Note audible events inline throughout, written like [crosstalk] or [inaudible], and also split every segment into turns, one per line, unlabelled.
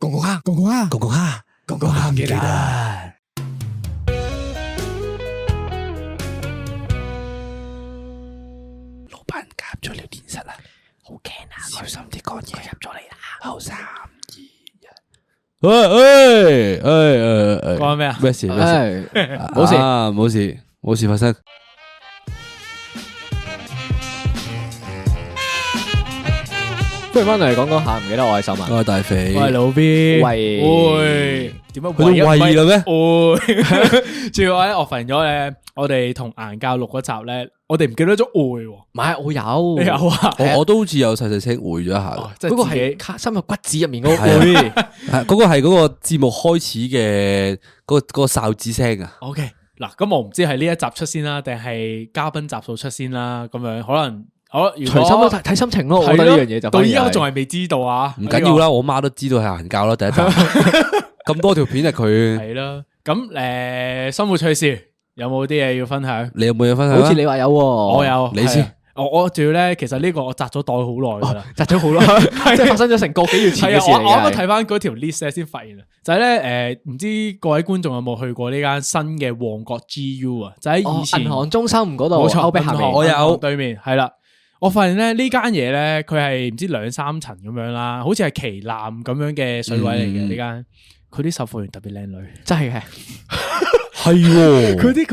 Gogoja, gogoja, gogoja, gogoja hamkera.
诶诶诶诶，
講咩啊
哎咩事？咩事？
唉，
冇事，冇事，冇事發生。
不如翻嚟講講下，唔記得我係秀啊文。
我係大肥，
喂，老 B，
喂
喂，點解
佢都喂啦咩？
[laughs] 喂，仲要咧，我瞓咗咧，我哋同顏教錄嗰集咧，我哋唔記得咗喂喎，
唔係，哎我有
你有啊？
我我都好似有細細聲回咗一下
哦，即係
嗰個
自己
係卡啊深入骨子入面嗰個
係啊
會。
係嗰個係嗰個節目開始嘅嗰個嗰個哨子聲啊。
OK，嗱，咁我唔知係呢一集出先啦，定係嘉賓集數出先啦，咁樣可能我如
隨心咯，
果
睇睇心情咯。我
係
覺得呢
咯
樣嘢就
到依家我仲
係
係未知道啊，
唔緊要
哎
啦，我媽都知道係行教啦，第一集咁
[laughs]
多條片係佢，
係啦，咁诶，生活趣事有冇啲嘢要分享？
你有冇嘢分享啊？
好似你話有喎，
我
我
有，
你先
係啊。我我仲要咧，其實呢個我摘咗袋好耐噶啦。
窒咗好
[laughs]
耐，即係發生咗成個幾月前
係
嘅
啊，
事
我我啱
哦嚟
啱
嘅。
睇翻嗰條 list 咧，先發現啊，就係咧，诶，唔知各位觀眾有冇去過呢間新嘅旺角 GU 啊？就喺
哦
以前
銀行中心嗰度，
冇錯，
歐碧下
銀行
面。
我有
銀行對面係啦。我發現咧呢間嘢咧，佢係唔知兩三層咁樣啦，好似係旗艦咁樣嘅水位嚟嘅
嗯
呢間。佢啲售貨員特別靚女，
真係嘅，
係喎，
佢啲佢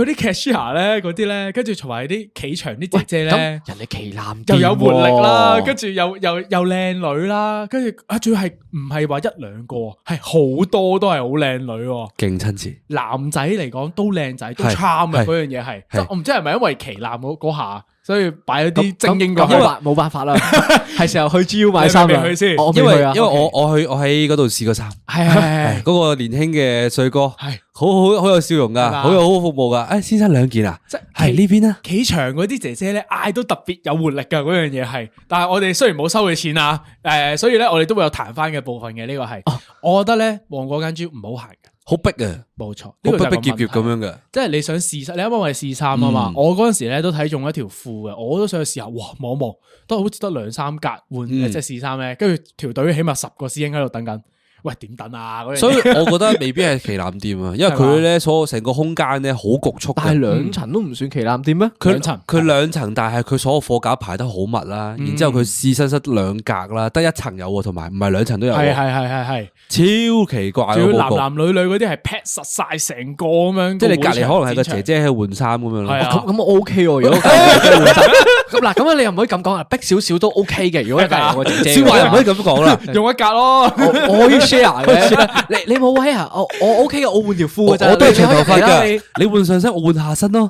啲 cashier 咧，嗰啲咧，跟住同埋啲企場啲姐姐
咁
咧
人。哋旗艦
又
店
有活力啦，
喎
跟住又又又靚女啦，跟住啊，仲要係唔係話一兩個，係好多都係好靚女喎。
勁親切，
男仔嚟講都靚仔，都
係
charm 嘅
係
嗰樣嘢係，即
係
係我唔知係咪因為旗艦嗰嗰下，所以擺咗啲
咁
精英過
咁
去
冇。辦冇辦法
[laughs]
啦，係時候去 G U 買衫
你係
啦。
咪未去先
我未
因為
去啊，
因為我我去我喺嗰度試過衫。
系
嗰個年輕嘅帥哥，
係
好好好有笑容
係嘛
噶，好有好好服務噶。诶，先生兩件啊，
即係
係呢邊啊，
企場嗰啲姐姐咧嗌都特別有活力噶嗰樣嘢係，但係我哋雖然冇收佢錢啊，诶、所以咧我哋都會有彈翻嘅部分嘅呢、個係，
哦
我覺得咧旺角間珠唔好行嘅，
好逼啊，
冇錯，呢、
好
個
逼
就係個
逼夾夾咁
問題，
樣嘅。
即係你想試衫，你啱啱話係試衫啊嘛，
嗯
我嗰阵时咧都睇中一條褲嘅，我都想去試下，哇望一望，都好似得兩三格換
嗯
即係試衫咧，跟住條隊起碼十個師兄喺度等緊，喂點等啊嗰樣嘢，
所以我覺得未必係旗艦店啊，因為佢咧所有成個空間咧好局促
但係
嘅。
兩層都唔算旗艦店咩？
佢
兩層
佢兩層，但係佢所有貨架排得好密啦，
嗯
然之後佢試身室兩格啦，得一層有喎，同埋唔係啊兩層都有
係係
喎，
係係係。
超奇怪
仲
嗰
要
個
男
佈局。
男女女嗰啲係 pat 實晒成個咁樣，
即係你隔離可能係
係
個姐姐喺度換衫咁樣
係啊
咯。
咁咁我 OK 喎，如果
[laughs]
隔離有個換衫咁嗱，咁啊你又唔可以咁講啊，逼少少都 OK 嘅。如
[laughs]
果隔離有個姐姐嘅
小
話，
華又唔可以咁講
[laughs]
啦，
用一格咯， [laughs]
我 [laughs] 我可以 share 嘅，你你冇位啊，我我 OK 嘅，我換條褲
我
嘅咋，
我都係
你
長頭髮
你可以
㗎，你換上身，我換下身咯。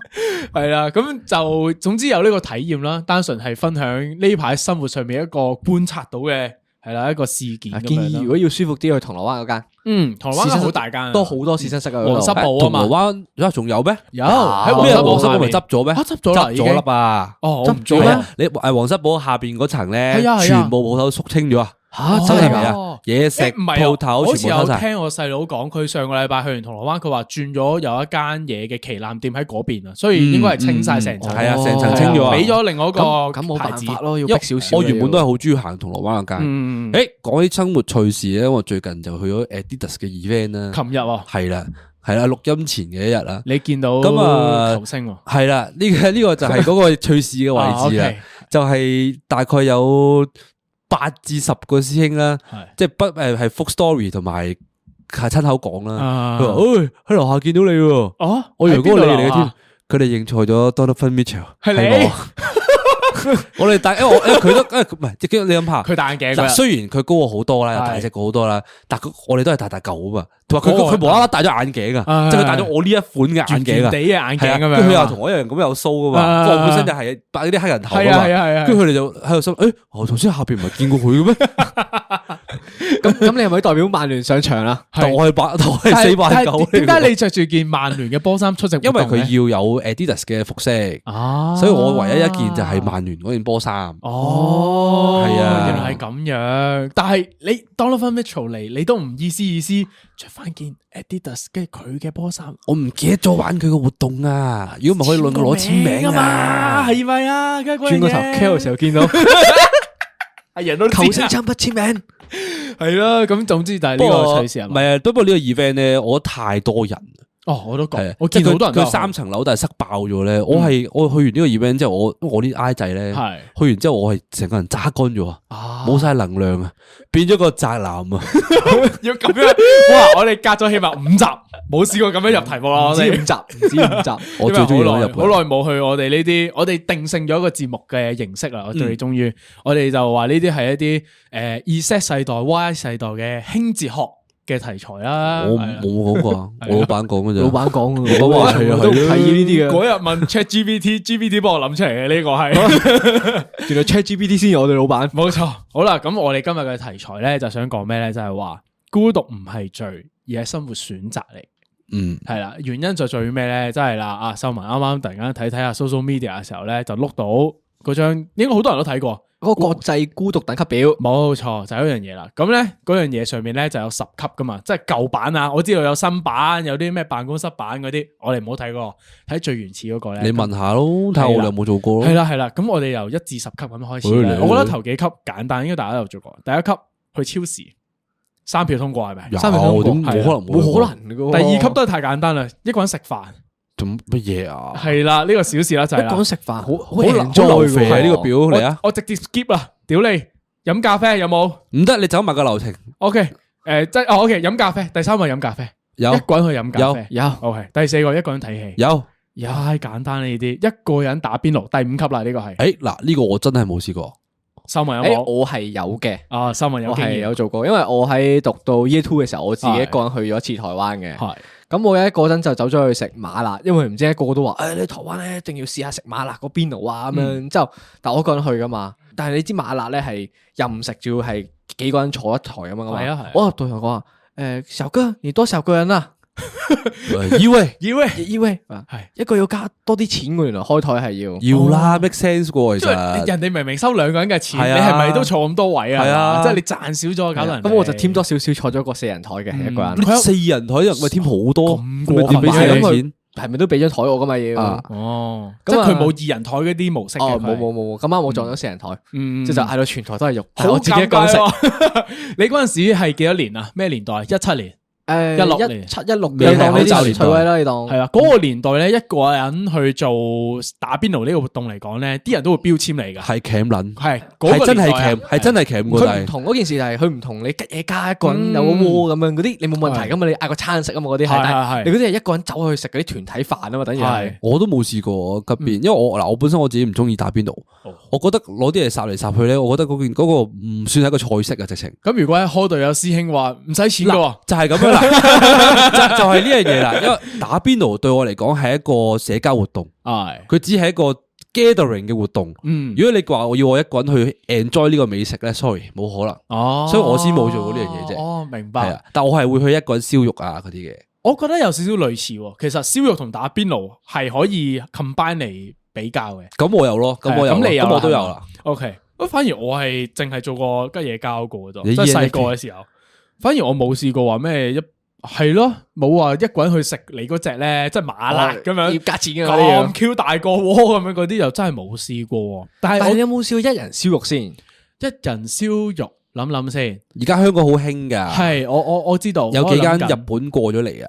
係啦，咁就總之有呢個體驗啦，單純係分享呢排生活上面一個觀察到嘅係啦一個事件
啊
咁
建議
樣
如
咯。
果要舒服啲去銅鑼灣嗰間，
嗯，銅鑼灣
試身
係
室
好大間啊，
多好多試身室嘅
黃室部啊
嗯銅鑼
嘛，哦
灣啊仲有咩？
有喺
有
黃
咩
室
黃
部
黃
室
室
下
堡咪
面
執咗咩？
啊執咗啦
執
已經
咗啦吧？
哦，我
執
唔
咗
做
咩
係
啦
啊，你诶黃室堡下边嗰層咧
係啊係，啊
全部鋪頭肅清咗啊！
嚇
真係
㗎
㗎
哦
嘢食
誒唔係啊
鋪頭
好
全
似
部收
有
晒，
聽我細佬講，佢上個禮拜去完銅鑼灣，佢話轉咗有一間嘢嘅旗艦店喺嗰邊啊，所以應該嗯係清晒成層，
係啊，
哦
成層清咗啊！
俾咗另外一個
咁咁冇
牌
辦
子
法咯，
因
要
為
逼少少。
我原本都係好中意行銅鑼灣嗰間。
嗯，
诶，講起生活趣事咧，我最近就去咗 Adidas 嘅 event 啦，
琴日啊，
係啦，係啦，錄音前嘅一日啦，
你見到
咁啊
球星喎，
係啦，呢個 [laughs] 呢個就係嗰個趣事嘅位置啦
[laughs] 啊，OK，
就係大概有八至十個師兄啦。
係
即系不诶系 f o o story 同埋係親口講啦。
啊
佢話：，诶喺樓下見到你喎，
哦，
我以為嗰個你嚟嘅
喺邊度
添
啊。
佢哋認錯咗 Donovan Mitchell，
係你
係我
[laughs]
我哋戴，因為我因為佢都，因為佢唔係，即係你諗下，
佢戴眼鏡嗰
嗱，
日
雖然佢高我好多啦，又
係
大隻過好多啦，但佢我哋都係大大嚿啊嘛。同埋佢
嗰個
佢無啦啦戴咗眼鏡啊，
係
即係佢戴咗我呢一款嘅眼鏡
圓圓
啊，
地嘅眼
係
鏡咁樣
啊跟住佢又同我一樣咁有須噶嘛，
啊
即係我本身就係白啲黑人頭啊
係啊係啊係
嘛，
啊
跟住佢哋就喺度心，誒，我頭先下邊唔係見過佢嘅咩？
咁咁你係咪代表曼聯上場啊啦？
但我係八，但我係
但係
四百九嚟㗎喎。
但係點解你着住件曼聯嘅波衫出席活
因
動
為佢
咧？
要有 Adidas 嘅服飾，
啊，
所以我唯一一件就係曼聯嗰件波衫。
哦，
係啊
原來係咁樣。但係你 Donovan Mitchell 嚟，你都唔意思意思着翻件 Adidas 跟住佢嘅波衫，
我唔記得咗玩佢個活動啊！如果唔係可以攞攞簽名
啊
啊
嘛，
嘛。
係咪啊？
轉
轉
個頭 k e l 時候見到 [laughs]
係人都知啊
球星親筆簽名，
係啦。咁總之就係
不
呢個
過
趣事係
唔
咪？
係啊，不過呢個 event 咧，我覺得太多人啦，
哦，我都
係
覺
啊，
我
即係
見
佢
好多人都
佢
有
三層樓，但係塞爆咗咧。我係我去完呢個 event 之後，我我啲 I 仔咧，
係
去完之後我係成個人揸乾咗啊，
啊
冇晒能量啊，變咗個宅男啊！
[laughs] 要咁樣，哇！我哋隔咗起碼五集，冇試過咁樣入題目啦。啊我哋
唔知五集，唔知
[laughs]
五集。
我最中意
因為
攞
好耐
日
好
本。
耐冇去我哋呢啲，我哋定性咗一個節目嘅形式
嗯
啦。我最終於，我哋就話呢啲係一啲诶 Z 世代、Y 世代嘅輕哲學嘅題材啦。
我
係啊
冇講過啊，我老闆講嘅啫。
老闆講嘅，
老闆話係啊
我都唔
係啊
睇呢啲嘅。
嗰日問 [laughs] ChatGPT，GPT 幫我諗出嚟嘅呢個係。
[laughs]
原來 ChatGPT 先係我哋老闆。
冇錯，好啦，咁我哋今日嘅題材咧，就想講咩咧？就係話孤獨唔係罪，而係生活選擇嚟。
嗯，
係啦，原因就在於咩咧？真係啦，啊，秀文啱啱突然間睇睇下 social media 嘅時候咧，就碌到嗰張，應該好多人都睇過，
嗰個國際孤獨等級表，
冇錯就係嗰樣嘢啦。咁咧嗰樣嘢上面咧就有十級噶嘛，即係舊版啊，我知道有新版，有啲咩辦公室版嗰啲，我哋唔好睇嗰個，睇最原始嗰個咧。
你問下咯，睇下我哋有冇做過
啊係
咯。
啦係啦，咁我哋由一至十級咁開始
哎
呢
嚟
我覺得
嚟
頭幾級簡單，應該大家都有做過。第一級去超市，三票通過係咪？
有
三日香港
點冇
係啊
可能冇去過
冇可能嘅。
第二級都係太簡單啦，一個人食飯
做乜嘢啊？
係啦，呢個小事啦就係啦
一。講食飯，好好
好難好流肥啊呢個表嚟啊！
我直接 skip 啦，屌你！飲咖啡有冇
唔得，你走埋個流程。
？OK，诶、即係哦，OK，飲咖啡。第三個飲咖啡，
有
一個人去飲咖啡。
有
OK，第四個一個人睇戲，
有，
太簡單啦呢啲，一個人打邊爐。第五級啦，呢個係
诶嗱，呢個我真係冇試過。 [laughs]
秀文有
誒，
冇？
我係有嘅。
啊，秀文有
我
經
係
驗哦
有做過，因為我喺讀到 Year Two 嘅時候，我自己
係哦
一個人去咗一次台灣嘅。
係
咁我咧嗰陣就走咗去食馬辣，因為唔知咧個個都話：，誒、你台灣咧一定要試下食馬辣個邊爐啊咁
嗯
樣。之後，但我一個人去噶嘛。但係你知馬辣咧係任食，仲要係幾個人坐一台咁樣噶嘛。
係啊係啊
我入到同佢話：，誒、小哥，你多少個人啊？
要喂，
以為
因為
係
一個要加多啲錢喎，原來開台係要。
要啦，make sense 噶，其
因為
實
人哋明明收兩個人嘅錢，
係啊
你係咪都坐咁多位啊？
係啊
即係你賺少咗搞到人哋。嗯
咁我就添多少少坐咗個四人台嘅，係一個人。
你四人台又咪添好多，
咁
咪
過分
俾
啊
四個
你
錢。
係咪都俾咗台我噶嘛要？
啊
哦，即
咁
係
啊
佢冇二人台嗰啲模式嘅。
哦，
佢
冇冇冇冇，咁啱我撞咗四人台，
嗯
即係就嗌到全台都係肉，但
好
我自己一個人食
尷。尬喎 [laughs] 你嗰阵时系几多年啊？咩年代？一七年
誒
16
一
年
七一六，你
係
當呢
口罩
啲
年代
徐威啦，你當
系啦，啊嗰個年代咧，一個人去做打邊爐呢個活動嚟講咧，啲人都會標籤你噶，
係 cam 撚，
係嗰
係
個
真係
年代啊
cam，係真係 cam 噶，
佢唔
但係
同嗰件事就係佢唔同你吉嘢加一個人有個鍋咁樣嗰啲，你冇問題噶嘛？你嗌個餐食啊嘛，嗰啲係
嗯係，
但
係係
係你嗰啲係一個人走去食嗰啲團體飯啊嘛，等於係
係
我都冇試過吉邊，因為我嗱我本身我自己唔中意打邊爐，我覺得攞啲嘢霎嚟霎去咧，我覺得嗰件嗰個唔算係一個菜式啊，直情。
咁如果喺開隊有師兄話唔使錢噶喎，
就係咁樣啦， [laughs] 就就係呢樣嘢啦。因為打邊爐對我嚟講係一個社交活動，
係
佢只係一個 gathering 嘅活動。
嗯
如果你話我要我一個人去 enjoy 呢個美食咧，sorry 冇可能。
哦
所以我先冇做過呢樣嘢啫
哦，明
係
白
啊。，但我係會去一個人燒肉啊嗰啲嘅。
我覺得有少少類似喎，其實燒肉同打邊爐係可以 combine 嚟比較嘅。
咁我有咯，咁我有啊咯，
係咁你有啦啊
咁我都有啦。
OK，咁反而我係淨係做過吉野交過啫，
你
即係
ENFP
細個嘅時候。反而我冇試過話咩一係咯，冇話一個人去食你嗰只咧，即係麻辣
哦
咁
要
樣
加錢嘅嗰
咁
啲嘢。
Q 大個鍋咁樣嗰啲，又真係冇試過喎。但
但
係
係
我
你有冇試過一人燒肉先？
一人燒肉，諗諗先，
而家香港好興㗎，
係我我我知道
啊有幾間
我諗緊
日本過咗嚟啊，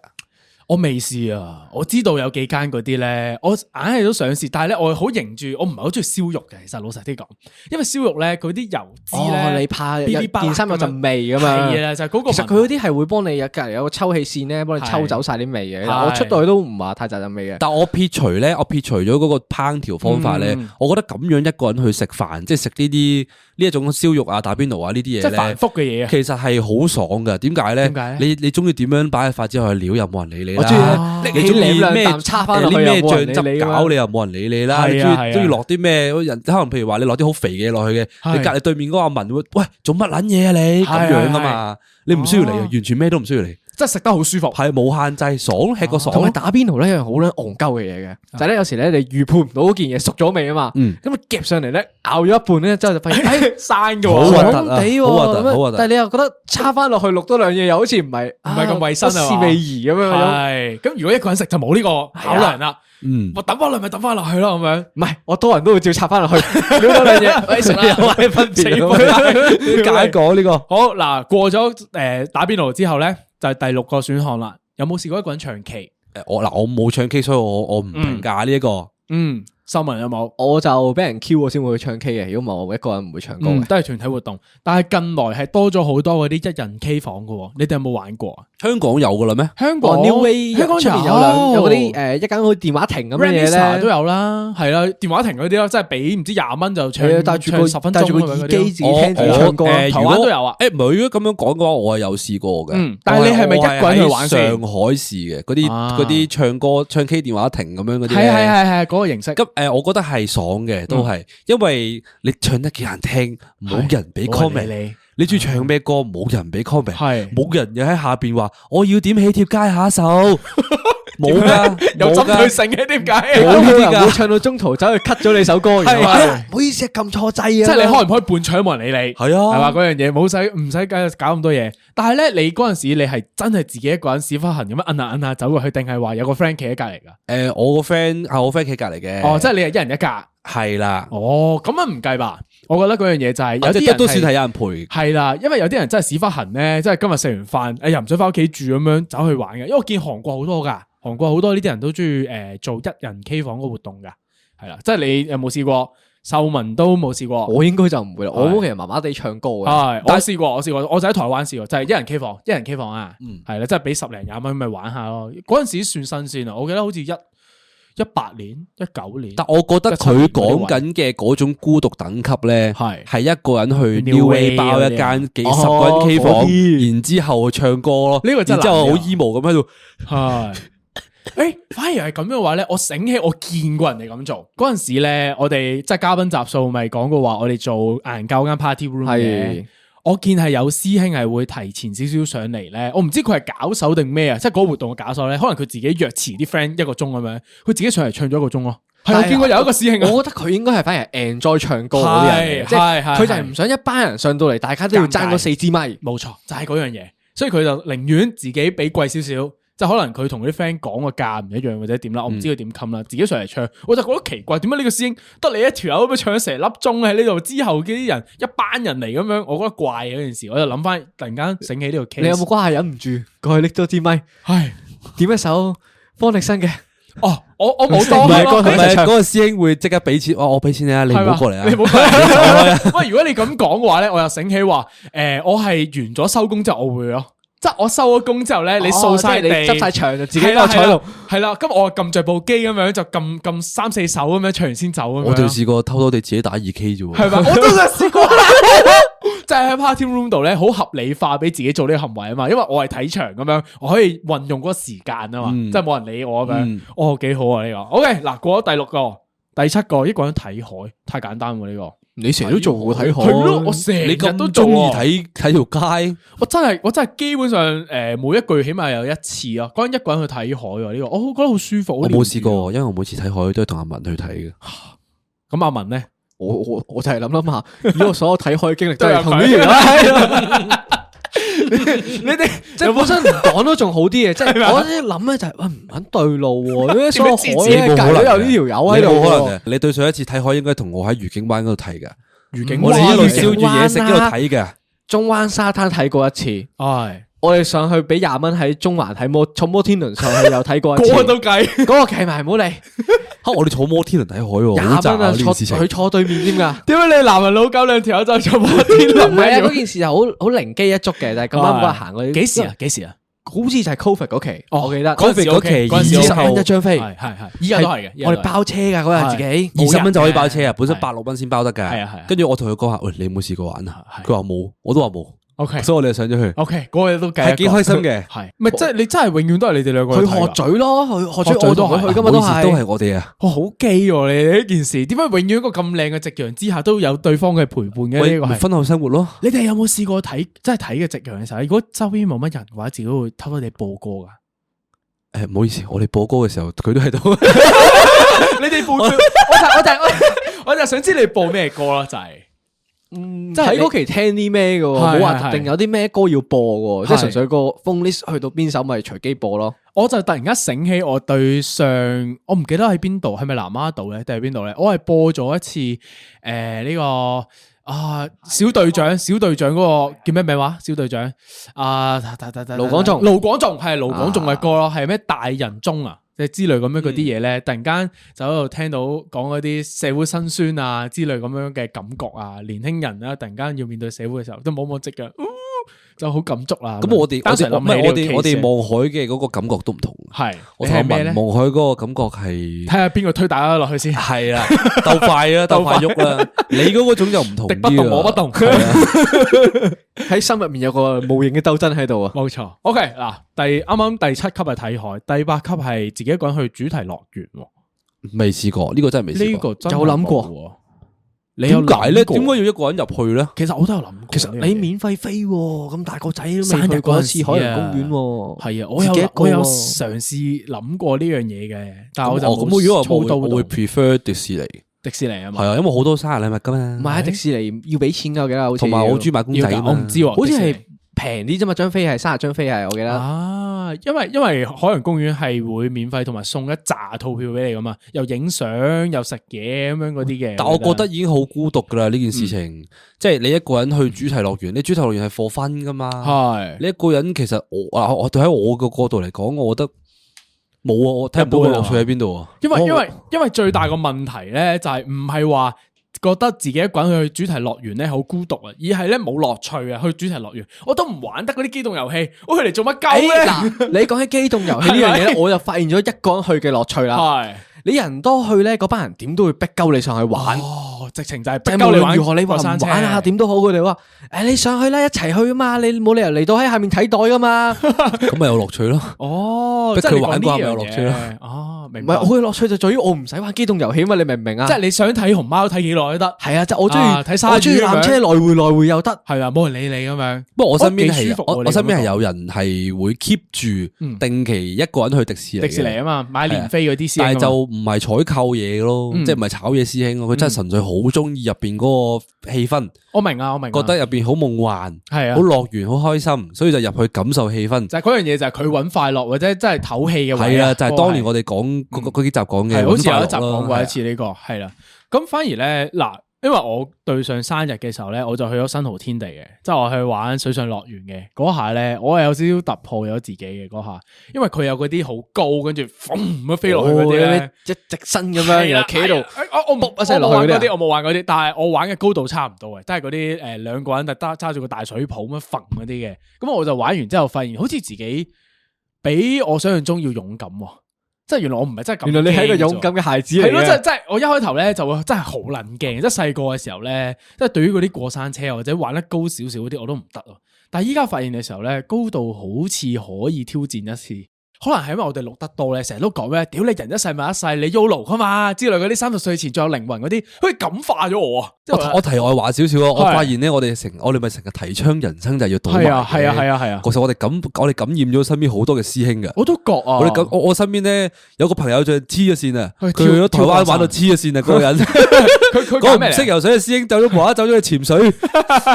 我未試啊，我知道有幾間嗰啲咧，我硬係都想試，但係咧我好型住，我唔係好中意燒肉嘅。其實老實啲講，因為燒肉咧佢啲油脂
哦
咧，
你怕有
嗶哩吧啦
件衫有陣味㗎嘛
係啦，啊就係嗰個
其實
問題。
佢嗰啲係會幫你有隔離有個抽氣扇咧，幫你抽走晒啲味嘅。
係
我出到去都唔話太雜陣味嘅。
但我撇除咧，我撇除咗嗰個烹調方法咧，
嗯
我覺得咁樣一個人去食飯，即係食呢啲呢一種燒肉啊、打邊爐啊呢啲嘢
即係繁複嘅嘢啊
其實係好爽嘅。點解咧？
點解呢
你你中意點樣擺嘅筷子落去料又冇人理你啦。
我中意咧拎起
中意
兩
咩
啖叉返落去
誒咩
又冇人
醬
理
汁
你㗎嘛
搞你又冇人理你啦。
係啊
你中
係啊
意中意落啲咩？人可能譬如話你落啲好肥嘅嘢落去嘅，
係
你隔離對面嗰個阿文會喂做乜撚嘢啊你
係
咁樣啊
係係
嘛？你唔需要理，
哦
完全咩都唔需要理，
即係食得好舒
[laughs]
服。
係冇限制，爽吃個爽
哦同埋
咯。
打邊爐咧，一樣好撚戇鳩嘅嘢嘅，就係咧有時咧你預判唔到嗰件嘢熟咗未啊嘛，
嗯
咁啊夾上嚟咧咬咗一半咧，之後就發現哎
生嘅
好核
喎，
突啊
爽地喎
好核突
咁樣
好核突
但係你又覺得插翻落去錄多兩嘢，又好似唔係
唔
唔
係咁衞生啊嘛
是味兒咁樣。
係咁如果一個人食就冇呢個考量啦。
嗯，
我抌翻落咪抌翻落去咯，咁樣。
唔係，我多人都會照插翻落去，撩多兩嘢， [laughs] 喂食啦，有咩分別 [laughs] 啊？
解講呢個。
好嗱，過咗诶打邊爐之後咧，就係第六個選項啦。有冇試過一個人長期？
誒我嗱，我冇唱 K，所以我我唔評價呢一個。
嗯，秀文有冇？
我就俾人 Q 我先會去唱 K 嘅，如果唔係我一個人唔會唱歌
嗯，
嘅。
都係團體活動，但係近來係多咗好多嗰啲一人 K 房嘅喎，你哋有冇玩過啊？
香港有噶啦咩？
香港
哦 New Way 哦
香港
出面有兩有嗰啲誒一間好似電話亭咁嘅
r a n i s
嘢
a
咧，
都有啦，係啦，電話亭嗰啲啦，即係俾唔知廿蚊就
係
唱
啊戴住個
唱十分鐘
戴住個
咁樣嗰啲
耳機自己
我
聽自己唱歌
我
啊。
誒
台灣
如果
都有啊
誒唔係，如果咁樣講嘅話，我係有試過嘅。
嗯但係你係
我
咪一個人去
我係喺
玩先
上海市嘅嗰啲
啊
嗰啲唱歌唱 K 電話亭咁樣嗰啲
係啊
咧。
係嗯係係嗰個形式。
咁誒，我覺得係爽嘅，都係，因為你唱得幾難聽，冇人俾
冇人
comment
理你嗯
你。你中意唱咩歌，冇人俾 comment，
係
冇人又喺下邊話我要點起貼街 [laughs] 下手，冇噶，
有
冇
針
㗎
對性嘅，點解？
啊冇呢啲會唱到中途走去 cut 咗你首歌，
啊
然後
係
哎呀唔好意思啊，撳錯掣啊！即
即係你開唔開半場冇人理你，
係啊
係嘛嗰樣嘢冇使唔使搞搞咁多嘢。但係咧，你嗰陣時你係真係自己一個人屎忽痕咁樣摁下摁下走過去，定係話有個 friend 企喺隔離噶？
誒，我個 friend 係我 friend 企隔離嘅，
哦，即係你係一人一格。
係啦，
哦，咁啊唔計吧？我覺得嗰樣嘢就係有
啊即
啲
係
人
都算係有人陪。
係啦，因為有啲人真係屎忽痕咧，即係今日食完飯，誒哎又唔想翻屋企住咁樣走去玩嘅。因為我見韓國好多㗎，韓國好多呢啲人都中意誒做一人 K 房個活動㗎，係啦，即係你有冇試過？秀文都冇試過，
我應啊該就唔會啦，我其實麻麻地唱歌嘅。
系，我試過，我試過，我就喺台灣試過，就係一人 K 房，一人 K 房啊，
嗯
係啦，即係俾十零廿蚊咪玩下咯。嗰陣時算新鮮啊，我記得好似一一八年、一九年，
但我覺得佢講緊嘅嗰種孤獨等級咧，
係
係一個人去
New
New
Way
Way 啊包一
嗰啲
間幾十個人 K
哦嗰
房，
啲
然之後唱歌咯，
呢個真
然
係
之後好
難嘅
emo 咁喺度，
係。诶，反而係咁樣嘅話咧，我醒起我見過人哋咁做嗰陣時咧，我哋即係嘉賓集數咪講過話，我哋做研究間 party room 嘅
係。
我見係有師兄係會提前少少上嚟咧，我唔知佢係搞手定咩啊，即係嗰個活動嘅搞手咧，可能佢自己約遲啲 friend 一個鐘咁樣，佢自己上嚟唱咗一個鐘咯。係
但
我
係
見過有一個師兄啊，
我覺得佢應該係反而係 enjoy 唱歌嗰啲人
係
嚟嘅，即係
係係
佢就係唔想一班人上到嚟，大家都要爭嗰四支咪。
冇錯，就係嗰樣嘢，所以佢就寧願自己俾貴少少，即係可能佢同啲 friend 講個價唔一樣或者
嗯
點啦，我唔知佢點冚啦，自己上嚟唱，我就覺得奇怪，點解呢個師兄得你一條友咁樣唱咗成粒鐘喺呢度，之後啲人一班人嚟咁樣，我覺得怪啊嘅嗰件事，我就諗翻突然間醒起呢個 case，
你有冇關係忍唔住過去拎咗支咪，
唉，
點一首方力申嘅？
哦，我我冇
唔
當
係嗰
咯
唔係嗰個師兄會即刻俾錢，我我俾錢你啊，你
係
唔
嘛
好過嚟啊，
你唔好過
[laughs]
嚟。喂，如果你咁講嘅話咧，我又醒起話，誒，我係完咗收工之後我會咯，即係我收咗工之後咧，你掃晒
哦即
地，
係你執晒場就自己
係
喺
啦
度坐喺度。，
係啦，咁我撳着部機咁樣就撳撳三四首咁樣唱完先走咁樣。
我哋試過偷偷哋自己打二 K 啫
係
喎， [laughs]
咪？我都有試過， [laughs] 就係喺 party room 度咧，好合理化俾自己做呢個行為啊嘛。因為我係睇場咁樣，我可以運用嗰個時間啊嘛，即係冇人理我咁樣
嗯。
哦，幾好啊呢個。OK，嗱，過咗第六個、第七個，一個人睇海，太簡單喎呢個。
你成日都做我睇
係咯，我成
你
日都
咁
做
中意
喎。
睇睇條街，
我真係我真係基本上誒每一句起碼有一次啊，嗰陣一個人去睇海喎呢個，我覺得好舒服。
我
好療啊
冇
癒
試過，因為我每次睇海都係同阿文去睇嘅。
咁阿文咧。
我我我就係諗 [laughs] 諗下，以我所有睇開經歷都係同呢
都有
樣
佢
啦。係 [laughs] 啦你哋即係本身唔講都仲好啲嘅，即係我一諗咧就係喂唔肯對路喎，因為所有海咧隔離都有呢條友
啊
喺度
你冇可
喎
能。嘅。啊你對上一次睇海應該同我喺愉景灣嗰度睇嘅，
愉景啊
我哋一路
愉
燒
景
住嘢食一路
灣啦
睇嘅。啊
中灣沙灘睇過一次，
唉，
我哋上去俾廿蚊喺中環睇摩坐摩天輪上去又睇過一次，
個都計。
嗰個計埋唔好理，
吓我哋坐摩天輪睇海喎，
廿
好
蚊
賺啊
啊
呢件
坐
事情。
佢坐對面添㗎。
點解你男人老狗兩條友走咗摩天
唔係啊，
輪
嗰件事就好好靈機一觸嘅，但係咁啱嗰日行嗰啲
幾時啊？？幾時啊？
好似就係 Covid 嗰期，我記得
嗰陣時嗰期
OK，哦嗰陣時
二
二
十
十
OK
蚊一張飛，
係係係，依家都係嘅。依家
我
都
哋
係
包車㗎嗰日自己
二
冇
十
人
蚊就可以包
嘅
車啊！本身
係
八六蚊先包得噶，
係啊係啊
跟住我同佢講下，喂，你有冇試過玩啊？
係哦
佢話冇，我都話冇，
OK
所以我哋就上咗去。
OK，嗰個都計一個。
係幾開心
[laughs]
嘅
係咪即係你真係永遠都係你哋兩個
佢
去睇
學
㗎
嘴咯，佢學
學
嘴
嘴
我
都
同
係
佢去
今
噶
日
嘛，
都
都
係都係
係。
我哋啊！
哇，好基喎！你哋呢件事，點解永遠一個咁靚嘅夕陽之下都有對方嘅陪伴嘅？
喂
呢個，係
婚後生活咯，
你哋有冇試過睇真係睇嘅夕陽嘅時候，如果周邊冇乜人嘅話，自己會偷偷哋播歌噶？
誒，唔好意思，我哋播歌嘅時候佢都喺度。
你哋播，
[laughs]
我就我就我就想知你播咩歌啦，就係嗯
即係喺嗰期聽啲咩嘅喎，
係
冇話
係
特定有啲咩歌要播嘅喎，即
係
係純粹個 phone list 去到邊首咪隨機
[laughs]
播咯。
我就突然間醒起我對上我唔記得喺邊度，係咪南丫島咧定係邊度咧？我係播咗一次誒呢個啊小隊長，小隊長嗰個叫咩名話？小隊長啊，盧
盧廣仲
盧廣仲係盧廣仲嘅歌咯，係咩大人中啊？即係之類咁樣嗰啲嘢咧，突然間就喺度聽到講嗰啲社會辛酸啊之類咁樣嘅感覺啊，年輕人啦、突然間要面對社會嘅時候都摸摸即嘅，呜就好感觸啦。
咁我哋我
單純
哋唔
諗起
係我
呢
哋
個
我哋
case
望海嘅嗰個感覺都唔同。
系，
我
你
同阿
係咩
文？
咧
啊望海嗰個感覺係
[laughs] 睇下邊個推大家落去先。
係啦，鬥快
[laughs]
啦，鬥快喐啦。你嗰種就唔同
敵
啲
不動我不動
係
[laughs]
啊
喺心入面有個無形嘅鬥爭喺度啊！
冇錯，OK 嗱，第啱啱第七級係睇海，第八級係自己一個人去主題樂園喎。
未試過，呢個真係未試
呢
過。
個真係
有諗過
冇喎？你有
點解咧？
諗過
點解要一個人入去咧？
其實我都有諗過呢樣嘢。
其實你免費飛喎，咁大個仔都未去過一次海洋公園喎。
係啊，我有
自己一個喎
我有嘗試諗過呢樣嘢嘅，但係我就
哦咁我如果話我會
冇操
我
刀
會
到
prefer 迪士尼。
迪士尼啊
係
嘛。
啊，因為好多生日禮物噶嘛
唔，係喺迪士尼要俾錢㗎，我記得好似
同埋我好中意買公仔
要
㗎
㗎
嘛
我唔知喎，
好
迪
似
士
係
尼
平啲啫嘛，張飛係三十張飛係，我記得。
啊，因為因為海洋公園係會免費同埋送一扎套票俾你噶嘛，又影相又食嘢咁樣嗰啲嘅。
但我覺得已經好孤獨噶啦呢件
嗯
事情，即係你一個人去主題樂園，你主題樂園係 for fun 噶嘛，
係
你一個人其實我啊，我對喺我個角度嚟講，我覺得冇啊，我睇唔到
一
個
般啊
樂趣喺邊
[laughs]
度啊。
因為因為因為最大個問題咧，就係唔係話覺得自己一個人去主題樂園咧好孤獨啊，而係咧冇樂趣啊。去主題樂園我都唔玩得嗰啲機動遊戲，我去嚟做乜鳩
哎
咧？
嗱，你講起機動遊戲呢樣嘢咧，我就發現咗一個人去嘅樂趣啦。
係
哎
[laughs]
你人多去咧，嗰班人點都會逼鳩你上去玩。
哦，直情就係逼
即係
鳩
無
你玩
論如何，你話
過山
唔
車
玩啊，點都好，佢哋話：誒，你上去啦，一齊去啊嘛！你冇理由嚟到喺下面睇袋噶嘛。唔
咁咪有樂趣
[laughs]
咯。
哦，
逼
即係你
佢玩
講
過
呢
係咪有
樣
樂趣啊
嘢哦，明白
係，。我嘅樂趣就在於我唔使玩機動遊戲啊嘛，你明唔明啊？
即
即
係
係
你想睇熊貓睇幾耐都得，
係啊，即係我中意
啊睇鯊魚
我中意纜車來回來回又得。
係啊啦，冇人理你咁樣。
不過我身邊係
哦幾舒服喎
我
你
我
咁
身邊係
講
有人係會 keep 住
嗯
定期一個人去迪士尼嘅
迪士尼啊嘛，買年飛嗰啲先
但
啊嘛。
係就唔係採購嘢咯，
嗯
即係唔係炒嘢師兄咯，佢真係純粹好中意入邊嗰個氣氛，
我明啊，我明啊。
覺得入邊好夢幻，
係啊
好樂園，好開心，所以就入去感受氣氛。
就係嗰樣嘢，就係佢揾快樂或者真係唞氣嘅位
係啊，就係當年
嗰
我哋講嗰嗰嗰幾集講
個
嘅，
嗯係好似有一集
講
講
啊
過一次呢個係啦。咁反而咧嗱，因為我對上生日嘅時候咧，我就去咗新濠天地嘅，即係我去玩水上樂園嘅嗰下咧，我係有少少突破咗自己嘅嗰下，因為佢有嗰啲好高跟住嘣咁飛落去嗰啲 [laughs]
哦
咧。
一直身咁樣，然後企喺度。
係啊我我唔
卜一聲落去
我冇玩嗰
嗰啲
啲，
啊
我冇玩嗰啲，但係我玩嘅高度差唔多嘅，都係嗰啲誒兩個人就揸揸住個大水泡咁樣揈嗰啲嘅。咁我就玩完之後發現，好似自己比我想象中要勇敢喎，即係原來我唔係真係咁。
原來你係一個勇敢。嘅孩子
係
嚟
咯，即係
嘅。
即係我一開頭咧就會真係好撚驚，即係細個嘅時候咧，即係對於嗰啲過山車或者玩得高少少嗰啲我都唔得啊。但係依家發現嘅時候咧，高度好似可以挑戰一次。可能係因為我哋錄得多咧，成日都講咩，屌你人一世物一世，你 YOLO 噶嘛之類嗰啲三十歲前仲有靈魂嗰啲，好似感化咗我啊！即
我
係
我題外話少少啊，我
係
發現咧，我哋成我哋咪成日提倡人生就係要賭埋
係啊
嘅
係啊係啊係啊
其實我哋感我哋感染咗身邊好多嘅師兄嘅。
我都覺啊，
我哋感我我身邊咧有個朋友就黐咗線啊，
去
佢
跳
去咗台灣玩到
跳過山
黐咗
[laughs]
線啊，嗰個人。
佢佢
嗰
講
個
咩
唔識
嚟啊？
游水嘅師兄走咗無啦啦走咗去潛
[laughs]
水，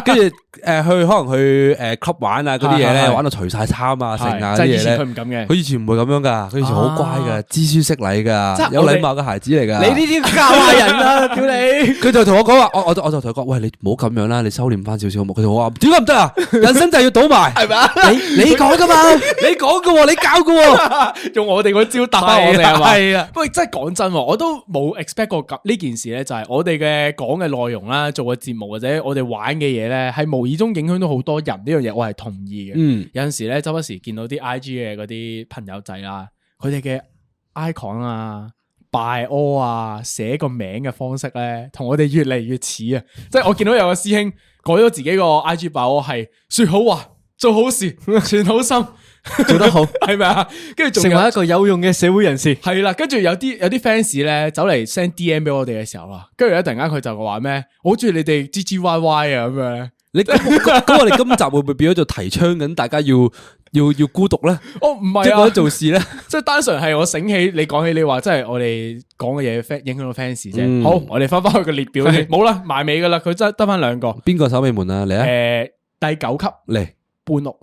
跟住誒去可能去誒 club 玩啊嗰啲嘢
係係
咧，
係
玩到除晒衫啊剩啊嗰
係就
啲
係
嘢
以
咧
前佢唔。敢嘅啊
佢，以前前唔會咁樣噶，佢以前好乖噶，知書識禮
即係
噶，
我哋
有禮貌嘅孩子嚟
啊
噶。
啲教壞人
[laughs]
啊！屌你！
佢就同我講話，我我就我就同佢講，喂，你唔好咁樣啦，你收斂翻少少好冇？佢就話點解唔得啊？人生就係要倒埋，係嘛？你你講 [laughs] 噶嘛？你講噶喎，你教噶喎。
用我哋嗰招答翻我哋係嘛？
係啊
不過真係講真喎，我都冇 expect 過咁呢件事咧，就係我哋嘅講嘅內容啦，做嘅節目或者我哋玩嘅嘢咧，係無意中影響到好多人呢樣嘢，我係同意嘅。
嗯，
有陣時咧，周不時見到啲 I G 嘅嗰啲朋友仔啦，佢哋嘅 icon 啊。拜 all 啊，寫個名嘅方式咧，同我哋越嚟越似啊！即係我見到有個師兄改咗自己個 IG 拜 all 係說好話、做好事、存好心、
[laughs]
[laughs]
做得好
係咪啊？跟住仲
[laughs] 成
有 [laughs]
為一個有用嘅社會人士。
系啦，跟住有啲有啲 fans 咧走嚟 send DM 俾我哋嘅時候啊，跟住咧突然間佢就話咩，我好中意你哋 G G Y Y 啊咁樣，
你咁咁咁我哋今集會唔會變咗做提倡緊大家要要要孤獨咧？
哦唔
即係覺
係 [laughs] 啊
得，做事咧？
即係單純係我醒起你講起你話，真係我哋講嘅嘢 fan- 影響到 fans 啫。
嗯
好，我哋翻翻去個列表先，冇啦，埋尾噶啦，佢真係得翻兩個，
邊個守尾門啊？嚟啊，
誒第九級
嚟
半屋，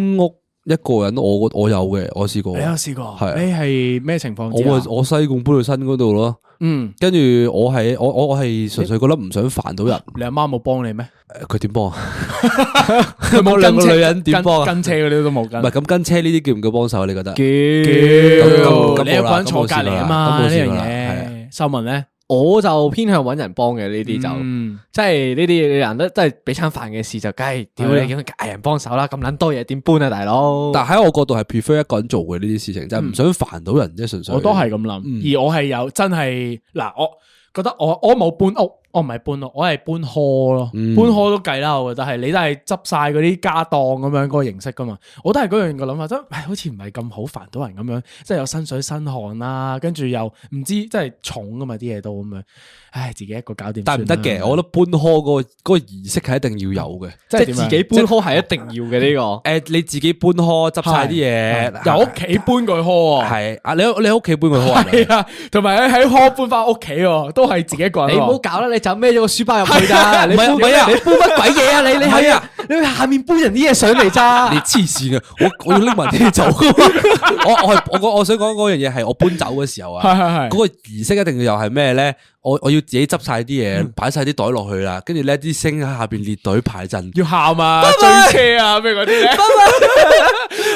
搬屋一個人，我我有嘅，我試過
你。有試過？
係啊
你係咩情況
我
之下？
咪我西貢搬去新嗰度咯，
嗯，
跟住我係我我我係純粹覺得唔想煩到人，
你阿媽冇幫
[laughs]
你咩？
誒佢點幫啊？
佢
冇兩個女人點幫啊
跟跟車嗰啲都冇
唔
跟
係。咁跟車呢啲叫唔叫幫手啊？你覺得？咁
屌，
咁
你一個人坐隔離啊嘛，
咁冇
呢
事
樣
㗎啦
啊
嘢。秀文咧，
我就偏向揾人幫嘅呢啲就，
嗯
即係呢啲你難得，即係俾餐飯嘅事就梗係屌
係啊
你咁嗌人幫手啦，咁撚多嘢點搬啊大佬？
但喺我角度係 prefer 一個人做嘅呢啲事情，就係唔想煩到人啫，純粹。
我都係咁
嗯
諗，而我係有真係嗱，我覺得我我冇搬屋，我唔係搬屋，我係搬 hall 咯，
嗯
搬 hall 都計啦，我覺得係你都係執晒嗰啲家當咁樣嗰個形式噶嘛，我都係嗰樣個諗法，真係唉好似唔係咁好煩到人咁樣，即係有身水身汗啦，跟住又唔知即係重噶嘛啲嘢都咁樣，唉自己一個搞掂算啦，
但係唔得嘅，我覺得搬殼嗰個嗰個儀式係一定要有嘅。
即係啊自
點
己
啊
搬 call 係一定要嘅呢個。
誒，你自己搬殼執晒啲
啊
嘢，
由屋企搬過去 hall 啊。
係啊，你你喺屋企搬個殼
系啊，同埋喺喺康搬翻屋企喎，都係自哦己一個人喎。
你唔好搞啦，你就孭咗個書包入去咋？你
唔係啊
搬
唔係啊
你搬乜鬼嘢啊？你你
唔係啊？
你去下面搬人啲嘢上嚟咋？
[laughs] 你黐線嘅，我我要拎埋啲嘢
[laughs]
走噶嘛。我我係我我我想講嗰樣嘢係我搬走嘅時候
係
啊，
係
嗰
係
個儀式一定要又係咩咧？我我要自己執晒啲嘢，
嗯
擺晒啲袋落去啦，跟住咧啲星喺下邊列隊排陣。
要喊啊，追車啊，咩嗰啲
[laughs]
咧？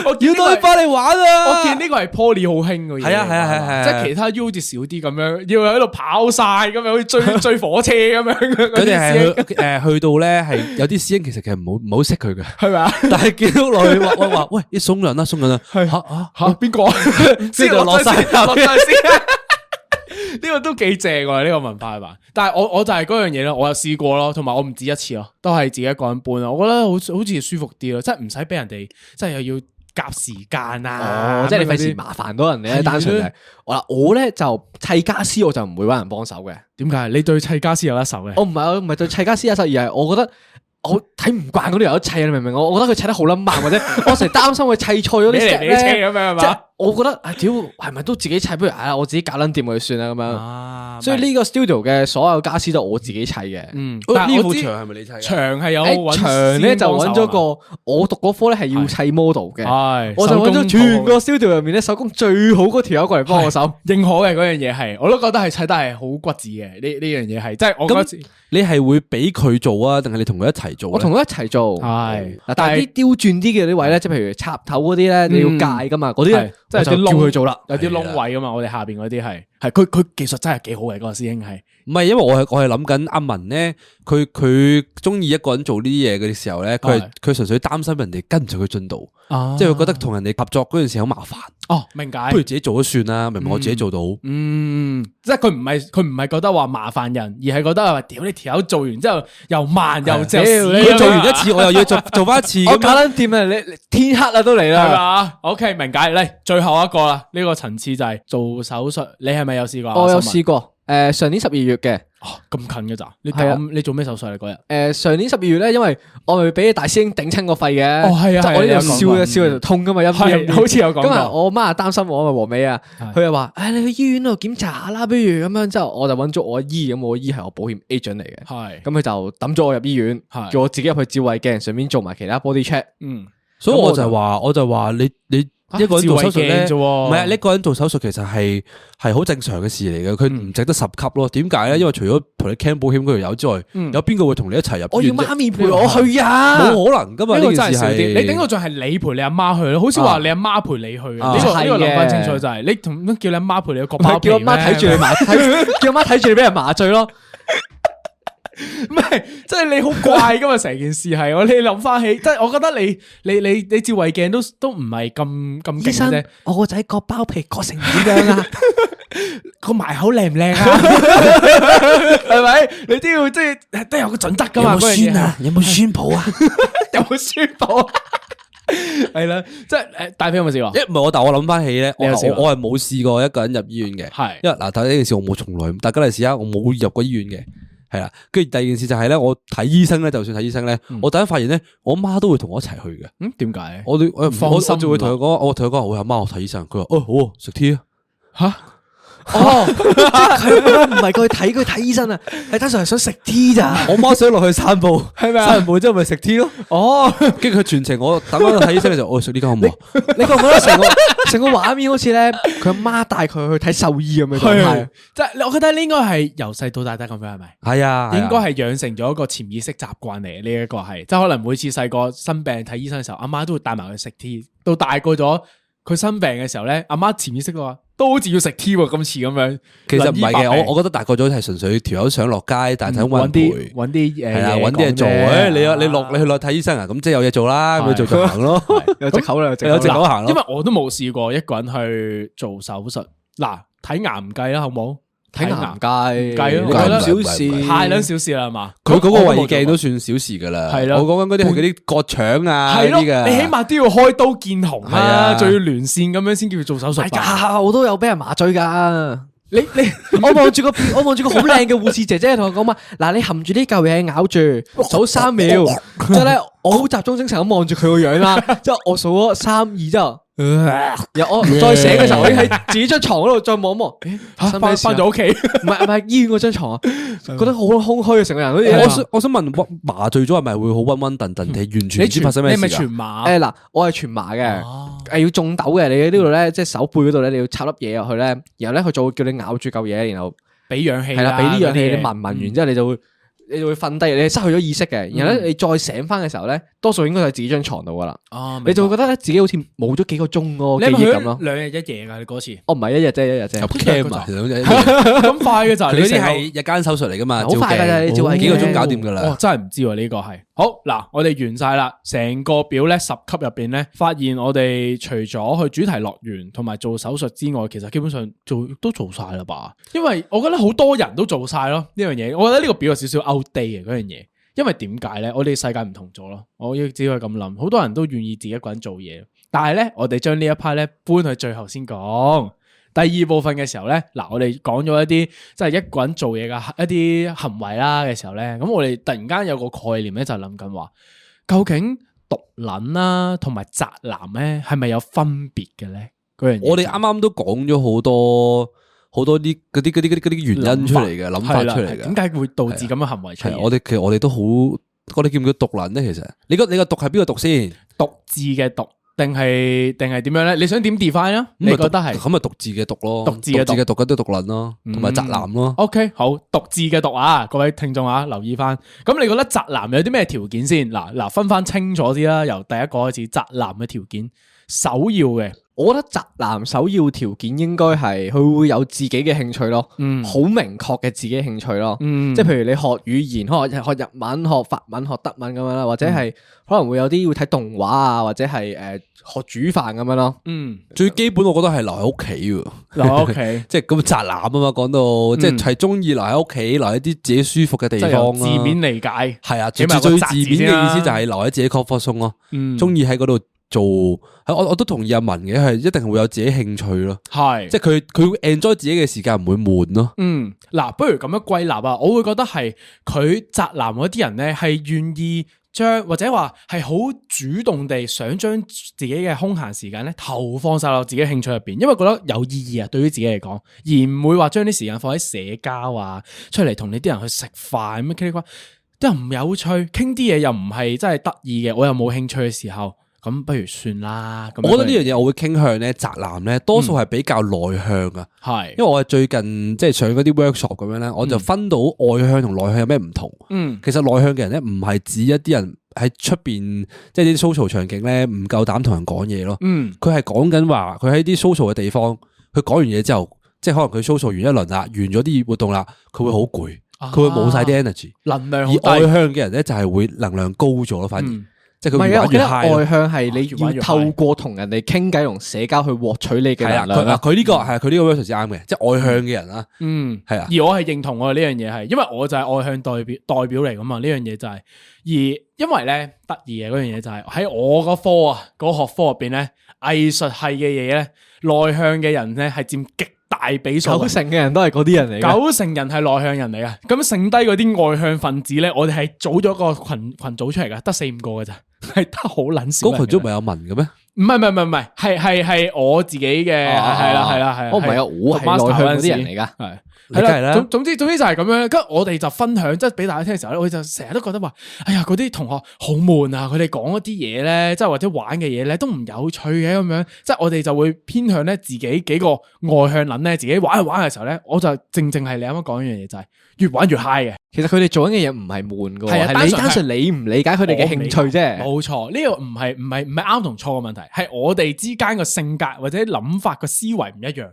我見
要
呢個
到你
係
翻嚟玩啊！
[laughs] 我見呢個係 Poly 好興嘅嘢嚟㗎嘛，
係啊係啊係啊係啊
即係其他 U 好似少啲咁樣，要喺度跑晒咁樣，好似
[laughs]
追追火車咁樣嗰
佢
啲
哋
師兄
係去誒去到咧係有啲師兄其實其實唔好唔好識
[laughs]
佢嘅，
係咪啊？
但係見到落去話我話喂，你送人啦送人啦，嚇嚇
吓邊
[laughs]
個？先
就落晒
落晒先。 [laughs] 呢個都幾正喎，呢個文化係嘛？但係我我就係嗰樣嘢咯，我有試過咯，同埋我唔止一次咯，都係自己一個人搬啊咯。我覺得好好似舒服啲咯，即係唔使俾人哋，即係又要夾時間啊。
哦，即係你
咁樣嗰
費
啲
事麻煩到人
係
哋，啊單純係我啦，我咧就砌家私我就唔會揾人幫手嘅。
點解？你對砌家私有一手嘅？
我唔係我唔係對砌家私一手，而係我覺得我睇唔慣嗰啲有得砌，你明唔明？我我覺得佢砌得好撚慢，或者 [laughs] 我成日擔心佢砌錯咗啲
你嚟
set
你車咁樣
咧。
係
即係
嘛？
我覺得啊，屌係咪都自己砌？不如唉，我自己搞撚掂佢算啦咁樣。
啊
所以呢個 studio 嘅所有家私都我自己砌嘅。
嗯，
哦
但
呢
係
副
我知
牆係咪你砌㗎？
牆係有
喺
揾
牆咧
先
就
幫手啊
揾咗
係嘛
個我讀嗰科咧係要砌 model 嘅，
係
我就
手工
揾咗
好
全
好
個 studio 入面咧手工最好嗰條友過嚟幫我手。
認可嘅嗰樣嘢係，我都覺得係砌得係好骨子嘅。呢呢樣嘢係，即係我嗰次
咁你係會俾佢做啊，定係你同佢一齊做
我同佢一齊做，
哦係
嗱，但係啲刁鑽啲嘅啲位咧，即係譬如插頭嗰啲咧，你要戒噶嘛，嗰啲
係
咧
即係
我就
啲窿
叫佢做啦。啊
有啲窿位噶嘛，我哋下邊嗰啲係係佢佢技術真係幾好嘅嗰個師兄係，
唔係因為我係我係諗緊阿文咧，佢佢中意一個人做呢啲嘢嘅時候咧，佢
哦
係佢純粹擔心人哋跟唔上佢進度，
啊
啊
即係佢覺得同人哋合作嗰陣時好麻煩，
哦明解
不如，自己做咗算啦，明明我自己做到。
嗯，即係佢唔係佢唔係覺得話麻煩人，而係覺得話屌你條友做完之後又慢
哎
又正，
佢做完一次，我又要
[laughs]
做做翻一次
我
咁
搞
樣。
撚掂啊！你你天黑啦都嚟
係
啦，
嘛？OK 啊明解，嚟最後一個啦，呢個層次就係做手術，你係咪有試過啊？
我有
心
試
文
過。誒上年十二月嘅，
哦咁近嘅咋？你
係啊
咁你做咩手術啊？嗰日？
誒上年十二月咧，因為我咪俾大師兄頂親個肺嘅，
哦係啊
即
係啊
我呢
你有
度
講
笑
過
嘅笑嘅就痛噶嘛，一邊一
係
邊
好似有講過
咁啊，我媽擔心我啊嘛，黃美啊，
係
佢又話：，唉，你去醫院度檢查下啦，不如咁樣。之後我就揾咗我醫，咁我醫係我保險 agent 嚟嘅，
係
咁佢就抌咗我入醫院
係，
叫我自己入去照胃鏡，順便做埋其他 body check。
嗯
所以我就話，我就話你你
啊
一個人做手術咧，
自慰鏡啫喎
唔係啊，一個人做手術其實係係好正常嘅事嚟嘅，佢
嗯
唔值得十級咯。點解咧？因為除咗同你 can 保險嗰條友之外，
嗯
有邊個會同你一齊入
我
醫
要
院
哦
啫
媽咪陪我去啊！
冇可能噶嘛？
呢
呢
個
件
真係
事
少
係
啲，你頂到仲係你陪你阿媽去咯，好似話你阿媽陪你去嘅，呢個
啊
呢個
係嘅
諗翻清楚就係你同叫你阿媽陪你去割
唔
包
係
皮
叫阿媽睇住 [laughs] 你麻，睇叫阿媽睇住你俾人麻醉咯。
[laughs] 唔係，即係你好怪噶嘛！成件事係我你諗翻
[laughs]
起，即係我覺得你你你你照胃鏡都都唔係咁咁
醫
勁
生
啫，，
我個仔割包皮割成點樣啊？
個埋口靚唔靚
[laughs]
啊？係咪？你都要即係都有個準則噶嘛？嗰樣嘢係？
有冇酸泡啊？
[laughs] 有冇宣布？係啦，即係誒，大飛有冇試過？
一唔係我，但我諗翻起咧，我
哦你有試過
我我係冇試過一個人入醫院嘅，
係
因為嗱，睇呢件事我冇從來，大家嚟試下，我冇入過醫院嘅，係啦。跟住第二件事就係咧，我睇醫生咧，就算睇醫生咧，我突然發現咧，我媽都會同我一齊去嘅，
嗯，點解？
我哋我
放
我
心
我就會同佢講，我同佢講，我話媽我睇醫生，佢話哦好啊食 T 啊，
哦，即係佢佢唔係過去睇，佢睇醫生啊，係單純係想食 T 咋。
我媽
[laughs]
想落去散步，係
咪啊
散完步之後咪食 T 咯，
哦，
跟住佢全程我等我睇醫生嘅時候，哦
[laughs]
我食呢間好唔好？
你覺唔覺得成個成個畫面好似咧，佢阿媽帶佢去睇獸醫咁嘅狀態
係，？即係我覺得呢應該係由細到大都係咁樣，係咪？
係啊，
應該係養成咗一個潛意識習慣嚟，呢一個係，即係可能每次細個生病睇醫生嘅時候，阿媽都會帶埋佢食 T。到大個咗，佢生病嘅時候咧，阿媽潛意識話都好似要食 T 喎，今次咁樣。
其實唔係嘅，我我
我
覺得大個咗係純粹條友想落街，但係想
揾
揾
嗯啲
陪。
揾啲誒，
係啊，揾啲嘢做。
誒
誒，你有你落你去落睇醫生啊，咁即係有嘢做啦，咁
係
你做就行咯。
有隻口啦，有
[laughs]
隻
有隻
口
狗
啦。
行
因為
咯。
我都冇試過一個人去做手術。嗱，睇牙唔計啦，好冇？
睇
唔
男界，
計咯
唔計唔
你覺得
計啊唔計
太撚小事啦，係嘛？
佢嗰個
我都
胃
冇做
鏡
過
都算小事噶啦。
係咯
我講緊嗰啲係嗰啲割腸啊
係
嗰
咯，
啲嘅。
你起碼都要開刀見紅
係
啦，
啊
仲要連線咁樣先叫做手術
係
吧。
啊，我都有俾人麻醉噶。
你你
[laughs] 我望住個我望住個好靚嘅護士姐姐同我講話，嗱你含住呢嚿嘢咬住，數三秒，之後咧我好集中精神咁望住佢個
[laughs]
樣啦，之後我數咗三二之後，然後我再醒嘅時候，我已經喺自己張床嗰度再望
[laughs]
一望，咦
嚇
生
翻翻
咩事啊
咗屋企，
唔係唔係醫院嗰張
[laughs]
床啊，覺得好空虛啊，成個人好似
我想我想問，麻醉咗係咪會好暈暈頓頓地，完全唔啊知發生咩
嗯你咪
事
全
㗎？
麻
誒嗱，我係全麻嘅，
啊哦
係要中豆嘅。你喺呢度咧，即係手背嗰度咧，你要插粒嘢入去咧，然後咧佢就會叫你咬住嚿嘢，然後。
俾氧氣啊
系啦，俾呢樣嘢你聞聞
嗰啲嘢
完之後，你就會你就會瞓低，你失去咗意識嘅。然後
嗯
咧，你再醒翻嘅時候咧，多數應該係自己張床度噶啦，
哦，
你就
覺
會覺得咧自己好似冇咗幾個鐘嗰
你
個
係咪去
記憶咁咯
咗。兩日一夜噶？你嗰次
哦，唔係一日啫，一日啫
入，cam 啊，其實好似
咁快嘅咋？
佢
[laughs] 你
嗰啲
成個
係日間手術嚟噶嘛，
好快㗎咋你照胃鏡
幾個鐘搞掂噶
哦
啦，。
真係唔知喎呢個係。好嗱，我哋完晒啦，成個表咧十級入邊咧，發現我哋除咗去主題樂園同埋做手術之外，其實基本上做都做晒啦吧。因為我覺得好多人都做晒咯呢樣嘢，我覺得呢個表有少少 outdate 嘅嗰樣嘢。因為點解咧？我哋世界唔同咗咯，我要只可以咁諗。好多人都願意自己一個人做嘢，但係咧，我哋將呢一 part 咧搬去最後先講。第二部分嘅時候咧，嗱，我哋講咗一啲即係一個人做嘢嘅一啲行為啦嘅時候咧，咁我哋突然間有個概念咧，就係諗緊話，究竟獨撚啦同埋宅男咧係咪有分別嘅咧？嗰樣嘢
我哋啱啱都講咗好多好多啲嗰啲嗰啲嗰啲嗰啲原因出嚟嘅諗法
係啦
出嚟嘅
點。解會導致咁嘅行為出
係啊
現？
我哋其實我哋都好，我哋叫唔叫毒撚咧？其實你個你個毒係邊個毒先？
獨自嘅獨定係定係點樣咧？你想點 define 啊？你
咁咪
覺
毒
得係？
咁咪毒字嘅毒咯，
毒字嘅嗯毒
毒字嘅毒嗰啲毒撚咯，同埋宅男咯。
O、k 好，獨自嘅獨啊，各位聽眾啊，留意翻。咁你覺得宅男有啲咩條件先？嗱嗱，分翻清楚啲啦，由第一個開始，宅男嘅條件首要嘅，
我覺得宅男首要條件應該係佢會有自己嘅興趣咯，好明確嘅自己興趣咯。
嗯
即係譬如你學語言，可能學日文、學法文、學德文咁樣啦，
嗯
或者係可能會有啲會睇動畫啊，或者係誒學煮飯咁樣咯。
嗯，
最基本我覺得係留喺屋企喎，
留喺屋企
即係咁宅男啊嘛。講到
嗯
即係係中意留喺屋企，留喺啲自己舒服嘅地
即
方
係
啊
由
啦
字面理解，
係啊，最
起碼有個
最
宅
字
字
面
先啦
嘅意思就係留喺自己 comfort zone 咯，
嗯
中意喺嗰度做。係我我都同意阿文嘅，係一定會有自己興趣咯。
係
即係佢佢會 enjoy 自己嘅時間，唔會悶咯。
嗯，嗱，不如咁樣歸納啊，我會覺得係佢宅男嗰啲人咧，係願意將或者話係好主動地想將自己嘅空閒時間咧投放晒落自己興趣入邊，因為覺得有意義啊，對於自己嚟講，而唔會話將啲時間放喺社交啊，出嚟同你啲人去食飯咁樣傾啲瓜，都唔有趣，傾啲嘢又唔係真係得意嘅，我又冇興趣嘅時候。咁不如算啦。咁
我覺得呢樣嘢我會傾向咧，宅男咧多數係比較內向啊。
嗯
係，
因為我係最近即係上嗰啲 workshop 咁樣咧，我就分到外向同內向有咩唔同。
嗯
其實內向嘅人咧，唔係指一啲人喺出邊即係啲 social 場景咧，唔夠膽同人講嘢咯。
嗯
佢係講緊話，佢喺啲 social 嘅地方，佢講完嘢之後，即係可能佢 social 完一輪啦，完咗啲活動啦，佢會好攰，
啊
佢會冇晒啲 energy。
能量
而
好
外
低。
向嘅人咧，就係會能量高咗咯，反而
嗯
即係
唔
佢
係
越玩
啊，我覺
越
得
high 咯
外。向係
越
你
玩
要
越
透
high
過同人哋傾偈同社交去獲取你
系
嘅
啦，佢
能
啊
量啦。
佢呢個係佢呢個 version 先啱嘅，即係外向嘅人啦。
嗯，
係啊
而我係認同我呢樣嘢係，因為我就係外向代表代表嚟噶嘛，呢樣嘢就係、而因為咧得意嘅嗰樣嘢就係、喺我嗰科啊，嗰、學科入邊咧，藝術系嘅嘢咧，內向嘅人咧係佔極大比數
九
嘅。
成嘅人都係嗰啲人嚟嘅。
九成人係內向人嚟噶，咁剩低嗰啲外向分子咧，我哋係組咗個群群組出嚟噶，得四五個噶咋， [laughs] 係得好撚少
嗰
人㗎。
群組唔係有文嘅咩？
唔係唔係唔係唔係，係係係我自己嘅，
啊
係啦係啦係。
我唔係啊，我係內向嗰啲人嚟噶。
係
你
係
梗係啦
啦，總總之總之就係咁樣。跟住我哋就分享，即係俾大家聽嘅時候咧，我就成日都覺得話，哎呀，嗰啲同學好悶啊！佢哋講嗰啲嘢咧，即係或者玩嘅嘢咧，都唔有趣嘅咁樣。即係我哋就會偏向咧自己幾個外向撚咧，自己玩下玩下嘅時候咧，我就正正係你啱啱講一樣嘢，就係越玩越 high 嘅。
其實佢哋做緊嘅嘢唔係悶噶，
係啊
係你
單
單
純
純你唔理解佢哋嘅興趣啫。
冇錯，呢個唔係唔係唔係啱同錯嘅問題，係我哋之間個性格或者諗法個思維唔一樣，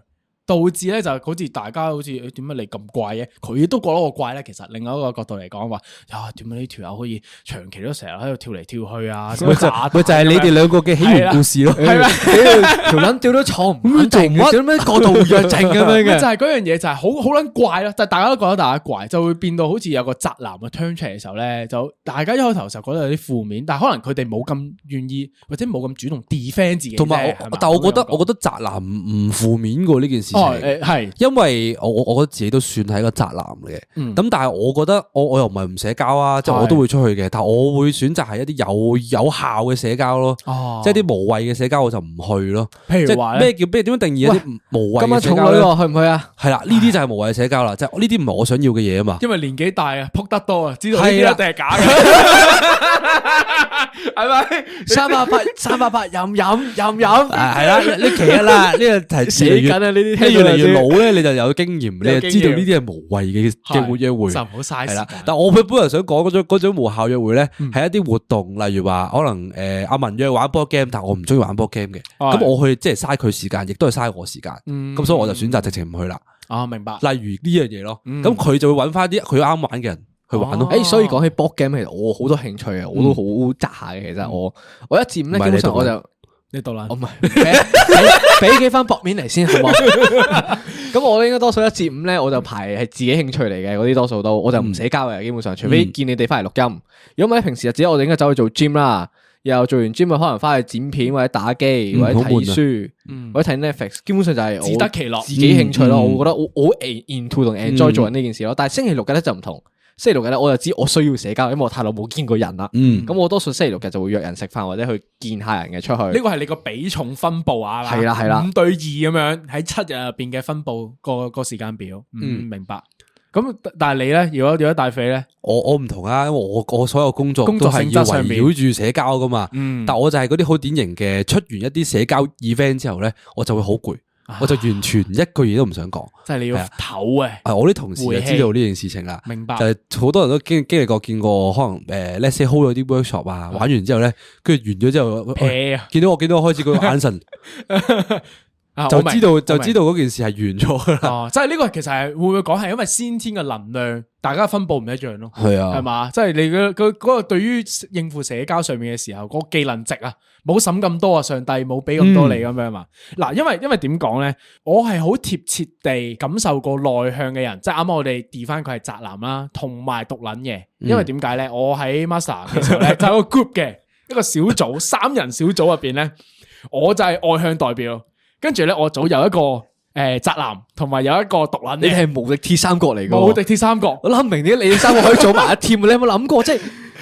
導致咧就好似大家好似誒點解你咁怪嘅？佢都覺得我怪咧。其實另外一個角度嚟講話，呀點解呢條友可以長期都成日喺度跳嚟跳
[laughs]
去啊？
咪就咪就係你哋兩個嘅起源故事咯。
係咪？
屌條撚屌都坐唔穩定，
做乜
屌咩過度弱症咁樣
咪就
嘅。
係嗰樣嘢，就係好好撚怪咯。但係大家都覺得大家怪，就會變到好似有個宅男嘅 turn 出嚟嘅時候咧，就大家一開頭就覺得有啲負面，但係可能佢哋冇咁願意或者冇咁主動 defend 自己啫。
同埋
係
我
嘛，
但我覺得
咁樣講
我覺得宅男唔唔負面過呢件事
哦，
情，
誒係，
因為我我我覺得自己都算係一個宅男嚟嘅。
嗯
咁但係我覺得我我又唔係唔社交啊，即係
係
我都會出去嘅，但係我會選擇係一啲有有效嘅社交咯，
哦
即係啲無謂嘅社交我就唔去咯。
譬
即
如話
係
咧
咩，叫咩點樣定義一啲無謂
今晚
嘅
重
社交
女
咧？
喎，去唔去啊？
係啦，呢啲就係無謂嘅社交啦，即係呢啲唔係我想要嘅嘢
[laughs]
啊嘛。
因為年紀大啊，扑得多啊，知道呢啲一
係
定
啦
係假嘅，係咪？
三百八，三百八，飲飲飲飲。
啊，係啦，呢呢期一啦，呢個係
死緊啊呢啲聽
越
到
嚟
有啲
越老咧，你就有經驗，你就
經驗
知道呢啲係無謂嘅嘅活約會。
就唔好嘥
係
時
啦
間，。嗯
但我本本人想講嗰種嗰種無效約會咧，係一啲活動，例如話可能誒阿文約玩 board game，但我唔中意玩 board game 嘅，
哦係嗯
咁我去即係嘥佢時間，亦都係嘥我時間，咁所以我就選擇直情唔去啦。
啊，明白。
例如呢樣嘢咯，
嗯
咁佢就會揾翻啲佢啱玩嘅人去玩
哦
咯。
誒，所以講起 board game，其實我好多興趣啊嘅，我
嗯
都好宅下嘅。其實我我一至五咧，
唔係
基
你
本上我
讀
就
緊
你到啦
哦我唔，係俾俾俾幾番薄面嚟先，好唔好？ [laughs] 咁我咧應該多數一至五咧，我就排係自己興趣嚟嘅嗰啲，多數都我就唔社交嘅，基本上除非
嗯
見你哋翻嚟錄音。如果唔係咧，平時日子我哋應該走去做 gym 啦，又做完 gym 咪可能翻去剪片或者打機
嗯
或者
好悶
睇
啊
書或者睇 Netflix，基本上就係我
嗯自得其樂
自己興趣咯。
嗯
我覺得我我好 into 同 enjoy 做緊呢件事咯。但係星期六日咧就唔同，星期六日咧我就知我需要社交，因為我太耐冇見過人啦。
嗯
咁我多數星期六日就會約人食飯或者去見下人嘅出去。
呢個係你個比重分布啊，
係啦係啦
五對二咁樣喺七日入邊嘅分布個個時間表，嗯，明白。咁但係你咧，如果如果大肥咧，
我我唔同啊，因為我我所有工作
工
都
作
係
性質
要圍
上面
繞住社交噶嘛，
嗯
但我就係嗰啲好典型嘅，出完一啲社交 event 之後咧，我就會好攰，
啊
我就完全一句嘢都唔想講。
即係你要
係啊
唞啊，
啊，我啲同事就
回氣
知道呢件事情啦，
明白
就係好多人都經經歷過、見過，可能誒 let's say hold 咗啲 workshop 啊，玩完之後咧，跟住完咗之後，
撇啊
見到我見到我開始個眼
[laughs]
神
啊
就
我明
知道
我
就
明
知道嗰件事係完咗噶啦。
哦，即係呢個其實係會唔會講係因為先天嘅能量，大家分布唔一樣咯，
係啊
係嘛？即係你嘅嗰嗰個對於應付社交上面嘅時候，嗰、個技能值啊，冇審咁多啊，上帝冇俾咁多你咁樣嘛？嗱、因為因為點講咧，我係好貼切地感受過內向嘅人，即係啱啱我哋 d 翻佢係宅男啦，同埋獨撚嘅，
[laughs]
因為點解咧？我喺 master 嘅時候咧，就有個 group 嘅一個小組，三人小組入邊咧，我就係外向代表，跟住咧我組有一個。誒，宅男同埋有一個獨撚
你
嘅，
哋係無敵鐵三角嚟噶，
冇敵鐵三角，
我諗唔明點解你哋三個可以 [laughs] 組埋一 team，你有冇諗過？即係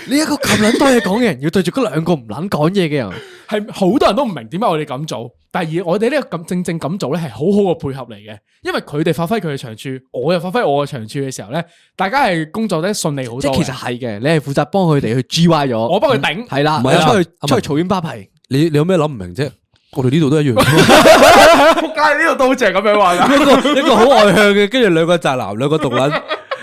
你一個咁撚多嘢講嘅人，要對住嗰兩個唔撚講嘢嘅人，
係好多人都唔明點解我哋咁做。但係而我哋呢個咁正正咁做咧，係好好嘅配合嚟嘅，因為佢哋發揮佢嘅長處，我又發揮我嘅長處嘅時候咧，大家係工作得順利好多
即
嘅。
係其實係嘅，你係負責幫佢哋去 G Y 咗，
我幫佢頂
係啦，
唔係啊
出去
阿文
出去嘈冤巴閉，
你你有咩諗唔明
[laughs]
啫？我哋呢度都一樣， [laughs]
仆街呢度都好似係咁樣話㗎。
一個一個好外向嘅，跟住兩個宅男，兩個毒撚，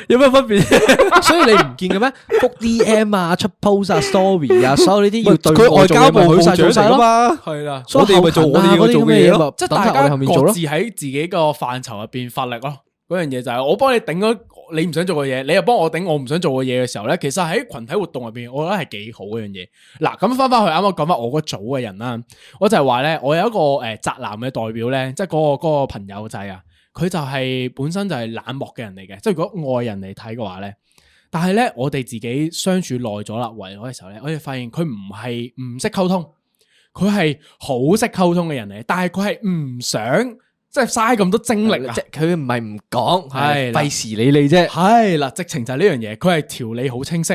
有咩分別啫？
所以你唔見嘅咩？覆 D M [laughs] 啊，出 post 啊，story [laughs] 啊，所有呢啲要對
佢外交部
去
部長
晒做晒
嚟
咯
噶。嘛？
[laughs] 係啦，
所以
我哋咪做
後勤啊
我哋要
嗰啲咁
做嘅嘢咯
嘢，
即係
等
大
下我哋
家
後面做
各
咯
自。喺自己個範疇入邊發力咯。嗰樣嘢就係我幫你頂咗你唔想做嘅嘢，你又幫我頂我唔想做嘅嘢嘅時候咧，其實喺群體活動入邊，我覺得係幾好嗰樣嘢。嗱，咁翻翻去啱啱講翻我個組嘅人啦，我就係話咧，我有一個誒宅男嘅代表咧，即係嗰個嗰個朋友仔啊，佢就係本身就係冷漠嘅人嚟嘅，即係如果外人嚟睇嘅話咧。但係咧，我哋自己相處耐咗啦，圍咗嘅時候咧，我哋發現佢唔係唔識溝通，佢係好識溝通嘅人嚟，但係佢係唔想即係嘥咁多精力啊
即。係佢唔係唔講，
係
係
啦
費事理你啫。
係啦，直情就係呢樣嘢，佢係條理好清晰，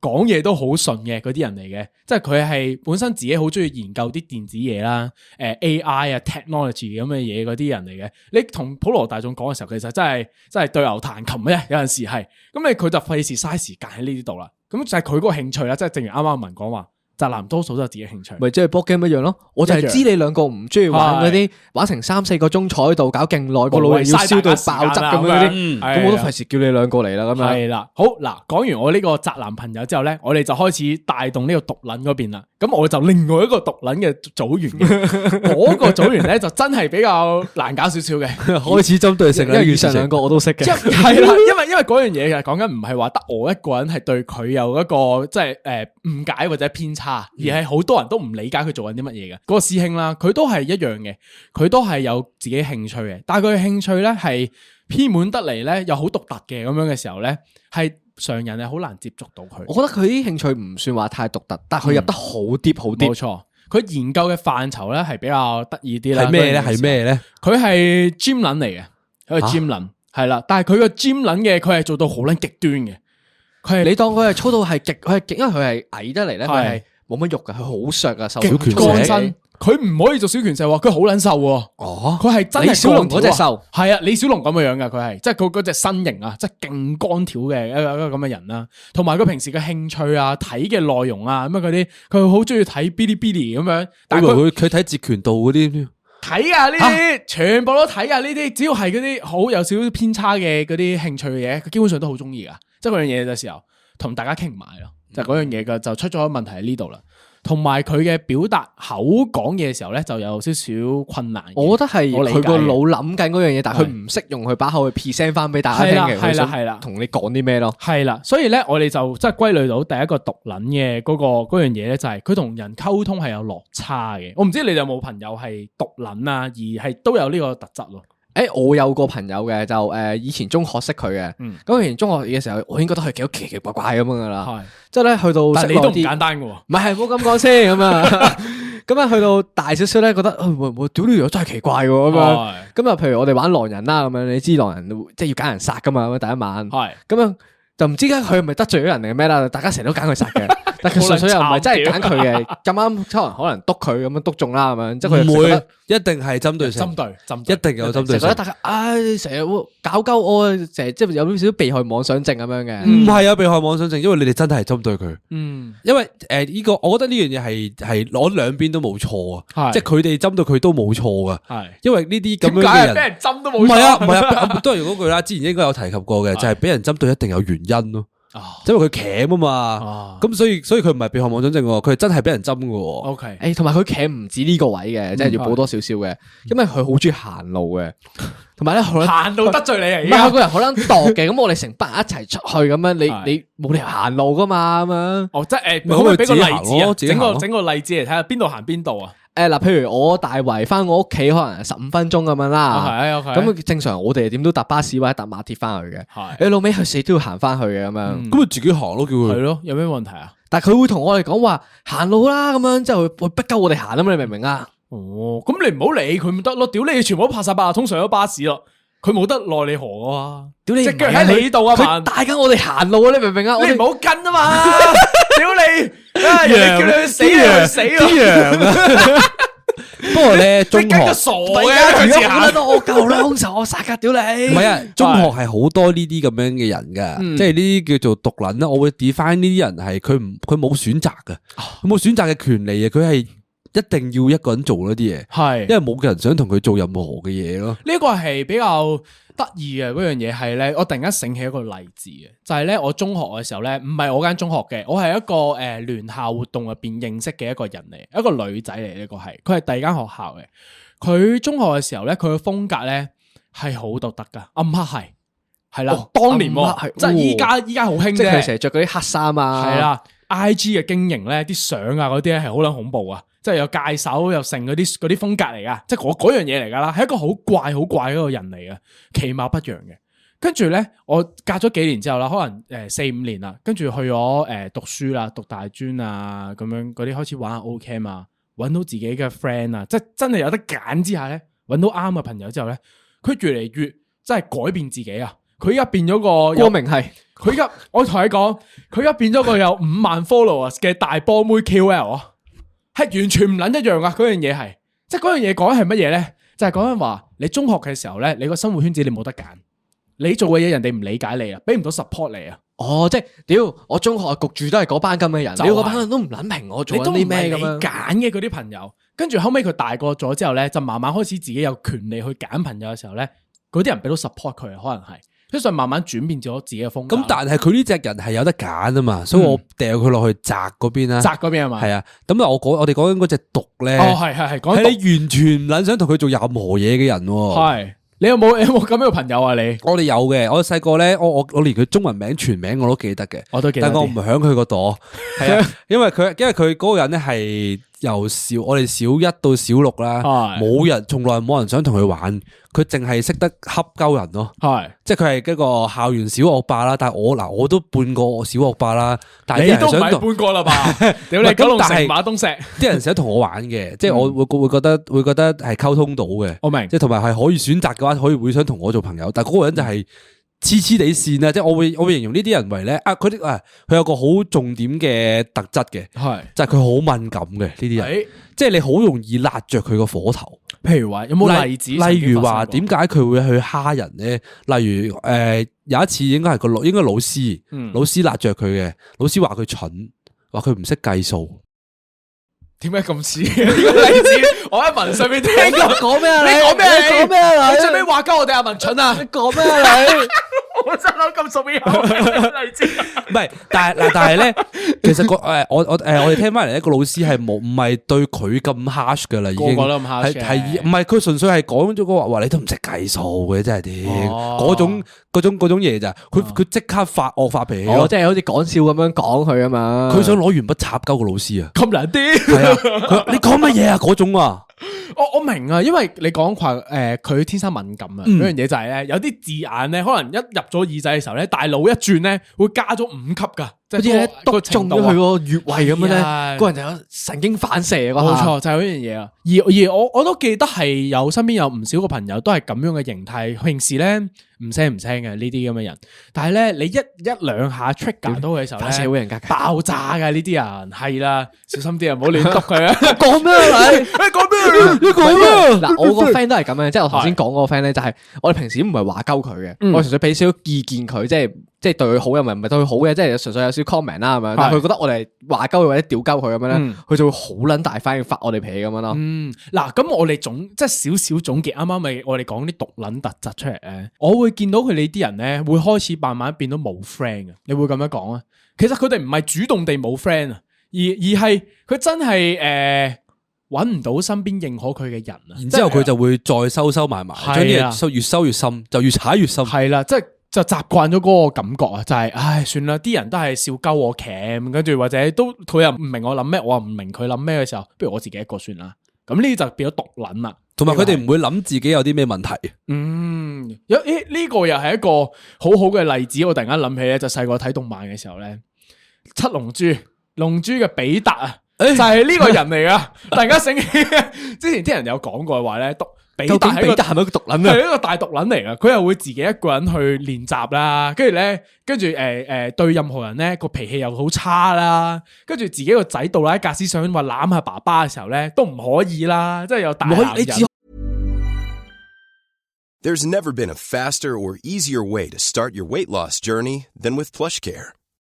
講嘢都好順嘅嗰啲人嚟嘅，即係佢係本身自己好中意研究啲電子嘢啦，誒、AI 啊、technology 咁嘅嘢嗰啲人嚟嘅。你同普羅大眾講嘅時候，其實真係真係對牛彈琴嘅啫，有陣時係咁你佢就費事嘥時間喺呢啲度啦。咁就係佢嗰個興趣啦，即係正如啱啱阿文講話，宅男多數都有自己興趣。
咪即係 board game 一樣咯，我就
一樣
係知你兩個唔中意玩嗰啲，玩成三四個鐘坐喺度搞勁耐，個腦要燒到爆汁啊咁樣啊嗰啲，
嗯
咁我都費事叫你兩個嚟啦咁樣。
系啦，好嗱，講完我呢個宅男朋友之後咧，我哋就開始帶動呢個毒撚嗰邊啦。咁我就另外一個毒撚嘅組員嘅，嗰個組員咧就真係比較難搞少少嘅。
開始針對性
因
啦，
為以
以
上兩個我都識嘅
一，
[laughs]
係啦，因為因為嗰樣嘢嘅講緊唔係話得我一個人係對佢有一個即係誒誤解或者偏差，而係好多人都唔理解佢做緊啲乜嘢嘅。嗰、個師兄啦，佢都係一樣嘅，佢都係有自己興趣嘅，但係佢嘅興趣咧係偏門得嚟咧，又好獨特嘅咁樣嘅時候咧，係常人係好難接觸到佢。
我覺得佢啲興趣唔算話太獨特，但係佢入得好啲好
冇
啲。
錯，佢研究嘅範疇咧係比較得意啲啦。
係咩咧？
嗰陣時
係咩咧？
佢係 gym 撚嚟嘅，
啊
佢係 gym 撚係啦，但係佢個 gym 撚嘅佢係做到好撚極端嘅，佢係
你當佢係粗到係極，佢係極，因為佢係矮得嚟咧，佢
係
係冇乜肉嘅，佢好削噶，瘦
極
小
乾身，佢唔可以做小拳手喎，佢好撚瘦喎。
哦，
佢係真係
李小龍嗰隻
瘦
瘦，
係啊，李小龍咁嘅樣噶，佢係即係佢嗰隻身形啊，即係勁乾條嘅一個一個咁嘅人啦。同埋佢平時嘅興趣啊、睇嘅內容啊咁啊嗰啲，佢好中意睇 Bilibili 咁樣，但係
我
佢
以為佢佢睇截拳道嗰啲，
睇啊呢啲，全部都睇啊呢啲，只要係嗰啲好有少少偏差嘅嗰啲興趣嘅嘢，佢基本上都好中意噶。即係嗰樣嘢嘅時候，同大家傾唔埋咯，
嗯
就係嗰樣嘢嘅就出咗問題喺呢度啦。同埋佢嘅表達口講嘢嘅時候咧，就有少少困難嘅。
我覺得係
我理解
佢個腦諗緊嗰樣嘢，但係
係
佢唔識用佢把口去 present 翻俾大家聽
係
嘅，
啦
佢想
係啦係啦
同你講啲咩咯？
係啦，所以咧，我哋就即係歸類到第一個毒撚嘅嗰個嗰樣嘢咧，就係佢同人溝通係有落差嘅。我唔知你哋有冇朋友係毒撚啊，而係都有呢個特質咯。
诶、我有個朋友嘅就誒、以前中學識佢嘅，
嗯
咁、以前中學嘅時候，我已經覺得佢幾奇奇怪怪咁樣噶啦。
係，
之後咧去到
但係你
識
都
耐
唔簡
啲，
單嘅喎。
唔係唔好咁講先咁啊。 [laughs] 咁啊去到大少少咧，覺得啊會唔會屌呢條友真係奇怪喎咁樣。
係
咁啊，譬如我哋玩狼人啦，咁樣你知狼人即係要揀人殺噶嘛，咁樣第一晚。
係
咁樣就唔知點解佢係咪得罪咗人定係咩啦？大家成日都揀佢殺
[laughs]
嘅，但佢純粹又唔係真係揀佢嘅，咁啱可能可能督佢咁樣督中啦咁樣，即係佢
唔
就成
會
日覺得
一定係針對
針
性，
對針對
一定有針
成
對
日覺
性
得。大家唉，成日會搞鳩我，成日即係有少少被害妄想症咁樣嘅。
唔係啊，被害妄想症，因為你哋真係針對佢。
嗯
因為诶呢個，我覺得呢樣嘢係係攞兩邊都冇錯啊，
係
即係佢哋針對佢都冇錯噶。
係
因為呢啲咁
點
樣嘅
解啊俾
人，
人針都
唔
冇？
係啊，唔係啊， [laughs] 都係嗰句啦。之前應該有提及過嘅，就係俾人針對一定有原因咯，
啊
因為佢鉗啊嘛
啊。
咁所以所以佢唔係被害妄想症喎，佢係真係俾人針嘅喎。
，OK，
誒，同埋佢企唔止呢個位嘅，即係要補多少少嘅，因為佢好中意行路嘅，同埋咧可能
行到得罪你
唔係
啊而家。
佢個人好撚度嘅，咁我哋成班人一齊出去咁樣，你你冇理由行路噶嘛咁樣。
哦，即係誒，
咪
可唔可以俾個
可唔可以自己
例
行
子啊？
咯自己
整
行
個
咯
整個例子嚟睇下，邊度行邊度啊？
誒嗱，譬如我大圍翻我屋企可能十五分鐘咁樣
啊
哦啊
啦，
OK，OK
咁正常我哋點都搭巴士或者搭馬鐵翻去嘅
係，
你老尾佢死都要行翻去嘅咁
嗯
樣。
咁咪自己行咯，叫
係
佢。
咯，有咩問題啊？
但係佢會同我哋講話行路啦，咁樣之後會逼鳩我哋行啊嘛，你明唔明啊？
哦，咁你唔好理佢咪得咯，屌你全部都拍晒八達通上咗巴士咯，佢冇得奈你何啊，
屌你唔
只
係
腳
啊，
喺你度啊
佢
嘛，
帶緊我哋行路啊，你明唔明啊？我哎
你
哋
[laughs]
唔好跟啊嘛，你啊！人哋叫你去死啊，去死啊！
不過咧，中
你跟
學
個傻嘅，啊佢
啊如
似
果好
下
得到我夠啦，兇手我殺噶，屌你！
唔係啊，中學係好多呢啲咁樣嘅人噶，即係呢啲叫做獨撚啦。我會 define 呢啲人係佢唔佢冇選擇嘅，佢冇選擇嘅權利啊！佢係一定要一個人做嗰啲嘢，
係
因為冇人想同佢做任何嘅嘢咯。
呢個係比較得意嘅嗰樣嘢係咧，我突然間醒起一個例子嘅，就係咧我中學嘅時候咧，唔啊係我間中學嘅，我係一個誒、呃、聯校活動入邊認識嘅一個人嚟，一個女仔嚟，呢個係佢係第二間學校嘅。佢中學嘅時候咧，佢嘅風格咧係好獨特噶，暗黑係係啦，
哦
當年
暗黑
喎
係
即係依家依家好興
即係佢
啫，
成日着嗰啲黑衫啊，
係，啦。I G 嘅經營咧，啲相啊嗰啲咧係好撚恐怖啊！即係有戒手又剩嗰啲嗰啲風格嚟噶，即係嗰嗰樣嘢嚟噶啦，係一個好怪好怪嗰個人嚟嘅，其貌不揚嘅。跟住咧，我隔咗幾年之後啦，可能誒四五年啦，跟住去咗誒、呃、讀書啦，讀大專啊咁樣嗰啲開始玩下 O Cam 啊，揾到自己嘅 friend 啊，即係真係有得揀之下咧，揾到啱嘅朋友之後咧，佢越嚟越真係改變自己啊！佢而家變咗個有
光明係
佢而家我同你講，佢而家變咗個有五萬 followers 嘅大波妹 QL 啊，係完全唔撚一樣啊！嗰樣嘢係，即係嗰樣嘢講緊係乜嘢咧？就係講緊話，你中學嘅時候咧，你個生活圈子你冇得揀，你做嘅嘢人哋唔理解你啊，俾唔到 support 你啊，
哦，即係屌我中學焗住都係嗰班咁嘅人，
就
屌
係
嗰班人都唔撚明我做
你
緊
都唔
啲
係
咩
你
咁樣。
揀嘅嗰啲朋友。跟住後尾佢大個咗之後咧，就慢慢開始自己有權利去揀朋友嘅時候咧，嗰啲人俾到 support 佢啊，可能係，跟住慢慢轉變咗自己嘅風格。
咁但係佢呢只人係有得揀啊嘛，所以我掉佢落去宅嗰邊啦。
宅嗰邊係嘛？
係啊，咁我講我哋講緊嗰只毒咧，
哦，係係係講
係
到
你完全唔撚想同佢做任何嘢嘅人喎。
系你有冇有 [laughs] 冇咁樣嘅朋友啊？你
我哋有嘅，我細個咧，我我我連佢中文名全名我都記得嘅，
我都記得啲
但我唔響佢個
[laughs]
朵，係啊，因為佢因為佢嗰個人咧係由小我哋小一到小六啦，
係
冇人從來冇人想同佢玩，佢淨係識得恰鳩人咯。
系
即係佢係一個校園小惡霸啦，但係我嗱我都半個小惡霸啦，但係啲
你都
人
唔
想
係
同
搬過啦 [laughs] 吧？屌
唔
你
係
九龍
咁但
城
係
馬東石，
啲人想同我玩嘅，即係
嗯
我會會覺得會覺得係溝通到嘅，
我明
即係同埋係可以選擇嘅話，可以會想同我做朋友，但係嗰個人就係黐黐地線啊！即係我會我會形容呢啲人為咧啊，佢啲啊佢有個好重點嘅特質嘅，
係
就係佢好敏感嘅呢啲人，
誒
即係你好容易辣着佢個火頭。
譬如話有冇例子？
例如話點解佢會去蝦人咧？例如诶、呃有一次應該係個老應該老師，
嗯
老師辣着佢嘅，老師話佢蠢，話佢唔識計
[laughs]
數。
點解咁 [laughs] 似嘅呢個例子？我喺文上面聽過，
講咩啊
你
你
講咩啊？
你講咩啊你
你最尾話鳩我哋阿文蠢啊！
講咩啊你？
我真諗咁熟面口例子，
唔係，但係嗱，但係咧，
[laughs]
其實個诶，我我诶，我哋聽翻嚟一個老師係冇唔係對佢咁 harsh 噶啦，已經
個個都咁 harsh 嘅
係係以唔係佢純粹係講咗個話，話你都唔識計數嘅，真係屌
哦
嗰種嗰種嗰種嘢咋？佢佢即刻發惡發
啊
脾氣
哦
我
咯，
即係好似講笑咁樣講佢啊嘛。
佢想攞鉛筆插鳩個老師啊！
咁難啲。
係啊，佢話你講乜嘢啊？嗰種啊！
[laughs] 我我明啊，因為你講話誒佢天生敏感啊，嗰樣嘢就係咧，有啲字眼咧，可能一入咗耳仔嘅時候咧，大腦一轉咧，會加咗五級噶，即
好似
係
咧
嗰個
篤
個程
中
度
咗
啊
佢個穴位咁樣
係啊
咧，個人就有神經反射啊嗰
冇
下。
錯，就係嗰樣嘢啊。而而我我都記得係有身邊有唔少個朋友都係咁樣嘅形態，平時咧唔聲唔聲嘅呢啲咁嘅人，但係咧你一一兩下 trigger 到佢嘅時候咧，
反社會人格㗎。
爆炸嘅呢啲人係啦，小心啲啊，唔好亂篤佢啊
講咩 [laughs] 啊你？
喂，講咩？
你講咩？嗱，我個 friend 都係嗯咁樣，即係我頭先講嗰個 friend 咧，就係我哋平時唔係話鳩佢嘅，我純粹俾少少意見佢，即係即係對佢好又唔係唔係對佢好嘅，即係純粹有少 comment 啦咁樣。但係佢覺得我哋話鳩佢或者屌鳩佢咁樣咧
嗯，
佢就會好撚大反應發我哋脾氣咁樣咯。
嗯，嗱，咁我哋總即係少少總結，啱啱咪我哋講啲毒撚特質出嚟咧，我會見到佢哋啲人咧，會開始慢慢變到冇 friend 嘅，你會咁樣講啊？其實佢哋唔係主動地冇 friend 啊，而而係佢真係誒揾唔到身邊認可佢嘅人啊，
然之後佢就會再收收埋埋，
係啊
將啲嘢收越收越深，就越踩越深。
係啊啦，即係就習慣咗嗰個感覺啊，就係、唉算啦，啲人都係笑鳩我 cam，跟住或者都佢又唔明我諗咩，我又唔明佢諗咩嘅時候，不如我自己一個算啦，咁呢啲就變咗毒撚啦。
同埋佢哋唔會諗自己有啲咩問題。
嗯，有誒呢個又係一個好好嘅例子。我突然間諗起咧，就細個睇動漫嘅時候咧，《七龍珠》龍珠嘅比啊 [laughs] 達啊，就係呢個人嚟噶。突然間醒起，之前啲人有講過話咧，毒比
究
達
竟
係一
比
個
達係咪一個毒撚
係
啊？
一個大毒撚嚟噶，佢又會自己一個人去練習啦，跟住咧，跟住诶诶，对任何人咧個脾氣又好差啦，跟住自己個仔到啦格斯想話攬下爸爸嘅時候咧，都唔可以啦，即係有大
唔可以
男
你
人
只。
There's never been a faster or easier way to start your weight loss journey than with PlushCare.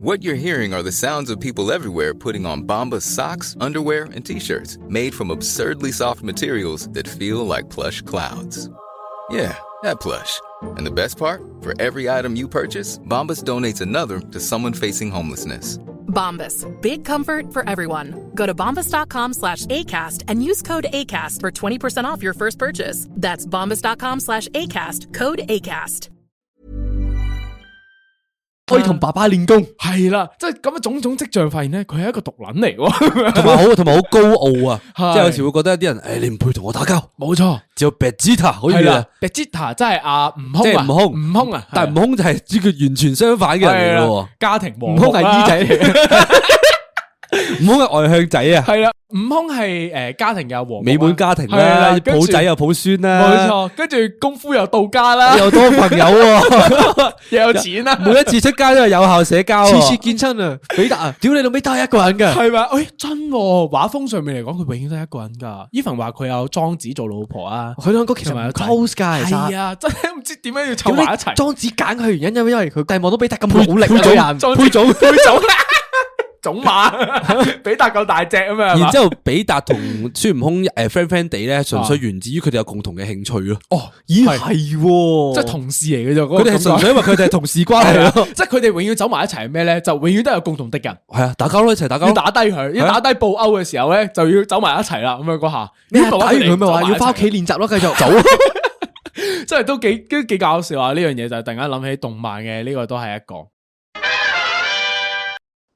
What you're hearing are the sounds of people everywhere putting on Bombas socks, underwear, and t-shirts made from absurdly soft materials that feel like plush clouds. Yeah, that plush. And the best part? For every item you purchase, Bombas donates another to someone facing homelessness.
Bombas. Big comfort for everyone. Go to bombas.com slash ACAST and use code ACAST for 20% off your first purchase. That's bombas.com slash ACAST. Code ACAST.
可以同爸爸練功，
係啦，即係咁嘅種種跡象，發現咧佢係一個毒撚嚟
[laughs]
喎，
同埋好，同埋好高傲啊！
啊 [laughs] 係
即系有时会觉得有啲人，诶，你唔配同我打交，
冇錯，
只有 Vegeta 好
係
似
啦
啊，
，Vegeta 真係阿悟空
即系悟
啊，
空，
悟空啊，
但系悟空就系呢个完全相反嘅人嚟嘅
係啦啊家庭
悟
和
空係
係
姨仔嚟嘅，
喎，悟 [laughs] 空系外向仔啊，
系啦，悟空係诶家庭又和睦啊
美滿家庭
係
啦，
跟
抱
住
仔又抱孫
冇
啦，
錯，跟住功夫又到家啦，
[laughs] 又多朋友喎， [laughs]
又有錢啦，
每一次出街都係有效社交
次
喎
次。見親啊，比達啊，屌你老味都係一個人嘅，
係咪？诶，真喎畫風上面嚟講，佢永遠都係一個人㗎。Even 話佢有莊子做老
[laughs]
婆啊，
佢兩個其實
同埋
唔
有仔
close 㗎，其實
係。啊，真係唔知點解要
屌
湊
你
埋一齊。
莊子揀佢原因，因為佢帝望到比達咁努力啊，個人
莊子配種 [laughs] 種
[laughs]
馬，比達夠大隻啊嘛。係嘛啊
然之後，比達同孫悟
[laughs]
空诶 friend friend 地咧，純粹源自於佢哋有共同嘅興趣咯。
哦，
咦
係
係喎，
即係同事嚟嘅啫。
佢
佢
哋係純粹因為佢哋係同事關係咯。
[laughs] 即係佢哋永遠走埋一齊係咩咧？就永遠都有共同敵人。
係啊，打交咯，一齊打交
哦要
咯。
打低佢，要
啊
打低布歐嘅時候咧，就要走埋一齊啦。咁樣嗰下，
咩啊
要
打
布歐
完佢咪
走
話
埋
要
一齊
翻屋企練習咯，繼續走。啊
真系都几都几搞笑啊！呢样嘢就係突然間諗起動漫嘅呢、個都係一個。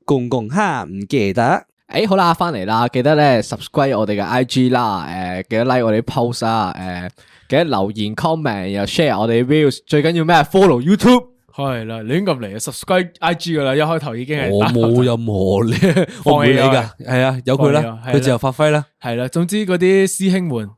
公公哈唔記得，
诶，哎好啦，翻嚟啦，記得咧 subscribe 我哋嘅 IG 啦，诶，記得 like 我哋 post 啊，诶，記得留言 comment 又 share 我哋 views，最緊要咩？follow YouTube。
係啦，亂咁嚟啊！subscribe I G 噶啦，一開頭已經係
我
打
冇任何
[laughs]
咧，我唔會理㗎。係啊，由佢啦，
放棄咗係啦
佢自由發揮啦。
係啦。總之嗰啲師兄們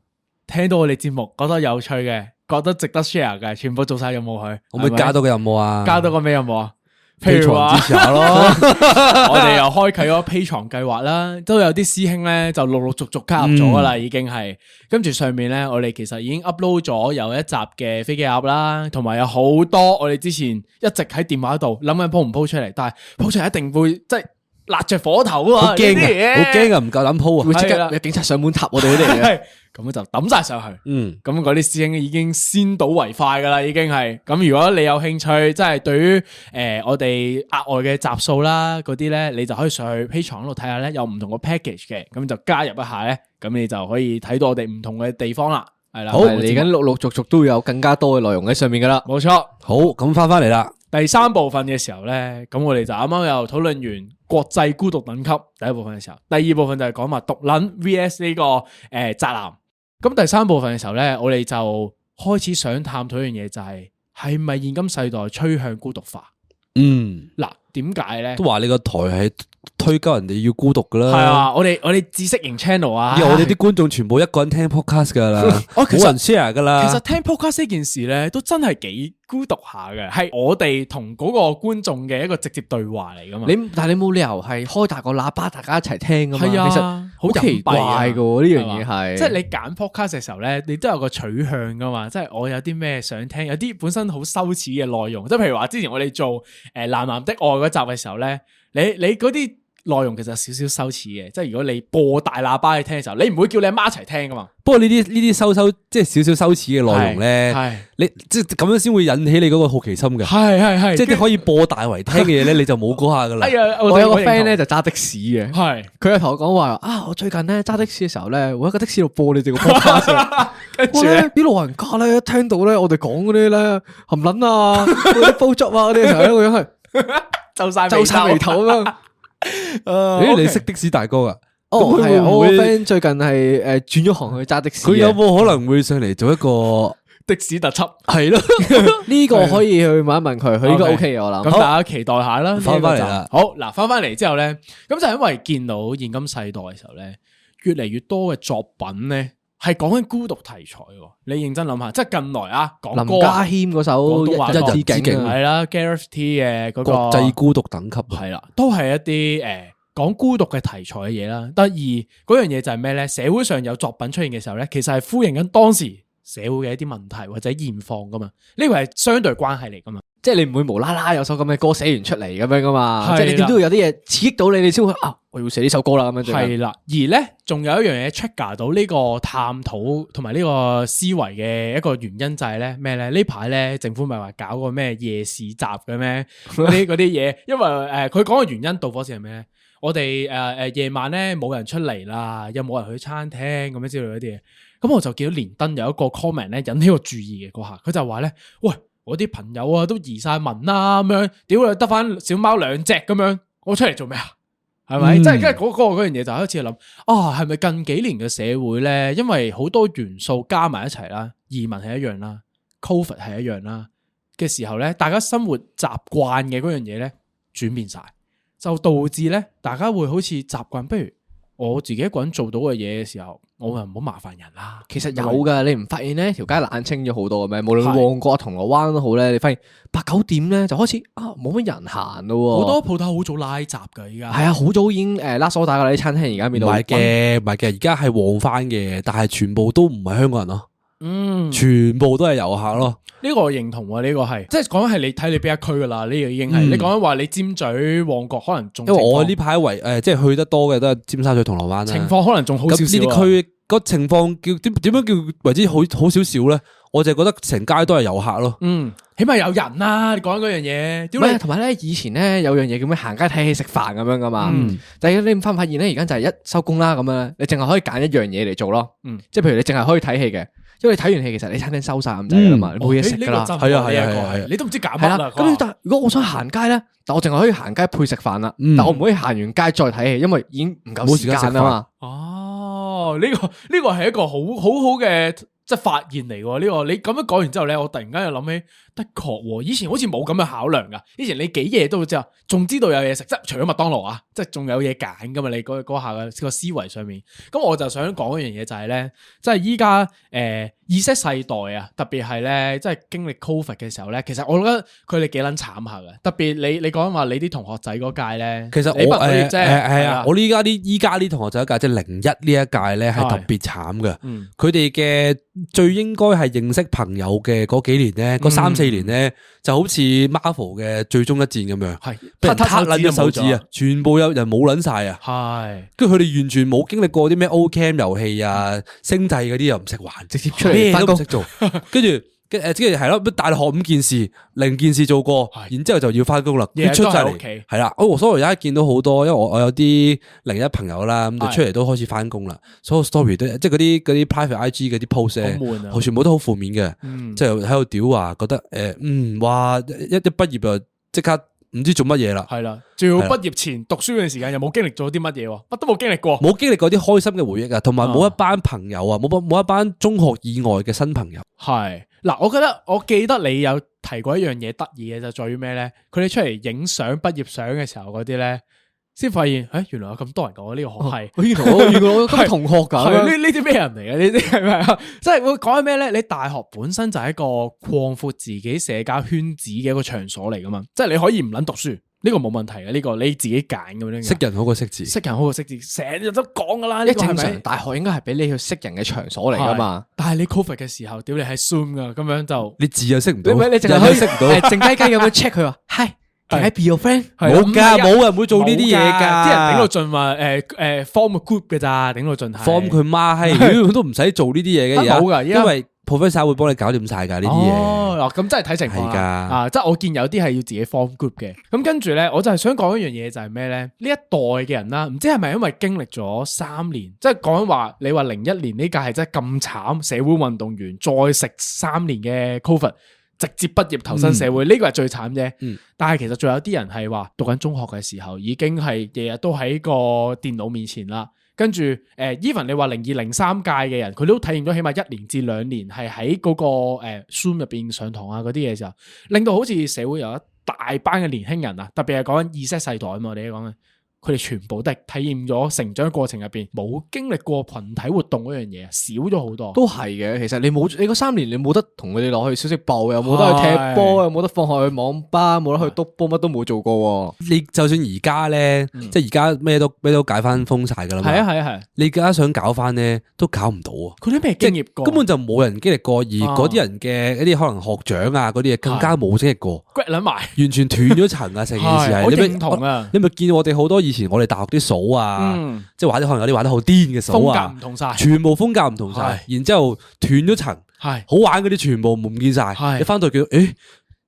聽到我哋節目，覺得有趣嘅，覺得值得 share 嘅，全部做晒任務佢。
可唔可以
係咪
加多個任務啊？
加多個咩任務啊？譬
譬
如
如
話
[laughs] 支。持
[laughs]
下咯。
我哋又開啟咗 P 床計劃啦，都有啲師兄咧就陸陸續續加入咗噶啦，
嗯
已經係跟住上面咧，我哋其實已經 upload 咗有一集嘅飛機鴨啦，同埋有好多我哋之前一直喺電話度諗緊 po 唔 po 出嚟，但係 po 出嚟一定會即係辣着火頭啊！
好驚啊！好
啊！
驚啊！唔夠膽鋪
會
啊！
即
係啦
刻有警察上門塔我哋嗰啲嚟
[laughs]
嘅。
係咁就抌晒上去。
嗯，
咁嗰啲師兄已經先睹為快噶啦，已經係咁。如果你有興趣，即係對於诶、呃我哋額外嘅集數啦，嗰啲咧，你就可以上去 P 床度睇下咧，有唔同嘅 package 嘅，咁就加入一下咧，咁你就可以睇到我哋唔同嘅地方啦。係啦，
好，
我哋
嚟緊陸陸續續都會有更加多嘅內容喺上面噶啦。
冇錯。
好，咁翻翻嚟啦。
第三部分嘅時候咧，咁我哋就啱啱又討論完國際孤獨等級第一部分嘅時候，第二部分就係講話獨撚 VS 呢、個誒、呃宅男。咁第三部分嘅時候咧，我哋就開始想探討一樣嘢，就係係咪現今世代趨向孤獨化？
嗯，
嗱，點解咧
都？話你個台係推鳩人哋要孤獨噶啦。
係啊，我哋我哋知識型 channel 啊，
[laughs] 因為我哋啲觀眾全部一個人聽 podcast 噶啦，
[laughs] 哦其實
冇人 share 噶啦。
其實聽 podcast 呢件事咧，都真係幾孤獨下嘅，係我哋同嗰個觀眾嘅一個直接對話嚟噶嘛。
你但系你冇理由係開大個喇叭，大家一齊聽噶嘛？
係啊
其實好奇怪嘅喎，
隱
呢樣嘢
蔽啊
係
即係你揀 podcast 嘅時候咧，你都有個取向噶嘛。即係我有啲咩想聽，有啲本身好羞恥呃嘅內容，即係譬如話之前我哋做誒《男男的愛》嗰集嘅時候咧，你你嗰啲內容其實有少少羞恥嘅，即係如果你播大喇叭去聽嘅時候，你唔會叫你阿媽一齊聽噶嘛。
不過呢啲呢啲收收即係少少羞恥嘅內容
係係
咧，你即係咁樣先會引起你嗰個好奇心嘅，
係係係
即係啲可以播大圍聽嘅嘢
[laughs]
咧，你就冇嗰下噶啦
哎。呀，
我有個
我認同
friend 咧就揸的士嘅，
係
佢又同我講話啊，我最近咧揸的士嘅時候咧，我喺個的士度播你哋個 podcast，啊
跟
我
住
咧
咧
啲老人家咧一聽到咧我哋講嗰啲咧含撚 [laughs] 啊，嗰啲煲汁啊嗰啲嘅時候咧，我樣係
皺晒
皺晒眉頭啊咁樣。 [laughs]
誒，你識的士大哥噶？
哦，
咁佢
係
會
啊，
唔
我個
會
friend 最近係诶轉咗行去揸的士嘅，
佢有冇可能會上嚟做一個？
[laughs] 的士特輯，
係咯，
[laughs] 呢個可以去問一問佢，佢應該
OK
OK 嘅我
咁
諗。
大家期待下 [laughs] 啦。
返返嚟啦
呢個就好嗱，翻翻嚟之後咧，咁就因為見到現今世代嘅時候咧，越嚟越多嘅作品咧係講緊孤獨題材喎。你認真諗下，即係近來啊，講
林
歌啊
家謙嗰首
廣東話
《一
一
日
日
之
之
境
境》
啊
係啦，Gareth T 嘅嗰個
國際孤獨等級
系啦，都係一啲诶讲孤獨嘅題材嘅嘢啦。得二嗰樣嘢就係咩咧？社會上有作品出現嘅時候咧，其實係呼應緊當時社會嘅一啲問題或者現況噶嘛。呢個係相對關係嚟噶嘛。
即係你唔會無啦啦有首咁嘅歌寫完出嚟咁樣噶
係啦
嘛，即係你點都要有啲嘢刺激到你，你先會啊，我要寫呢首歌啦咁樣最近。
係啦，而咧仲有一樣嘢 trigger 到呢個探討同埋呢個思維嘅一個原因就係咧咩咧？呢排咧政府咪話搞個咩夜市集嘅
[laughs]
咩？嗰啲嗰啲嘢，因為呃誒佢講嘅原因導火線係咩咧？我哋誒誒夜晚咧冇人出嚟啦，又冇人去餐廳咁樣之類嗰啲嘢。咁我就見到連登有一個 comment 咧引起我注意嘅嗰下，佢就話咧：喂，我啲朋友啊都移晒民啦咁樣，屌你得翻小貓兩隻咁樣，我出嚟做咩啊？係咪？
嗯
即係跟住嗰嗰嗰樣嘢就開始諗啊，係咪近幾年嘅社會咧，因為好多元素加埋一齊啦，移民係一樣啦，Covid 係一樣啦嘅時候咧，大家生活習慣嘅嗰樣嘢咧轉變晒，就導致咧大家會好似習慣，不如我自己一個人做到嘅嘢嘅時候，我咪唔好麻煩人啦。
其實有噶，你唔發現咧條街冷清咗好多嘅咩？無論
係
旺角、啊銅鑼灣都好咧，你發現八九點咧就開始啊冇乜人行咯喎，
好多鋪頭好早拉閘㗎，而家
係啊，好早已經誒拉鎖打噶啦啲餐廳而家
唔
變到
係嘅，唔係嘅，而家係旺翻嘅，但係全部都唔係香港人咯，
嗯，呢
全部都係遊客咯。
個我認同喎，呢個係即係講緊係你睇你邊一區㗎啦，呢個已經係
嗯
你講緊話你尖咀、旺角可能仲
因為我呢
情況
排為誒，即係去得多嘅都係尖沙咀、銅鑼灣啦。
情況可能仲好少
嗯咁
少
呢
啊
啲區個情況叫點點樣叫為之好好少少咧？我就係覺得成街都係遊客咯。
嗯，起碼有人啦、你講緊嗰樣嘢，
唔
屌
係，
你
同埋咧，以前咧有樣嘢叫咩行街睇戲食飯咁樣噶嘛。但係你唔發唔發現咧？而家就係一收工啦咁樣，你淨係可以揀一樣嘢嚟做咯。
嗯
即係譬如你淨係可以睇戲嘅，因為你睇完戲其實你餐廳收晒咁滯噶啦嘛，你冇嘢食
呢
噶啦。
個真
係啊
喎呢一
係
個
啊係啊
係你都唔知搞
係
乜
啦
啦，。
咁但係如果我想行街咧，但我淨係可以行街配食飯啦，
嗯
但我唔可以行完街再睇戲，因為已經唔夠
冇
時
時
間
間
啊嘛。
哦，呢、個 [laughs] 呢、個係一個好好好嘅即係發現嚟喎。呢、個你咁樣講完之後咧，我突然間又諗起，的確喎，以前好似冇咁嘅考量噶。以前你幾夜都會知啊，仲知道有嘢食，即係除咗麥當勞啊，即係仲有嘢揀噶嘛。你嗰嗰下嘅個思維上面，咁我就想講一樣嘢就係咧，即係依家誒意識世代啊，特別係咧，即係經歷 Covid 嘅時候咧，其實我覺得佢哋幾撚慘下嘅。特別你你講話你啲同學仔嗰屆咧，
其實
你
我
畢
誒
業啫，
係啊
啦，
我呢家啲依家啲同學仔一屆，即係零一呢一屆咧，係特
係
別慘嘅。
嗯
佢哋嘅最應該係認識朋友嘅嗰幾年咧，嗰三四年咧，就好似 Marvel 嘅最終一戰咁樣，
係
俾人
啪
撻
啪
撚咗手指
就冇
啊，全部有人冇撚晒啊！
咗，係。
跟住佢哋完全冇經歷過啲咩 O Cam 遊戲啊、星際嗰啲又唔識玩，直接
出嚟
咩
返
都
工
唔識做。跟住跟誒，跟住係咯，大學五件事，零件事做過，然之後就要翻工啦，
日
要
日
出
都喺
晒
屋
嚟
企，
係啦。我所以我而家見到好多，因為我我有啲另一朋友啦，咁就出嚟都開始翻工啦，所有 story 都即係嗰啲嗰啲 private I G 嗰啲 post
好悶啊
咧，全部都好負面嘅。
嗯
即係喺度屌話，覺得誒嗯哇一一畢業就即刻唔知做乜嘢啦，
系啦，仲要
係啦啊
畢業前讀書嗰段時間又冇經歷咗啲乜嘢喎，乜都冇經歷過。
冇經歷過啲開心嘅回憶啊，同埋冇一班朋友啊，冇班冇一班中學以外嘅新朋友。
係嗱，我覺得我記得你有提過一樣嘢得意嘅就在於咩咧？佢哋出嚟影相畢業相嘅時候嗰啲咧，先發現诶、欸原來有咁多人講呢個
哦
學系。
我以前我遇過咁
係
同學㗎
係
咁
呢
樣，
呢啲咩人嚟嘅？呢啲係咪啊？即係會講緊咩咧？你大學本身就係一個擴闊自己社交圈子嘅一個場所嚟噶嘛，即係你可以唔撚讀書，呢、個冇問題嘅，呢、個你自己揀咁樣嘅。
識人好過識字，
啊識人好過識字，成日都講噶啦，呢
一
個係
正
咪
常大學應該係俾你去識人嘅場所嚟㗎嘛。
但係你 Covid 嘅時候，屌你係 Zoom 噶，咁樣就
你字又識唔
你
到，
咪你淨係
人
可
又
以
識唔到，
[laughs] 誒靜雞雞咁樣 check 佢話，嗨， Can I be your friend？
係咯
冇㗎
唔係啊
冇人會做呢啲嘢㗎
冇啲人頂到盡話诶诶 form a group 嘅咋，頂到盡係
form 佢媽閪，
[laughs]
屌都唔使做呢啲嘢嘅，
啊
而家
冇㗎而家
因為 professor 會幫你搞掂晒㗎啊呢啲嘢。
哦，嗱咁真係睇情況
係
啦
㗎
啊！即係我見有啲係要自己 form group 嘅。咁跟住咧，我就係想講一樣嘢就係咩咧？呢一代嘅人啦，唔知係咪因為經歷咗三年，即係講緊話你話零一年呢屆係真係咁慘，社會運動員再食三年嘅 covid。直接畢業投身社會，呢個係最慘啫。
嗯
但係其實仲有啲人係話讀緊中學嘅時候，已經係日日都喺個電腦面前啦。跟住誒，even 你話零二零三屆嘅人，佢都體驗咗起碼一年至兩年係喺嗰個誒 Zoom 入邊上堂啊嗰啲嘢時候，令到好似社會有一大班嘅年輕人啊，特別係講緊二 set 世代啊嘛，我哋講緊佢哋全部都係體驗咗成長過程入邊冇經歷過群體活動嗰樣嘢，少咗好多。
[laughs] 都係嘅，其實你冇你嗰三年你冇得同佢哋落去小食部，又冇得去踢波，又冇得放學去網吧，冇得去督波，乜都冇做 [laughs] 過喎。
你就算而家咧，即係而家咩都咩都解翻封晒㗎啦嘛。
嗯係啊係啊係啊，
你而家想搞翻咧，都搞唔到啊！
佢哋咩
即
經
係
驗過？
根本就冇人經歷過，而
啊
嗰啲人嘅一啲可能學長啊嗰啲嘢更加冇經歷過，
g 撚埋。
完全斷咗層啊！成件事
係
係
我
你咪
認同啊
你咪見我哋好多以前我哋大學啲數啊，
嗯，
即係玩得可能有啲玩得好癲嘅數
風格
啊
唔，同晒，
全部風格唔同
係
晒，然之後斷咗層，
係
好玩嗰啲全部唔見晒
係，
你翻到去見到，誒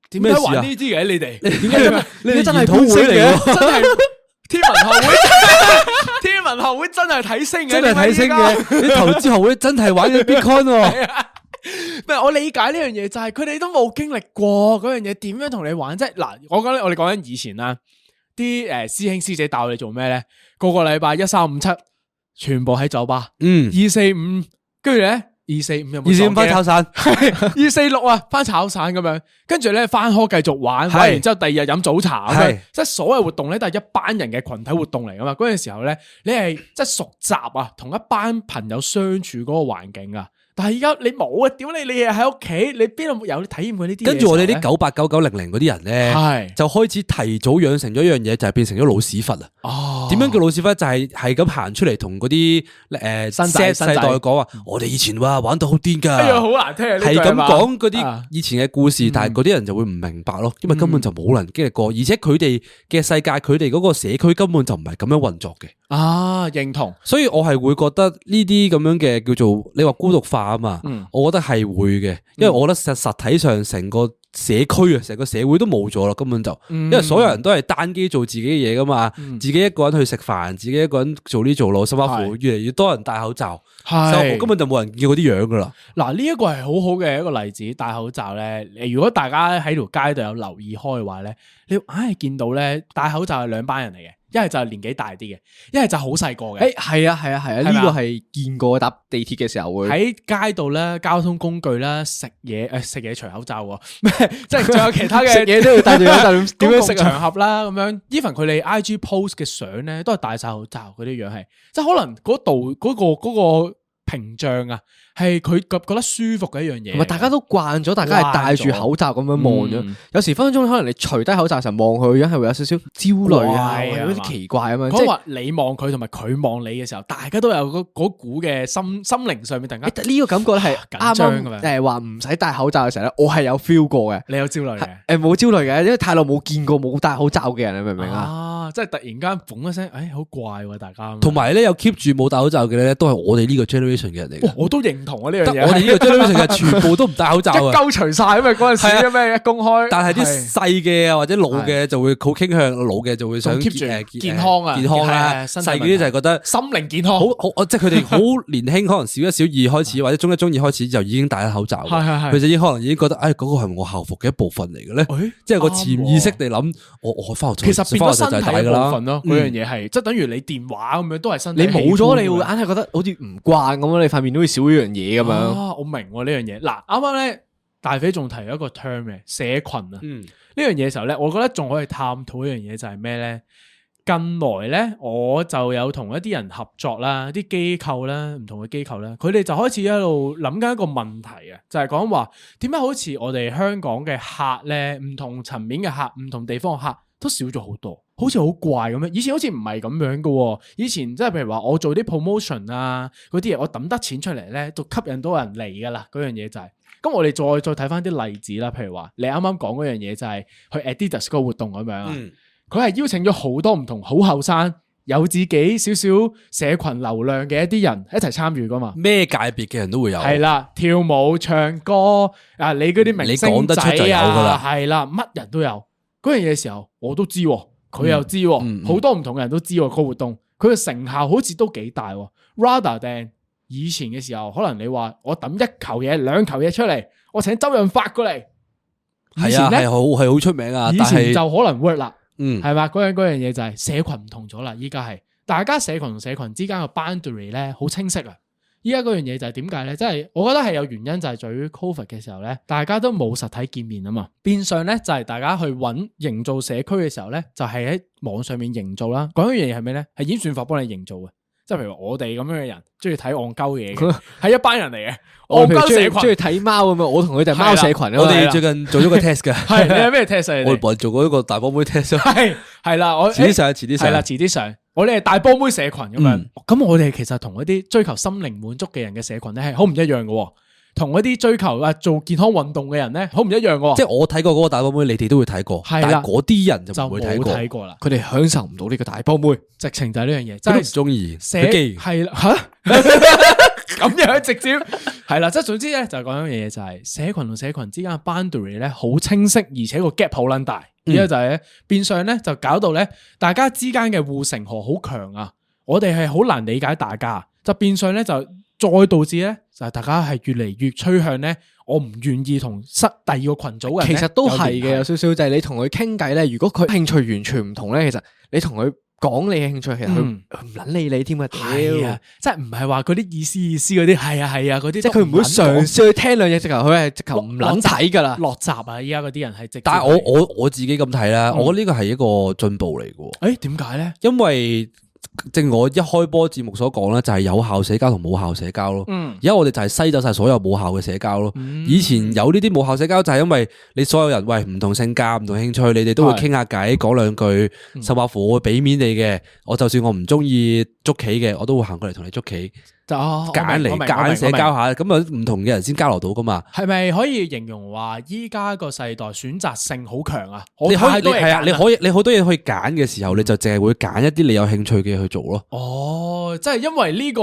點解
咩事啊
玩呢啲嘅你
[laughs]
哋？
點解你哋
真係
研討會嚟
真
喎？
係 [laughs] 天文學會， [laughs] 天文學會真係睇星嘅，
真係睇星
點解依家。
嘅，你投資學會真係玩
[laughs]
咗 Bitcoin 喎，
啊唔係我理解呢樣嘢就係佢哋都冇經歷過嗰樣嘢，點樣同你玩啫？嗱，我講咧，我哋講緊以前啦，啲誒師兄師姐帶我哋做咩咧？個個禮拜一三五七，全部喺酒吧，
嗯，
二四五，跟住咧二四五有冇
二線
撞
分
機啊
炒散，
係二四六啊，翻炒散咁樣，跟住咧翻科繼續玩，
係
玩完之後第二日飲早茶咁樣
係，
即係所有活動咧都係一班人嘅群體活動嚟噶嘛。嗰陣時候咧，你係即係熟習啊，同一班朋友相處嗰個環境啊。但係而家你冇啊，屌你你係喺屋企，你邊度有體驗過呢啲嘢嘅時候呢？
跟住我哋啲九八九九零零嗰啲人咧，
係
就開始提早養成咗一樣嘢，就係變成咗老屎忽啊！
哦，
點樣叫老屎忽？就係係咁行出嚟同嗰啲诶
新
新
仔
世
新
代
仔
講話，我哋以前哇玩到好癲
[laughs] 哎呀，好
㗎，
難聽啊！呢
係
句
咁
嘛
講嗰啲
啊嗯
以前嘅故事，但係嗰啲人就會唔明白咯，因為根本就冇人經歷過，而且佢哋嘅世界，佢哋嗰個社區根本就唔係咁樣運作嘅。
啊，認同
所以我係會覺得呢啲咁樣嘅叫做你話孤獨化啊嘛，我覺得係會嘅，因為我覺得實實體上成個社區啊，成個社會都冇咗啦，根本就，因為所有人都係單機做自己嘅嘢噶嘛，自己一個人去食飯，自己一個人做呢做路，甚至乎
係
越嚟越多人戴口罩，
係
就根本就冇人見嗰啲樣噶啦，
嗱，呢一個係好好嘅一個例子，戴口罩咧。誒如果大家喺條街度有留意開嘅話咧，你硬係見到咧戴口罩係兩班人嚟嘅，一係就係年紀大啲嘅，一係就好細個嘅。
誒係啊係啊係啊，
係咪
呢
啊
個係見過搭地鐵嘅時候會。
喺街度啦，交通工具啦，食嘢 [laughs] 誒食嘢除口罩喎， [laughs] 即
[laughs]
係仲有其他嘅
食嘢都要戴住口
[laughs]
罩
點
點點
樣
樣
食
食啊
場合啦咁樣，even 佢哋 IG post 嘅相咧都係戴晒口罩嗰啲樣係，即係可能嗰度嗰個嗰個屏障啊，係佢覺覺得舒服嘅一樣嘢嚟嘅。
同埋大家都慣咗，大家係戴住口罩咁樣望
嗯
咗。有時分分鐘可能你除低口罩嘅時候望佢，樣係會有少少焦慮啊，
怪啊
或者有啲奇怪咁樣。即
講
係
話你望佢同埋佢望你嘅時候，大家都有嗰嗰股嘅心心靈上面突然間，
誒呢個感覺咧 [laughs] 係
緊
啱
張咁樣
啱誒話唔使戴口罩嘅時候咧，我係有 feel [laughs] 過嘅。
你有焦慮嘅。
誒冇焦慮嘅，因為太耐冇見過冇戴口罩嘅人，你明唔明啊？
啊！即係突然間嘣一聲，誒好怪喎，大家。
同埋咧有 keep 住冇戴口罩嘅咧，都係我哋呢個 generation 嘅人嚟
哇
嘅，
[laughs] 我都認同啊呢樣
得
嘢，
我哋呢個 generation 嘅人全部都唔戴口罩
一
啊。
鳩除晒啊嘛！嗰陣
係
時
啊
咩一公開，
但係啲
係
細嘅啊或者老嘅就會好傾向老嘅就會想
仲 keep 住
誒
健康啊
健康啦，
係係身
細
體哦
嗰啲就係覺得
[laughs] 心靈健康，
好好，哦我即係佢哋好年輕， [laughs] 可能小一、小二開始，或者中一、中二開始就已經戴咗口罩㗎，
係係係
佢就已經可能已經覺得，唉，嗰個係我校服嘅一部分嚟嘅
誒
咧，即係個潛意識
哎啱喎
地諗，我我翻學就
其實
返
變咗
學
身
就
體
係戴
嘅
㗎啦嗯
部分咯。嗰樣嘢係即係等於你電話咁樣都係身體
你
器官咁樣。
冇咗，你會硬係覺得好似唔慣咁樣，你塊面都會少一樣嘢咁樣。
啊！我明喎呢樣嘢。嗱，啱啱咧大肥仲提咗一個 term 嘅社群啊。
嗯
呢樣嘢嘅時候咧，我覺得仲可以探討一樣嘢就係咩咧？近來咧，我就有同一啲人合作啦，啲機構啦，唔同嘅機構啦，佢哋就開始一路諗緊一個問題啊，就係講話點解好似我哋香港嘅客咧，唔同層面嘅客，唔同地方嘅客都少咗好多。好似好怪咁樣。以前好似唔係咁樣噶喎，以前即係譬如話我做啲 promotion 啊嗰啲嘢，我抌得錢出嚟咧，就吸引到人嚟噶啦。嗰樣嘢就係、咁我哋再再睇翻啲例子啦，譬如話你啱啱講嗰樣嘢就係去 Adidas 嗰個活動咁樣
嗯
啊，佢係、邀請咗好多唔同好後生、有自己少少社群流量嘅一啲人一齊參與噶嘛。
咩界別嘅人都會有，
系啦，跳舞、唱歌啊，你嗰啲明
嗯你講
星
得
仔
出就有㗎啦
啊，係啦，乜人都有。嗰樣嘢時候，我都知喎，佢
嗯
又知喎，好、多唔同嘅人都知喎、個活動，佢嘅成效好似都幾大喎。Rather than 以前嘅時候，可能你話我抌一球嘢、兩球嘢出嚟，我請周潤發過嚟，以
係啊，
前呢
係好係好出名啊，
以
但
前
係
就可能 work 啦。
嗯
系嘛？嗰樣嗰樣嘢就係社群唔同咗啦，依家係大家社群同社群之間嘅 boundary 咧好清晰啊！依家嗰樣嘢就係點解咧？即係我覺得係有原因，就係在於 Covid 嘅時候咧，大家都冇實體見面啊嘛，變相咧就係大家去揾營造社區嘅時候咧，就係、喺網上面營造啦。講一樣嘢係咩咧？係演算法幫你營造嘅。即係譬如我哋咁樣嘅人，中意睇戇鳩嘢
[laughs]
嘅，係一班人嚟嘅，
我譬
戇
如
鳩
中
社
意中意
群。
睇貓咁啊，我同佢哋係貓社群啊嘛
我哋
啦
最近做咗個 test 噶，
係你係咩 test 啊
[laughs]
你
我
哋
哋做過一個大波妹 test，啊
係係啦，
[laughs]
我
遲啲上，遲啲
系啦，
上，
遲啲上。我哋係大波妹社群咁樣，
嗯
咁、我哋其實同一啲追求心靈滿足嘅人嘅社群咧係好唔一樣嘅喎，同一啲追求啊做健康運動嘅人咧好唔一樣嘅喎，
即係我睇過嗰個大波妹，你哋都會睇過，
哦係
但係
啦
嗰啲人就
就
唔會
冇
睇過
睇，過啦，
佢哋享受唔到呢個大波妹，
直情就係呢樣
佢
嘢，真
都唔
係
中意，
社
佢基，
係啦 [laughs] 吓，咁樣直接係啦，即係總之咧就係講樣嘢就係社群同社群之間嘅 boundary 咧好清晰，而且個 gap 好撚大，
嗯
而家就係咧變相咧就搞到咧大家之間嘅護城河好強啊，我哋係好難理解大家，就變相咧就再導致咧就係大家係越嚟越趨向咧我唔願意同失第二個群組嘅人
其
呢，
實都係
有
嘅，
聯繫。
有少少就係你同佢傾偈咧，如果佢興趣完全唔同咧，其實你同佢講你嘅興趣，其實佢
嗯
唔撚理你添啊，屌！
係啊，即係唔係話嗰啲意思意思嗰啲，係啊係啊嗰啲，即
即係佢唔會嘗試去聽兩嘢，直頭佢係直頭唔撚睇㗎啦。
落閘啊！依家嗰啲人係直接係，
但係我我我自己咁睇啦，
嗯
我覺得呢個係一個進步嚟嘅喎。
诶點解咧？
因為正如我一開波節目所講咧，就係有效社交同冇效社交
嗯
咯。而家我哋就係篩走晒所有冇效嘅社交咯。以前有呢啲冇效社交，就係因為你所有人喂唔同性格、唔同興趣，你哋都會
係嗯
傾下偈、講兩句，甚或乎我會俾面你嘅。我就算我唔中意捉棋嘅，我都會行過嚟同你捉棋，
就哦我
揀
明
嚟
我明我
揀
明
社交下，咁啊唔同嘅人先交流到噶嘛。
係咪可以形容話依家個世代選擇性好強啊？我
你可
太
以
多嘢
係啊，
揀
你
啦
可以你好多嘢可以揀嘅時候，你就淨係會揀一啲你有興趣嘅嘢去做咯。
哦，即係因為呢、個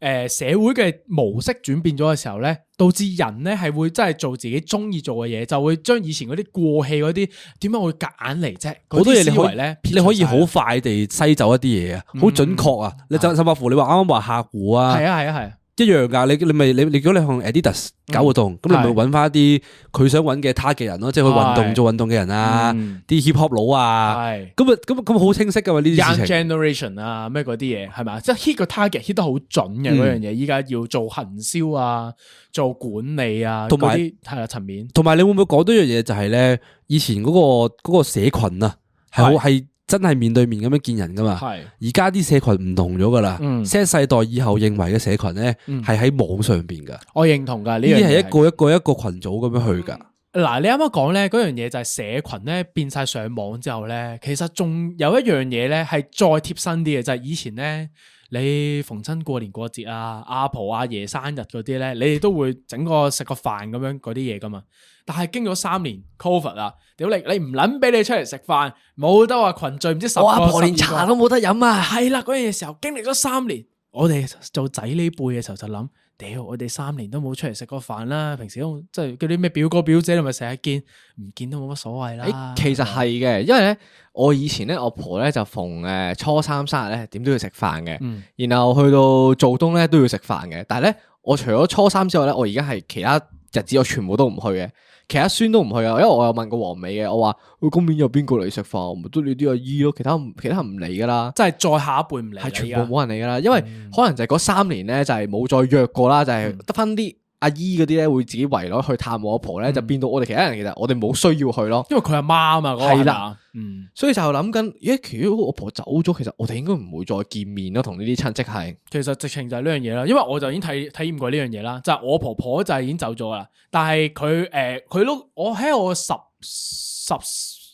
诶、社會嘅模式轉變咗嘅時候咧，導致人咧係會真係做自己中意做嘅嘢，就會將以前嗰啲過氣嗰啲點解會夾硬嚟啫？
好多嘢你可
嚟
以
咧，
你可以好快地篩走一啲嘢啊，好準確啊！你就甚至乎你話啱啱話客户啊
嗯係，啊係啊係啊，
一樣㗎。你你咪你你如果你向 Adidas 搞活動，咁你咪
嗯係
揾翻啲佢想揾嘅 target 人咯，即係去運動
係
做運動嘅人啊
嗯，
啲 hip hop 佬啊，
係。
咁啊咁咁好清晰㗎嘛呢啲
Young
事情。
generation 啊，咩嗰啲嘢係咪？即係 hit 個 target hit 得好準
嗯
嘅嗰樣嘢，依家要做行銷啊，做管理啊，
同埋
嗰啲係啦層面，
同埋你會唔會講多一樣嘢就係咧，以前嗰個嗰個社群啊，係好係真係面對面咁樣見人㗎嘛。
係
而家啲社群唔同咗㗎啦
嗯
，Z 世代以後認為嘅社群咧係喺網上邊㗎。
我認同㗎呢
呢
樣
啲係
嘢嗯
一個一個一個群組咁樣去㗎，
嗱，你啱啱講咧嗰樣嘢就係社群咧變晒上網之後咧，其實仲有一樣嘢咧係再貼身啲嘅，就係、以前咧你逢親過年過節啊、阿婆阿爺生日嗰啲咧，你哋都會整個食個飯咁樣嗰啲嘢噶嘛。但係經咗三年 Covid 啦，屌你你唔撚俾你出嚟食飯，冇得話群聚唔知十個
我阿婆連
12個
茶都冇得飲啊！
係啦，嗰樣嘢時候經歷咗三年，我哋做仔呢輩嘅時候就諗，屌我哋三年都冇出嚟食過飯啦，平時都即係嗰啲咩表哥表姐你咪成日見，唔見都冇乜所謂
誒
啦。
哎其實係嘅，因為咧，我以前咧，我婆咧就逢誒初三生日咧，點都要食飯嘅，
嗯
然後去到做冬咧都要食飯嘅。但係咧，我除咗初三之外咧，我而家係其他日子我全部都唔去嘅，其他孫都唔去啊嘅，因為我有問過黃美嘅，我話：，喂，今年有邊個嚟食飯？咪都你啲阿姨咯，其他唔其他唔嚟噶啦。
即係再下一輩唔嚟啦，啊
係全部冇人嚟噶啦，因為可能就係嗰三年咧，就係冇再約過啦，就係得翻啲阿姨嗰啲咧會自己圍攞去探我阿婆咧，就變到我哋其他人其實我哋冇需要去咯。
因為佢阿媽啊嘛，嗰個
係
係
啦
嘛，嗯，
所以就諗緊，咦？其實如果我婆走咗，其實我哋應該唔會再見面咯，同呢啲親戚係。
其實直情就係呢樣嘢啦，因為我就已經體體驗過呢樣嘢啦，就係我婆婆呃就係已經走咗啦，但係佢誒佢都我喺我十十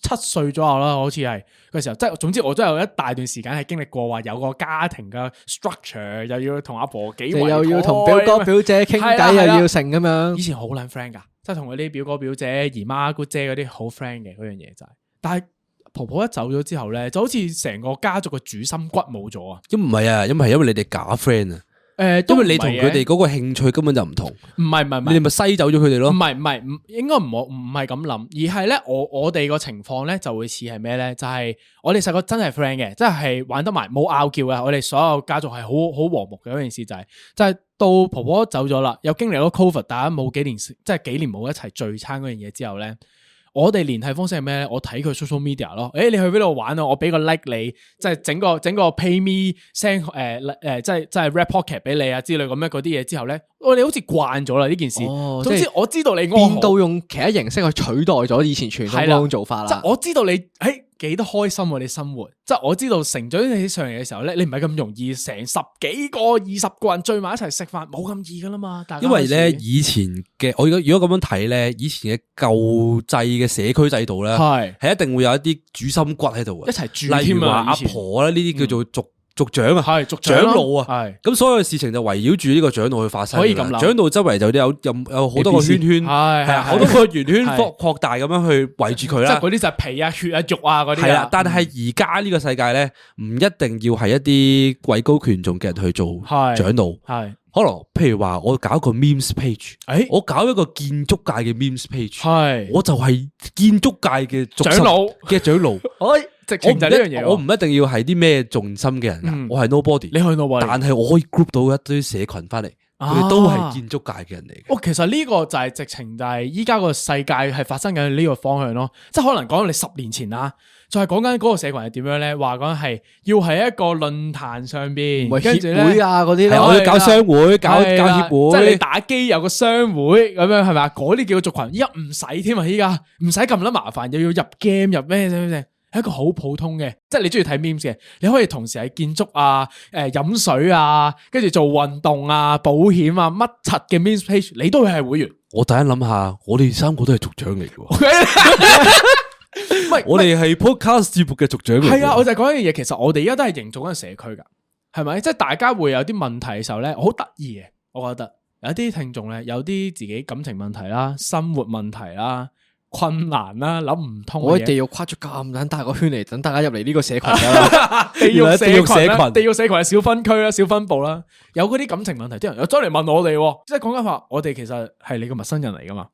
七歲左右啦，好似係嗰時候，即係總之我都有一大段時間係經歷過話有個家庭嘅 structure，又要同阿婆幾
即係
圍
又要同
台
表哥表姐傾
啊係啦
偈，
係啊啦
又要成咁
以
樣。
前好撚 friend 噶，即係同佢啲表哥表姐、姨媽姑姐嗰啲好 friend 嘅嗰樣嘢就係、但係婆婆一走咗之後咧，就好似成個家族嘅主心骨冇咗啊！
咁唔係啊，因為係因為你哋假 friend 啊，
誒、
因
為
為你同佢哋嗰個興趣根本就唔同，
唔係唔係唔
你哋
係
咪篩走咗佢哋咯
唔。係唔係唔應該唔好唔係咁諗，而係咧我我哋個情況咧就會似係咩咧？就係、我哋細個真係 friend 嘅，真係玩得埋冇拗撬嘅，我哋所有家族係好好和睦嘅嗰件事就係、就係、到婆婆走咗啦，又經歷咗 Covid，大家冇幾年即係幾年冇一齊聚餐嗰樣嘢之後咧。我哋聯繫方式係咩咧？我睇佢 social media 咯。誒、你去邊度玩啊？我俾個 like 你，即係整個整個 PayMe send 誒、誒，呃即係即係 rap pocket 俾你啊之類咁樣嗰啲嘢之後咧，我哋好似慣咗啦呢件事。
哦
總
即
之
係
我知道你安好
變到用其他形式去取代咗以前傳統
係
嗰
啦
種做法
即
啦
啊
係。我知道你誒幾得開心喎、啊你生活。即係我知道成長起上嚟嘅時候咧，你唔係咁容易成十幾個、二十個人聚埋一齊食飯，冇咁易噶啦嘛。大家
因為咧
開始
以前嘅我如果如果咁樣睇咧，以前嘅舊制嘅社區制度咧，
係
係一定會有一啲主心骨喺度嘅，
一齊住添啊
例如話阿
以前嗯
婆啊咧呢啲叫做族族長啊，
係族長
長
啦
老啊，
係
咁所有事情就圍繞住呢個長老去發生㗎啦。
可以咁諗
長老周圍就有有有好多個圈圈，係啊
係係係
好多個圓圈
係
擴擴大咁樣去圍住佢
即係
啦。
嗰啲就係皮啊、血啊、肉啊嗰啲
係啦
啊，。
但係而家呢個世界咧，唔一定要係一啲位高權重嘅人去做
係
長老，
係
可能譬如話我搞一個 memes page，
誒
我搞一個建築界嘅 memes page，
哎係
我就係建築界嘅族
長老
嘅長
[laughs]
老。
我直
我
情
唔
就係
一
呢樣嘢喎。
我唔一定要係啲咩重心嘅人啊
嗯
噶，我係 nobody。
你去 nobody
但係我可以 group 到一堆社群翻嚟，佢哋
啊
都係建築界嘅人嚟嘅。
哦，其實呢個就係直情就係依家個世界係發生緊呢個方向咯，即係可能講你十年前啦，就係講緊嗰個社群係點樣咧，話講係要喺一個論壇上邊，
咪
跟住
協會
咧。
啊嗰啲
係啊我
咯
要搞商會，搞
係
搞
啦
協會，
即係你打機有個商會咁樣係咪啊？嗰啲叫做族群，依家唔使添啊！依家唔使咁撚麻煩，又要入 game 入咩咩咩，係一個好普通嘅，即係你中意睇 memes 嘅，你可以同時係建築啊、誒、飲水啊，跟住做運動啊、保險啊、乜柒嘅 memes page，你都會係會員。
我第一諗下，我哋三個都係族長嚟嘅
[laughs]
喎，
唔係
我哋係 podcast 節目嘅族長嚟嘅喎。
係啊，我就係講一樣嘢，其實我哋而家都係營造緊社區噶，係咪？即係大家會有啲問題嘅時候咧，好得意嘅，我覺得有啲聽眾咧，有啲自己感情問題啦、生活問題啦、困難啦、諗唔通
我
嘅
喺
嘢。
地獄跨咗咁撚大個圈嚟，等大家入嚟呢個社群啊㗎啦。
地
原來
獄
係
社
地獄社
群啦，
群
地獄社群係啊小分區啦、小分部啦，有嗰啲感情問題啲人又走嚟問我哋喎，即係講緊話，我哋其實係你個陌生人嚟噶嘛，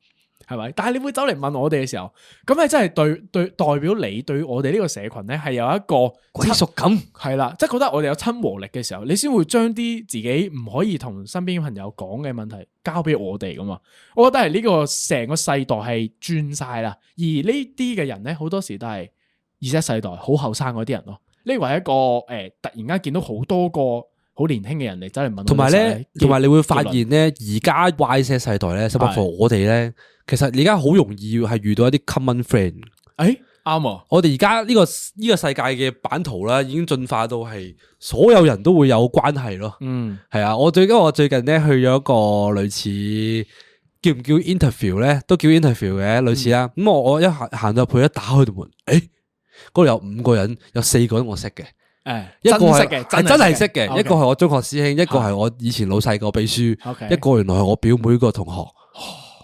係咪？但係你會走嚟問我哋嘅時候，咁你真係對對代表你對我哋呢個社群咧係有一個
歸屬感
係啦，即係覺得我哋有親和力嘅時候，你先會將啲自己唔可以同身邊朋友講嘅問題交俾我哋噶嘛。我覺得係呢個成個世代係轉晒啦，而呢啲嘅人咧，好多時都係二一世代好後生嗰啲人咯。呢個係一個誒、呃突然間見到好多個好年輕嘅人嚟走嚟問我嘅時候，
同埋咧，同埋你會發
結論
現咧，而家 Y 些世代咧，甚至乎我哋咧，其實而家好容易係遇到一啲 common friend。
誒啱啊，
我哋而家呢個呢個世界嘅版圖啦，已經進化到係所有人都會有關係咯。
嗯，
係啊，我最緊我最近咧去咗一個類似叫唔叫 interview 咧，都叫 interview 嘅類似啦。咁、我我一行行到入去一打開道門，誒、嗰度有五個人，有四個人我識嘅，
誒
一個
真識
係
嘅，
係真係識
啊
嘅，一
，OK 啊
個係我中學師兄，一個係我以前老細個秘書
OK
一個原來係我表妹個同學。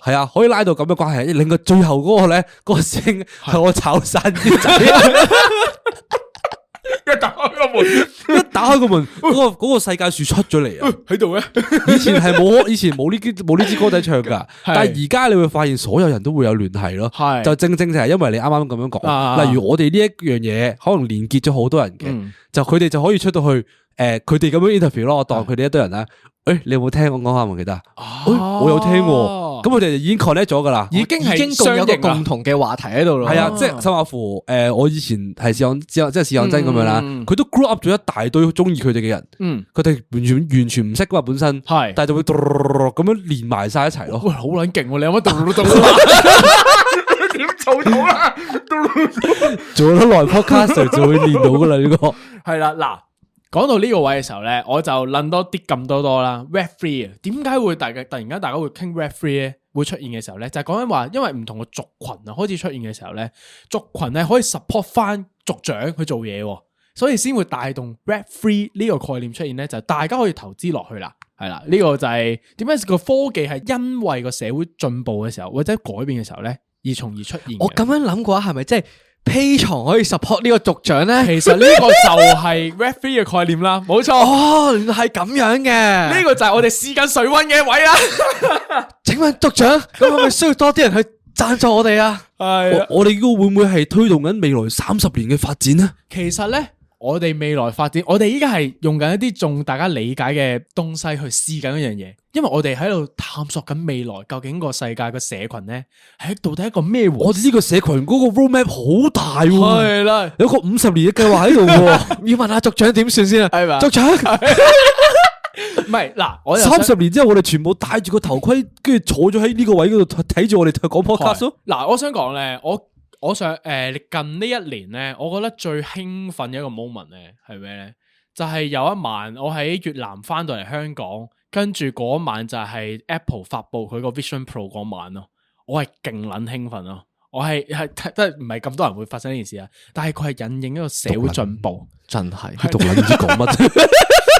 係啊，可以拉到咁嘅關係。另外最後嗰個咧，嗰、個師兄係我炒散啲仔。
[laughs] 一打開個門
一打開個門，嗰、個嗰個世界樹出咗嚟啊！
喺度嘅。
以前係冇，以前冇呢啲冇呢支歌仔唱噶，
係
但係而家你會發現所有人都會有聯繫咯。
係
就正正就係因為你啱啱咁樣
啊
講，例如我哋呢一樣嘢，可能連結咗好多人嘅
嗯，
就佢哋就可以出到去，誒，佢哋咁樣 interview 咯，我當佢哋一堆人啦。誒，你有冇聽我講下唔記得啊？誒我有聽喎，咁佢哋就已經 connect 咗噶啦。
已經係
已經共有
相
個
應啦
共同嘅話題喺度咯。
係啊，即係甚或乎誒，我以前係試講，即係試講真咁樣啦，佢都 group up 咗一大堆中意佢哋嘅人，
嗯
佢哋完全完全唔識噶嘛本身，
係
但係就會咁樣連埋晒一齊咯。
喂，好撚勁喎！你有乜度到啦？點做到啦？
做咗耐 podcast 就會練到噶啦呢個。
係啦，嗱，講到呢個位嘅時候咧，我就諗多啲咁多多啦。Web Three 啊，點解會大家突然間大家會傾 Web Three 咧會出現嘅時候咧，就係講緊話，因為唔同嘅族群啊開始出現嘅時候咧，族群係可以 support 翻族長去做嘢喎，所以先會帶動 red free 呢個概念出現咧，就大家可以投資落去啦。係啦，呢、個就係點解個科技係因為個社會進步嘅時候或者改變嘅時候咧，而從而出現嘅。
我咁樣諗嘅話，係咪即係 P 床可以 support 呢個族長咧？
其實呢個 [laughs] 就係 red free 嘅概念啦，冇錯。
哦，原來係咁樣嘅。
呢個就係我哋試緊水温嘅位啦。
請問族長，咁係咪需要多啲人去贊助我哋啊？
係
我我哋呢個會唔會係推動緊未來三十年嘅發展呢？
其實咧，我哋未來發展，我哋依家係用緊一啲仲大家理解嘅東西去試緊一樣嘢，因為我哋喺度探索緊未來究竟個世界個社群咧係到底一個咩回
我哋呢個社群嗰個 roadmap 好大喎，
係啦，
有個五十年嘅計劃喺度喎。
[laughs]
要問下族長點算先啊？
係嘛
族長，
唔係嗱， [laughs] 我又想
三十年之後，我哋全部戴住個頭盔，跟住坐咗喺呢個位嗰度睇住我哋講 podcast 咯。
嗱，我想講咧，我我想诶、近呢一年咧，我覺得最興奮嘅一個 moment 咧係咩咧？就係有一晚我喺越南翻到嚟香港，跟住嗰晚就係 Apple 發布佢個 Vision Pro 嗰晚咯，我係勁撚興奮咯。我係 [laughs] 係係真係唔係咁多人會發生呢件事啊，但係佢係引應一個社會進步，
真係
讀捻唔知講
[laughs]
乜，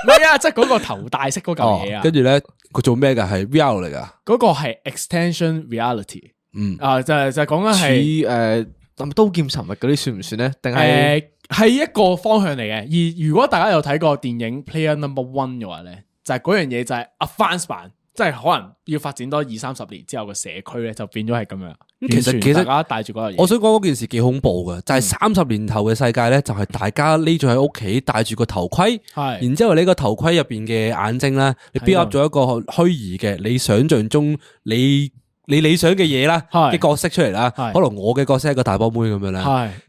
唔係啊，即係嗰個頭戴式嗰嚿嘢啊，
跟住咧佢做咩噶？係 VR 嚟噶，
嗰個係 extension reality，
嗯，
啊就係就係講緊
似
係。
誒刀劍神域嗰啲算唔算咧？定係
诶，呃系一個方向嚟嘅。而如果大家有睇過電影《Player Number One》嘅話咧，就係嗰樣嘢就係 advance 版，即係可能要發展多二三十年之後嘅社區咧，就變咗係咁樣。
其實
完全
其實
大家帶住嗰樣嘢，
我想講嗰件事幾恐怖嘅，就係三十年後嘅世界咧，就係大家匿咗喺屋企，戴住個頭盔，
係
然之後你個頭盔入邊嘅眼睛咧，你 build up 咗一個虛擬嘅，你想像中你你理想嘅嘢啦，
係
嘅角色出嚟啦，
係
可能我嘅角色係一個大波妹咁樣啦，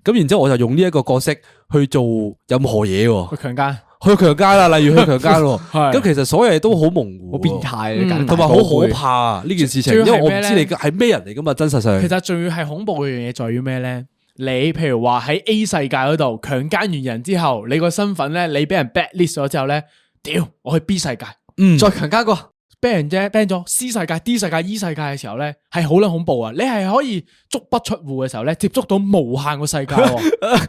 係
咁然之後我就用呢一個角色去做任何嘢喎
佢。強姦，
去強姦
[laughs]
啦，例如去強姦喎，
係
咁其實所有嘢都好模糊，
好變，態嘅？
同埋好可怕啊！呢件事情，
啊最
因
最
為我唔
係咩
知
咧
你係咩人嚟噶嘛，真實上
其實最係恐怖嘅樣嘢在於咩咧？你譬如話喺 A 世界嗰度強姦完人之後，你個身份咧，你俾人 blacklist 咗之後咧，屌，我去 B 世界。
嗯
再強加過，
ban 人啫，ban 咗 C 世界、D 世界、E 世界嘅時候咧，係好撚恐怖啊！你係可以足不出户嘅時候咧，接觸到無限個世界喎，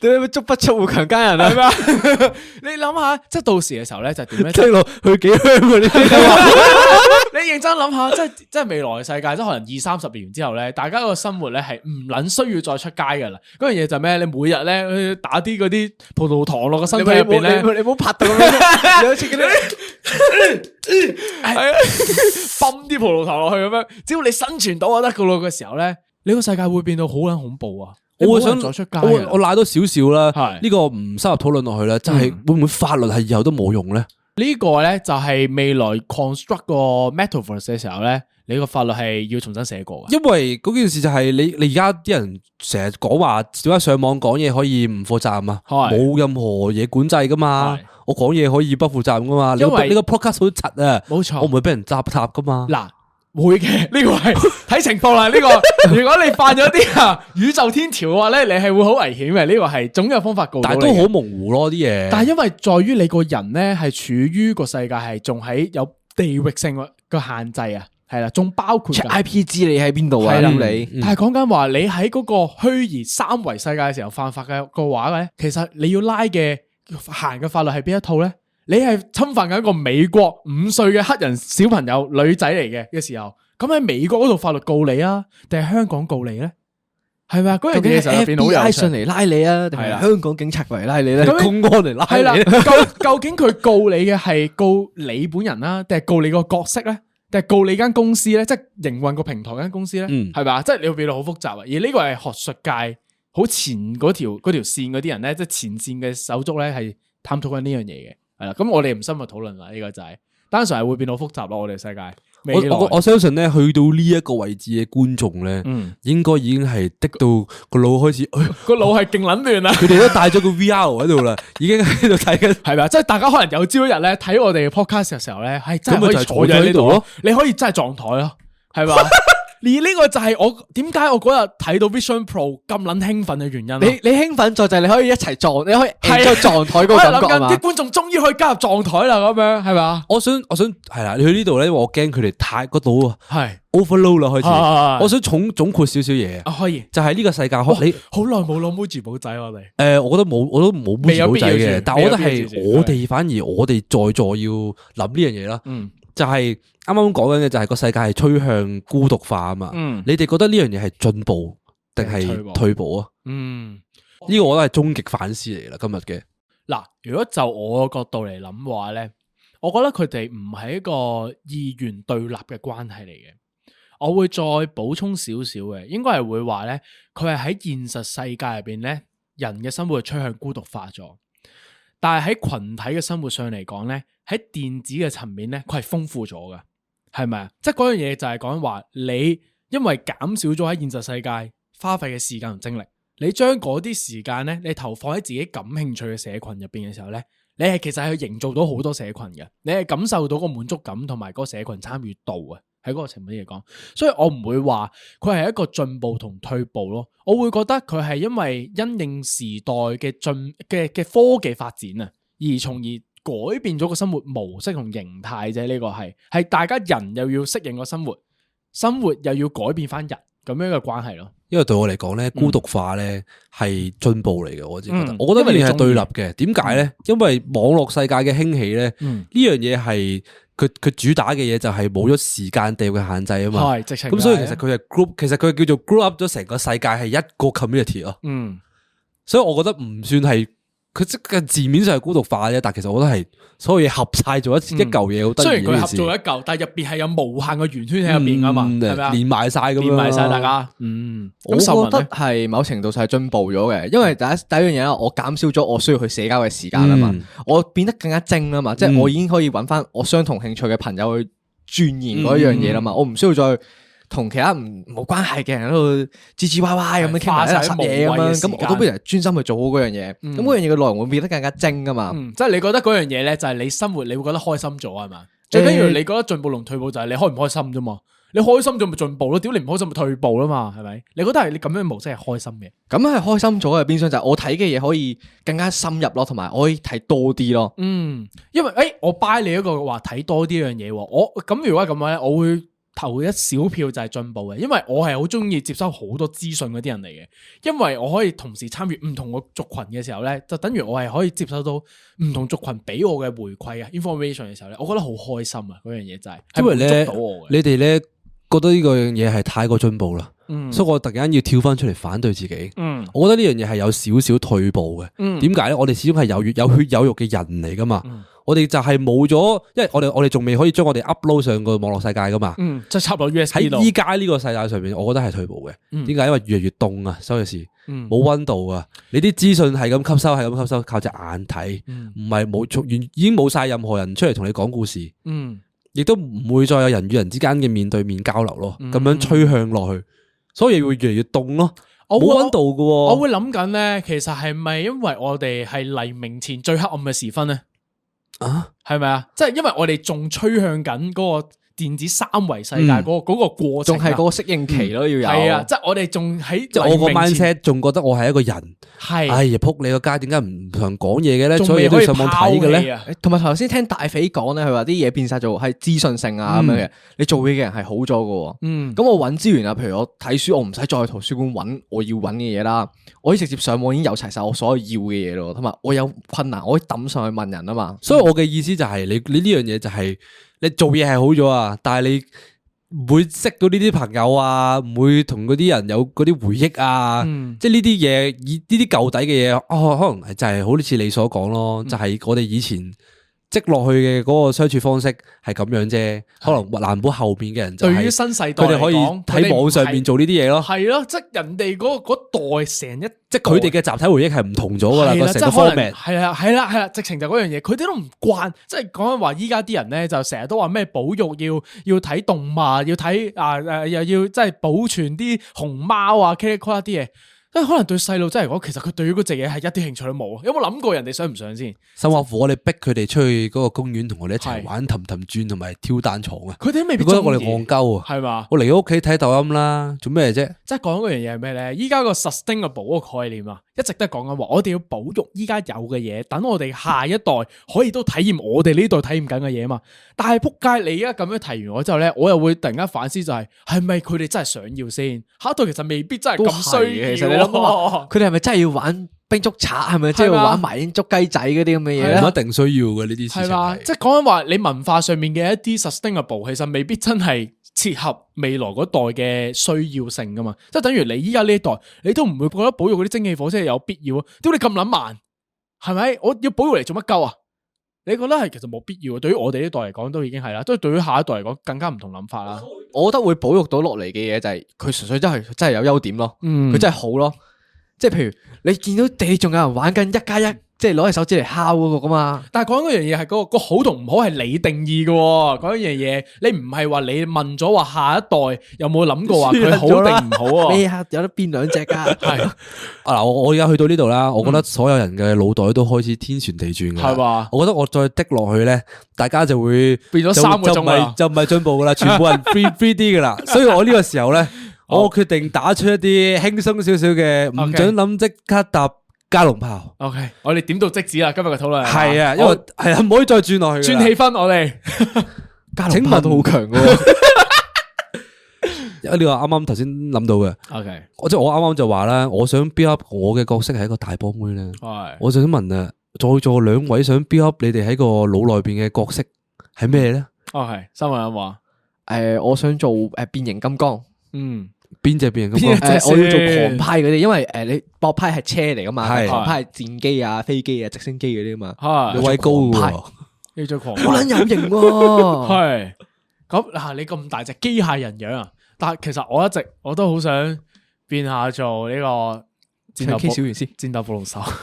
點解足不出户強姦人啊？
係咪啊？ [laughs] 你諗下，即係到時嘅時候咧，就點
[laughs]
咧？即係
聽落去幾香啊！呢啲計劃
[laughs] 你認真諗下，即係即係未來嘅世界，即係可能二三十年之後咧，大家個生活咧係唔撚需要再出街噶啦。嗰樣嘢就係咩？你每日咧打啲嗰啲葡萄糖落個身體入邊咧，
你冇拍到
[laughs]
咁樣，你好似嗰啲
係啊， [laughs] 泵啲葡萄糖落去咁樣，只要你生存到就得噶咯嘅時候咧，你個世界會變到好撚恐怖啊！
我會
你冇
想
人再出街
我會
㗎啦
我賴多少少啦
係，嗯
呢個唔深入討論落去啦，就係會唔會法律係以後都冇用咧？
呢個咧就係未來 construct 個 metaverse 嘅時候咧，你個法律係要重新寫過嘅。
因為嗰件事就係你你而家啲人成日講話點解上網講嘢可以唔負責任啊？
係
冇任何嘢管制噶嘛
係，
我講嘢可以不負責任噶嘛？你個
因為
你個 podcast 好柒啊！
冇錯
我唔會俾人搭塔噶嘛。
嗱，會嘅， [laughs] 呢個係睇情況啦。呢
[laughs]
個如果你犯咗啲啊宇宙天條嘅話咧，你係會好危險嘅。呢個係總有方法告到
但
你
係
嘅。
都好模糊咯啲嘢。
但係因為在於你個人咧係處於個世界係仲喺有地域性嘅限制啊，係啦，仲包括
I P 知你喺邊度啊？
係啦
咁你
但係講緊話你喺嗰個虛擬三維世界嘅時候犯法嘅個話咧，其實你要拉嘅行嘅法律係邊一套咧？你係侵犯緊一個美國五歲嘅黑人小朋友女仔嚟嘅嘅時候，咁喺美國嗰度法律告你啊，定係香港告你咧？係咪啊？嗰樣
究
嘢
竟
其實
係
就變好
FBI
有
上
趣。
嚟拉你啊，定
係
係
啦
香港警察過嚟拉你咧？
咁樣
公安嚟
係啦，
拉你呢
究究竟佢告你嘅係告你本人啦，定係告你個角色咧？定係告你間公司咧？即係營運個平台間公司咧？
嗯
係咪？即係你會變到好複雜啊！而呢個係學術界好前嗰條嗰條線嗰啲人咧，即係前線嘅手足咧，係探討緊呢樣嘢嘅。係啦，咁我哋唔深入討論啦，呢、個就係、單純係會變到複雜咯，我哋世界。未
我
來
我我相信咧，去到呢一個位置嘅觀眾咧，
嗯
應該已經係滴到個腦開始，哎
個腦係勁撚亂啊！
佢哋都戴咗個 VR 喺度啦，已經喺度睇緊。
係咪啊？即係大家可能有朝一日咧睇我哋嘅 podcast 嘅時候咧，係真係
咁咪
可以
就係坐
坐
咗
咗
喺
喺呢
呢
度
度
咯
咯，
你可以真係撞台咯，係嘛？而呢個就係我點解我嗰日睇到 Vision Pro 咁撚興奮嘅原因啦。
你你兴奋在就係你可以一齊撞，你可 [laughs] 以
係啊
enjoy 撞台嗰個
我
感
係諗
覺啊
緊啲
嘛。
觀眾終於可以加入撞台啦，咁樣係咪啊？
我想我想系啦，你去呢度咧，我驚佢哋太嗰度啊
係
overload 啦開
啊啊啊
始。我想總總括少少嘢，
啊，可以。
就係呢個世界可你
好耐冇攞 Muji 寶仔我哋。
诶，我覺得冇我都冇
未有
Muji
必
仔
要
嘅
住，
但我覺得
未有必要
係
住
我哋反而我哋在座要諗呢樣嘢啦。
嗯，
就係啱啱講緊嘅，就係個世界係趨向孤獨化啊嘛。
嗯
你哋覺得呢樣嘢係進步定
退步
係退步啊？
嗯，
呢個我覺得係終極反思嚟啦，今日嘅。
嗱，如果就我嘅角度嚟諗嘅話咧，我覺得佢哋唔係一個二元對立嘅關係嚟嘅。我會再補充少少嘅，應該係會話咧，佢係喺現實世界入邊咧，人嘅生活趨向孤獨化咗。但係喺群體嘅生活上嚟講咧，喺電子嘅層面咧，佢係豐富咗嘅，係咪啊？即係嗰樣嘢就係講話你因為減少咗喺現實世界花費嘅時間同精力，你將嗰啲時間咧，你投放喺自己感興趣嘅社群入邊嘅時候咧，你係其實係營造到好多社群嘅，你係感受到個滿足感同埋嗰個社群參與度啊。喺嗰個層面嚟講，所以我唔會話佢係一個進步同退步咯，我會覺得佢係因為因應時代嘅進嘅嘅科技發展啊，而從而改變咗個生活模式同形態啫。呢、個係係大家人又要適應個生活，生活又要改變翻人咁樣嘅關係咯。
因為對我嚟講咧，孤獨化咧係進步嚟嘅，我自己覺得
嗯。
我覺得呢
因為
樣
你
係對立嘅。點解咧？因為網絡世界嘅興起咧，
嗯
呢樣嘢係佢佢主打嘅嘢就係冇咗時間地域嘅限制啊嘛。
係直情
咁所以
係啊
其實佢係 group，其實佢叫做 group up 咗成個世界係一個 community 咯。
嗯。
所以我覺得唔算係佢即係字面上係孤獨化啫，但其實我覺得係所有嘢合晒咗一一嚿嘢，好得意
嗯雖然佢合
呢件事
做一嚿，但係入邊係有無限嘅圓圈喺入邊噶嘛，
嗯
係咪啊？
連埋晒咁樣
連埋晒大家，嗯。
我
咁受
覺
文
得
咧，
係某程度上係進步咗嘅，因為第一第一樣嘢啦，我減少咗我需要去社交嘅時間啊嘛
嗯，
我變得更加精
嗯
啊啦嘛，即係我已經可以揾翻我相同興趣嘅朋友去鑽研嗰樣嘢啦
嗯
嘛，我唔需要再同其他唔冇關係嘅人喺度吱吱歪歪咁
係
樣傾埋一
花
啲
晒
垃圾嘢
無
咁
謂
樣，
嘅時間
咁
嗯
我都不如專心去做好嗰樣嘢，咁嗰樣嘢嘅內容會變得更加精噶嘛。
嗯，即係你覺得嗰樣嘢咧，就係你生活你會覺得開心咗係嘛？最緊要你覺得進步同退步就係你開唔開心啫嘛。你開心咗咪進步咯，屌你唔開心咪退步啦嘛，係咪？你覺得係你咁樣嘅模式係開心嘅，
咁係開心咗嘅，變相就係我睇嘅嘢可以更加深入咯，同埋我可以睇多啲咯。
嗯，因為诶、我 buy 你一個話睇多啲樣嘢喎，我咁如果係咁樣咧，我會投一小票就係進步嘅，因為我係好中意接收好多資訊嗰啲人嚟嘅，因為我可以同時參與唔同個族群嘅時候咧，就等於我係可以接收到唔同族群俾我嘅回饋啊 information 嘅時候咧，我覺得好開心啊！嗰樣嘢就係、係
因為
滿
咧
足到我，嘅，
你哋咧覺得呢個樣嘢係太過進步啦，所以我突然間要跳翻出嚟反對自己。
嗯
我覺得呢樣嘢係有少少退步嘅。點解咧？我哋始終係有血有血有肉嘅人嚟噶嘛。
嗯
我哋就係冇咗，因為我哋我哋仲未可以將我哋 upload 上個網絡世界噶嘛。
嗯，即係插落 USB
喺
度
依，家呢個世界上面，我覺得係退步嘅。
嗯
點解？因為越嚟越凍啊，所有事冇温度啊，你啲資訊係咁吸收，係咁吸收，靠隻眼睇，
嗯
唔係冇從完已經冇晒任何人出嚟同你講故事，
嗯
亦都唔會再有人與人之間嘅面對面交流咯。
嗯
咁樣趨向落去，所以會越嚟越凍咯，
我會
冇温度嘅喎。
我會諗緊咧，其實係咪因為我哋係黎明前最黑暗嘅時分咧？
啊，
系咪啊？即系因为我哋仲趋向紧嗰个电子三维世界嗰個嗰个过程
仲
啊，
係嗰個適應期咯，要有。
系啊，即系我哋仲喺
即係我個 mindset 仲覺得我係一個人，哎
系
呀，仆你個街，點解唔同人講嘢嘅咧？
仲
所以
未
都要
可以啊
上網睇嘅咧。
咧。
誒同埋頭先聽大肥講咧，佢話啲嘢變晒做係資訊性啊咁樣嘅，你做嘢嘅人係好咗嘅喎。
嗯
咁我揾資源啊，譬如我睇書，我唔使再去圖書館揾我要揾嘅嘢啦，我可以直接上網已經有齊晒我所有要嘅嘢咯，同埋我有困難我可以抌上去問人啊嘛。
所以我嘅意思就係你你呢樣嘢就係你做嘢係好咗啊，但係你唔會識到呢啲朋友啊，唔會同嗰啲人有嗰啲回憶啊，
嗯
即係呢啲嘢以呢啲舊底嘅嘢，哦，可能係就係好似你所講
嗯
咯，就係我哋以前積落去嘅嗰個相處方式係咁樣啫，可能蘭寶後面嘅人就
对
係
于新世代
佢哋可以喺網上面做呢啲嘢咯，
系咯，即系人哋嗰嗰代成一
即係佢哋嘅集體回憶係唔同咗噶啦，
係
個成
啦，即
個
係可能
format。
係啦，係啦，係啦，直情就嗰樣嘢，佢哋都唔慣，即係講緊話依家啲人咧，就成日都話咩保育要要睇動物，要睇啊誒，又要即係保存啲熊貓啊、kitty 啲嘢。即系可能對細路仔嚟講，其實佢對於嗰隻嘢係一啲興趣都冇啊！有冇諗過人哋想唔想先？
甚或乎我哋逼佢哋出去嗰個公園同我哋一齊
係
玩氹氹轉同埋挑彈床啊！
佢哋都未必
覺得我哋
鍾
戇
意
鳩啊！
係嘛
我嚟咗屋企睇抖音啦，做咩啫？
即係講嗰樣嘢係咩咧？依家個 sustainable 個概念啊，一直都係講緊話，我哋要保育依家有嘅嘢，等我哋下一代可以都體驗我哋呢代體驗緊嘅嘢嘛。但係仆街，你而家咁樣提完我之後咧，我又會突然間反思就係、係咪佢哋真係想要先？下一代其實未必真係
都
咁需
係
要。
嘅。其實你諗下，佢哋係咪真係要玩冰竹賊？係咪真係
係
要
嘛啊
玩埋煙捉雞仔嗰啲咁嘅嘢咧
唔一？定需要嘅呢啲事
係
情
啦，
係。
即係講緊話你文化上面嘅一啲 sustainable，其實未必真係切合未來嗰代嘅需要性噶嘛。即係等於你依家呢一代，你都唔會覺得保育嗰啲蒸汽火車係有必要啊？屌你咁撚慢，係咪？我要保育嚟做乜鳩啊？你覺得係其實冇必要啊？對於我哋呢代嚟講都已經係啦，都係對於下一代嚟講更加唔同諗法啦。
我覺得會保育到落嚟嘅嘢就係佢純粹真係真係有優點咯，
嗯
佢真係好咯。即係譬如你見到地仲有人玩緊一加一，即係攞隻手指嚟敲嗰個噶嘛。
但係講嗰樣嘢係嗰個個好同唔好係你定義嘅喎、嗰樣嘢你唔係話你問咗話下一代有冇諗過話佢好定唔好啊？
咩啊？有得變兩隻噶， [laughs]
係
啊嗱，我我而家去到呢度啦，我覺得所有人嘅腦袋都開始天旋地轉嘅，
嗯係嘛
我覺得我再滴落去咧，大家就會
變咗三個
就就唔
鐘啊啦
係就唔係進步噶啦，全部
[laughs]
人 three three D 噶啦。所以我呢個時候咧，我決定打出一啲輕鬆少少嘅，唔
OK
准諗即刻搭加龍炮。
OK，我哋點到即止啦，今日嘅討論
係啊，因為係啊，唔可以再轉落去㗎啦。
转氣氛，我哋
加
請
龍
問
炮都好強嘅 [laughs] 喎。
因為你話啱啱頭先諗到嘅，
[laughs] OK
我即係我啱啱就話啦，我想 build up 我嘅角色係一個大波妹咧。
係
我就想問啊，在座兩位想 build up 你哋喺個腦內邊嘅角色係咩咧？
OK，三位有冇啊？
誒，我想做誒變形金剛。
嗯，
邊只變形金
邊
剛
隻？
誒、我要做
先
狂派嗰啲，因為誒、你博派係車嚟噶嘛，
係
狂嗯派係戰機啊、飛機啊、直升機嗰啲啊嘛，
你
係
位高
做
嘅
狂
喎，
要做狂
好
派
撚有型 [laughs] 喎、
係咁嗱，你咁大隻機械人樣啊！但係其實我一直我都好想變下做呢個戰鬥
K 小
部
魚師
戰鬥暴龍手。 [laughs]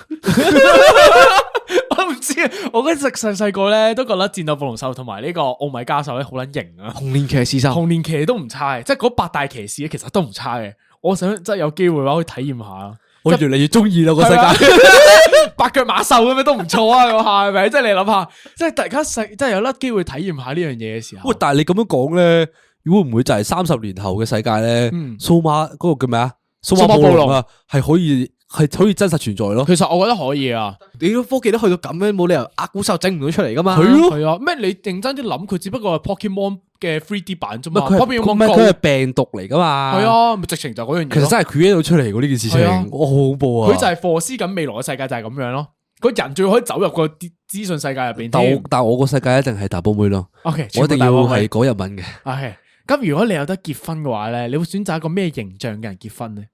我唔知啊，我一直細細個咧都覺得戰鬥暴龍獸同埋呢個奧米加獸咧好撚型啊！
紅蓮騎士獸，
紅年騎都唔差嘅，即係嗰八大騎士咧其實都唔差嘅。我想即係有機會嘅話，可以體驗下啦。
我越嚟越中意啦個世界。
界 [laughs] 八腳馬獸咁樣都唔錯啊！嗰下係咪？即係你諗下，即係大家細，即係有得機會體驗下呢樣嘢嘅時候
喂，，但係你咁樣講咧，會唔會就係三十年後嘅世界咧？數碼嗰個叫咩啊？數碼暴龍啊，係可以係可以真實存在咯。
其實我覺得可以啊，
你都科技都去到咁樣，冇理由阿古獸整唔到出嚟噶嘛。
係係啊，咩你認真啲諗，佢只不過係 Pokemon 嘅 3D 版啫
唔
嘛
係佢係唔
，Pokemon
係
Go
佢係病毒嚟噶嘛？
係，啊，咪直情就嗰樣嘢咯。
其實真係 create 到出嚟嗰呢件事情，
係
哇，好
啊
恐怖啊！
佢就係 f o 緊未來嘅世界就係咁樣咯。個人最可以走入個資資訊世界入邊
但我
添。
但我個世界一定係大波妹咯，
OK，
我一定要係。
係
講日文嘅。
OK，咁如果你有得結婚嘅話咧，你會選擇一個咩形象嘅人結婚咧？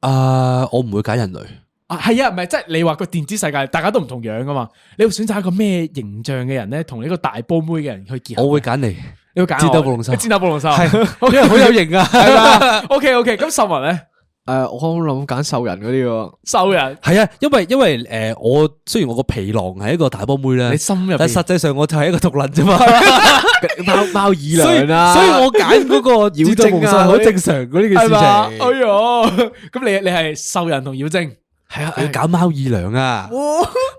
啊，我唔會揀人類。
啊，係啊，唔係即係你話個電子世界大家都唔同樣噶嘛？你會選擇一個咩形象嘅人咧，同呢個大波妹嘅人去結合呢？
我會揀你，
你會揀
戰鬥暴龍獸
戰鬥暴龍 [laughs] 獸
係因為好有型啊， [laughs] 係嘛？
[laughs] O K O K，咁秀文咧，
誒、我諗揀獸人嗰啲喎，
獸人
係啊，因為因為诶，呃我雖然我個皮囊係一個大波妹咧，
你心入
但
邊
實際上我就係一個獨撚啫嘛， [laughs]
[laughs] 貓貓
所以
耳
所以
娘啊，
我揀嗰個
妖
戰鬥暴龍
精
獸
啊
係好正常嘅呢件
係
事
嘛？哎
情。
喲，咁你你係獸人同妖精，
係啊，
你要
誒
搞貓耳娘啊，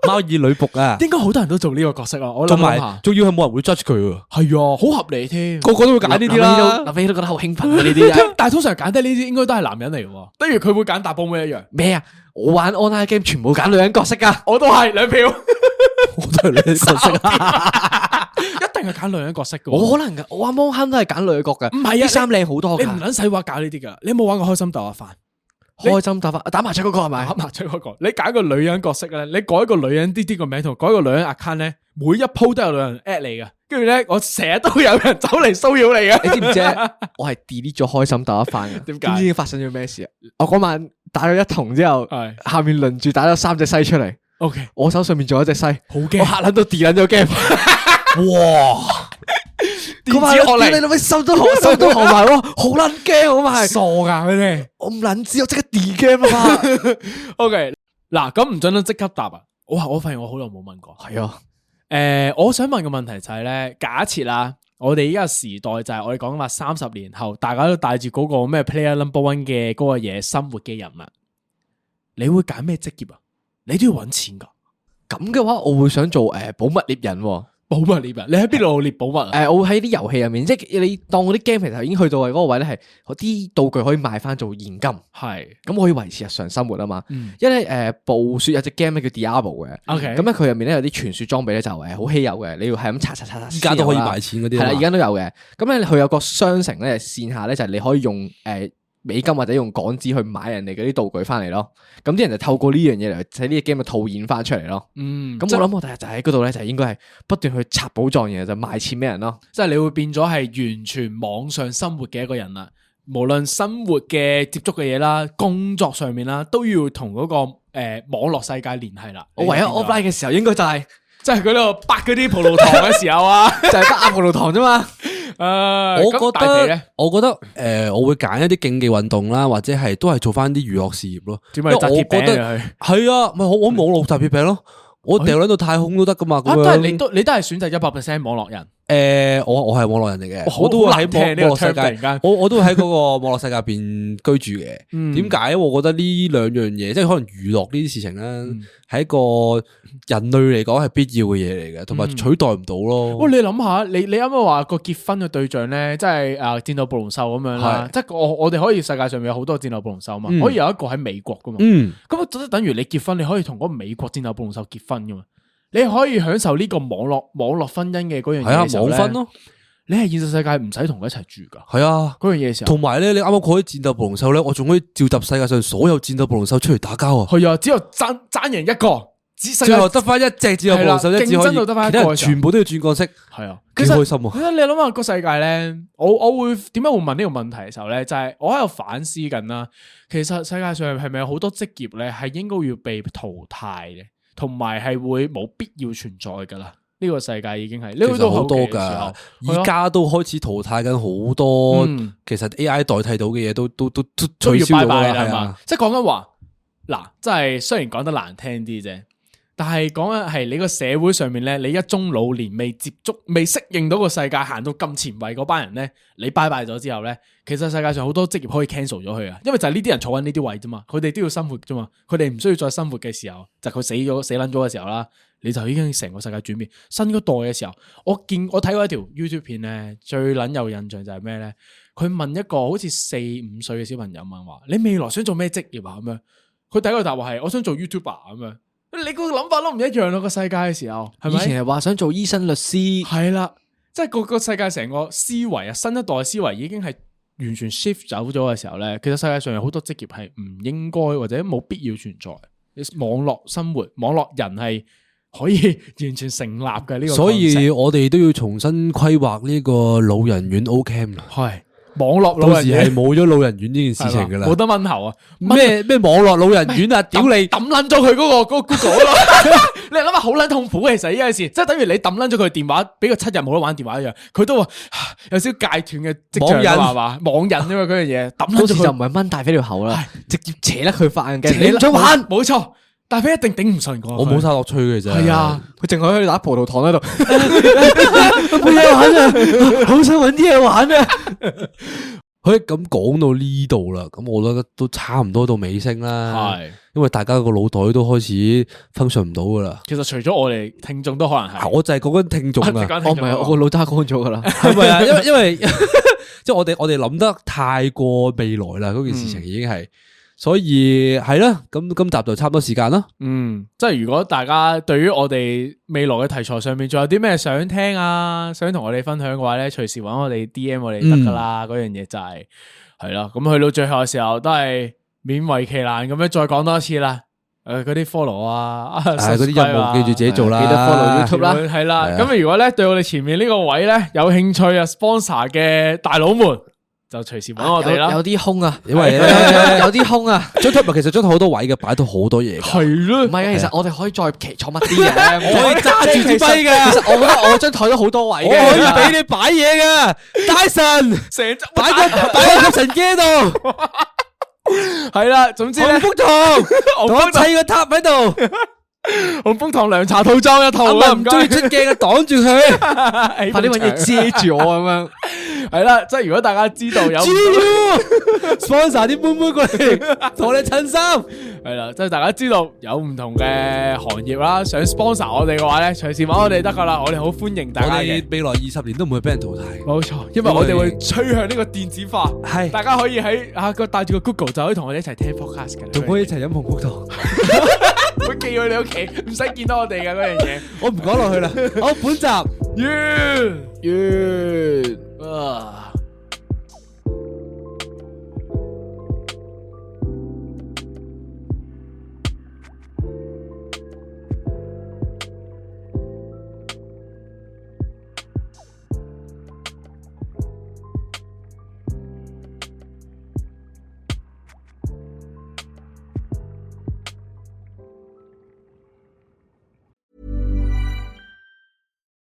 貓耳女仆啊，
應該好多人都做呢個角色啊！我諗
同
諗
埋
下，
仲要係冇人會 judge 佢喎，
係啊，好合理添。
個個都會揀呢啲
諗起都
啦。
諗起都覺得好興奮啊！呢啲啊
但係通常揀得呢啲應該都係男人嚟嘅喎，等如佢會揀大波妹一樣。
咩啊？我玩 online game 全部揀女人角色啊噶，
我都係兩票，
我都係呢啲角色啊
一定係揀女人角色嘅喎。
我可能噶，我玩 mon 坑都係揀女角嘅，
唔係啊
啲衫靚好多
你唔
㗎，
撚使話搞呢啲㗎，你有冇玩過開心豆下飯？
開心打發打麻雀嗰個係咪？
打麻雀嗰個，你揀個女人角色咧，你改個女人啲啲個名同改個女人 account 咧，每一鋪都有人 at 你嘅，跟住咧我成日都有人走嚟騷擾
[laughs]
你
[laughs] 你
嘅。
知唔知咧？我係 delete 咗開心打一飯 [laughs] 嘅，
點解
知唔知發生咗咩事啊？我嗰晚打咗一筒之後，
係
下面輪住打咗三隻西出嚟，
OK，
我手上面仲有一隻西，我
好驚，
嚇撚到 delete 咗 game。
哇！
嗰晚
電子學嚟
屌你老味收都學收都學埋喎，好撚驚我咪，
傻㗎佢哋。
我唔撚知，我即刻 delete game 啊嘛。
OK，嗱咁唔准得即刻答啊！哇，我發現我好耐冇問過。
係啊，
诶、我想問個問題就係咧，假設啦，我哋依家時代就係我哋講話三十年後，大家都帶住嗰個咩 player number one 嘅嗰個嘢生活嘅人啦。啊你會揀咩職業啊？你都要揾錢噶，
咁嘅話，我會想做诶保密獵人喎。
保密獵人，你喺邊度獵保密啊？
诶，我會喺啲遊戲入面，即係你當嗰啲 game 其實已經去到係嗰個位咧，
[laughs]
係啲道具可以賣翻做現金，咁
係
我可以維持日常生活啊嘛。
嗯
因為诶暴雪有隻 game 咧叫 Diablo 嘅，
OK
咁咧佢入面咧有啲傳說裝備咧就诶好稀有嘅，你要係咁刷刷刷刷
依
先
家
有啦。
都可以賣錢嗰啲啊
係
嘛
啦，而家都有嘅。咁咧佢有個商城咧線下咧就係你可以用诶。美金或者用港紙去買人哋嗰啲道具翻嚟咯，咁啲人就透過呢樣嘢嚟喺呢個 game 度套現翻出嚟咯。
嗯，
咁我諗我第日就喺嗰度咧，就應該係不斷去拆寶藏嘢，就賣錢俾人咯。
即係你會變咗係完全網上生活嘅一個人啦。無論生活嘅接觸嘅嘢啦，工作上面啦，都要同嗰、個誒、呃、網絡世界聯繫啦。
哦
我唯一
啊
你就變咗
offline 嘅時候，應該就係
即係佢喺度掰嗰啲葡萄糖嘅時
[laughs]
候啊， [laughs]
就係得阿葡萄糖啫嘛。
誒，
我
咁
覺
大肥
得
咧，
我覺得诶，我會揀一啲競技運動啦，或者係都係做翻啲娛樂事業咯。
點
因
解
為我
你紮鐵餅啊
覺得
嘅佢嗯
係啊，咪我我網絡集鐵餅咯，我掉撚到太空都得噶嘛。咁
啊，都係你
樣
都你都係選擇一百 percent 網絡人，
诶，我我係網絡人嚟
哇
嘅，
好
我都會
好難聽呢
喺
個
網網絡
term
世
突
界
然間，嗯
我我都會喺嗰個網絡世界入邊居住嘅。點解？我覺得呢兩樣嘢，即係可能娛樂呢啲事情咧，
嗯
係一個人類嚟講係必要嘅嘢嚟嘅，同埋取代唔到咯。
嗯哇！你諗下，你你啱啱話個結婚嘅對象咧，即係啊戰鬥暴龍獸咁樣啦，
係
即係我我哋可以世界上面有好多戰鬥暴龍獸嘛，可以有一個喺美國噶嘛，
嗯，
咁即係等於你結婚，你可以同嗰個美國戰鬥暴龍獸結婚噶嘛，你可以享受呢個網絡網絡婚姻嘅嗰樣
係啊
嘢，嘅時候
網
呢
分，咯，
你係現實世界唔使同佢一齊住噶，
係啊。
嗰樣嘢嘅時候。
同埋咧，你啱啱講起戰鬥暴龍獸咧，我仲可以召集世界上所有戰鬥暴龍獸出嚟打交啊！
係啊，只有爭爭贏一個，只世界
最後得翻一隻戰鬥暴龍
係啦
獸，一隻可
競爭到得
以，
返一
其
個
他人全部都要轉角色。
系啊，
幾
其實
開心啊
其實你諗下個世界咧，我我会点解會問呢個問題嘅時候咧，就係我喺度反思緊啦。其實世界上係咪有好多職業咧係應該要被淘汰嘅，同埋係會冇必要存在噶啦？呢個世界已經係你
其
去到
實好
後期
多
嘅時候
㗎，，
係啊
而家都開始淘汰緊好多
嗯，
其實 A I 代替到嘅嘢都都都都
都
取
要
消
拜
咗啦
拜，啦
係
嘛
啊。，
即係講緊話嗱，即係雖然講得難聽啲啫，但係講緊係你個社會上面咧，你一中老年未接觸、未適應到個世界，行到咁前衞嗰班人咧，你拜拜咗之後咧，其實世界上好多職業可以 cancel 咗佢啊，因為就係呢啲人坐緊呢啲位啫嘛，佢哋都要生活啫嘛，佢哋唔需要再生活嘅時候，就佢死咗死撚咗嘅時候啦。你就已經成個世界轉變，新嗰代嘅時候，我見我睇過一條 YouTube 片咧，最撚有印象就係咩咧？佢問一個好似四五歲嘅小朋友問話：你未來想做咩職業啊？咁樣，佢第一個答話係我想做 YouTuber 啊咁樣。你個諗法都唔一樣咯，個世界嘅時候係
以
咪？
前係話想做醫生、律師，
係啦，即係個個世界成個思維啊，新一代嘅思維已經係完全 shift 走咗嘅時候咧，其實世界上有好多職業係唔應該或者冇必要存在。網絡生活、網絡人係可以 [laughs] 完全成立嘅呢個 concept，
所以我哋都要重新規劃呢個老人院 O Cam 啦。
係網絡
到
老人
時
院
係冇咗老人院呢件事情噶啦
冇。得問候啊！
咩咩網絡老人院啊？屌你！
抌撚咗佢嗰個嗰個
[laughs]
Google 咯，你諗下好撚痛苦嘅其實呢件事，即係等於你抌撚咗佢電話，俾佢七日冇得玩電話一樣，佢都話 [sighs] 唉有少少戒斷嘅跡象
網癮
㗎嘛係嘛，網癮啊嘛嗰樣
[laughs]
嘢，抌
嗰
撚
時
咗
就
佢
唔係掹大飛條口啦，直接扯甩佢塊眼
扯
鏡。你唔想
啦
玩？
啊冇冇錯，但係佢一定頂唔順我。
我冇晒樂趣嘅啫。
係啊，
佢淨係可以打葡萄糖 [laughs] 喺度，冇嘢玩啊！好想揾啲嘢玩啊！
佢咁講到呢度啦，咁我覺得都差唔多到尾聲啦。
係，
因為大家個腦袋都開始 function 唔到噶啦。啊
其實除咗我哋聽眾都可能係，
我就係講緊聽
[laughs]
眾啊，
我唔係，我個腦揸乾咗噶啦。
係咪啊？因為因為 [laughs] 即係我哋我哋諗得太過未來啦，嗰件事情已經係，所以係啦。咁今集就差唔多時間啦。
嗯，即係如果大家對於我哋未來嘅題材上面，仲有啲咩想聽啊，想同我哋分享嘅話咧，隨時揾我哋 D M 我哋得噶啦。
嗯
嗰、樣嘢就係係啦，咁去到最後嘅時候都係勉為其難咁樣再講多一次啦。誒、嗰啲 follow 啊，
係嗰啲任
subscribe
務
啊
記住自己做啦，
記得 follow
如
YouTube
果
啦
係啦，
係啊
咁如果咧對我哋前面呢個位咧有興趣啊 sponsor 嘅大佬們，就隨時揾我哋
有
啦
有。啲空啊，
因為咧
有有啲空啊。
張台其實張台好多位嘅，擺到好多
[laughs]
嘢㗎。
係咯，
唔係啊，其實我哋可以再騎坐密啲嘅。
我哋揸住支咪㗎
其實我覺 [laughs] 得我張台都好多位嘅。
我可以俾你擺嘢 [laughs] 噶，Dyson
成集
擺個擺個吸塵機喺度，
係啦，總之
我
咧
幅圖，同我砌個塔喺度，
紅楓堂涼茶套裝一套
阿
啊啦，唔
文
該哎
中意出
[laughs]
鏡嘅啊擋住佢，
快啲搵嘢遮住我咁样。
[laughs] 係啦，即係如果大家知道 [laughs] 有
sponsor 啲妹妹過
[laughs]
嚟同我哋襯衫。
係啦，即係大家知道有唔同嘅行業啦，想 sponsor 我哋嘅話咧，隨時揾我哋得噶啦，我哋好歡迎
我
大家嘅
哋。未來二十年都唔會俾人淘汰。
冇錯，因為我哋會趨向呢個電子化，
係
大家可以喺啊個帶住個 Google 就可以同我哋一齊聽 podcast 嘅，
仲可以一齊飲紅谷糖，
會寄去你屋企，唔使見到我哋嘅嗰樣嘢。
我唔講落去啦。我本集
完完啊！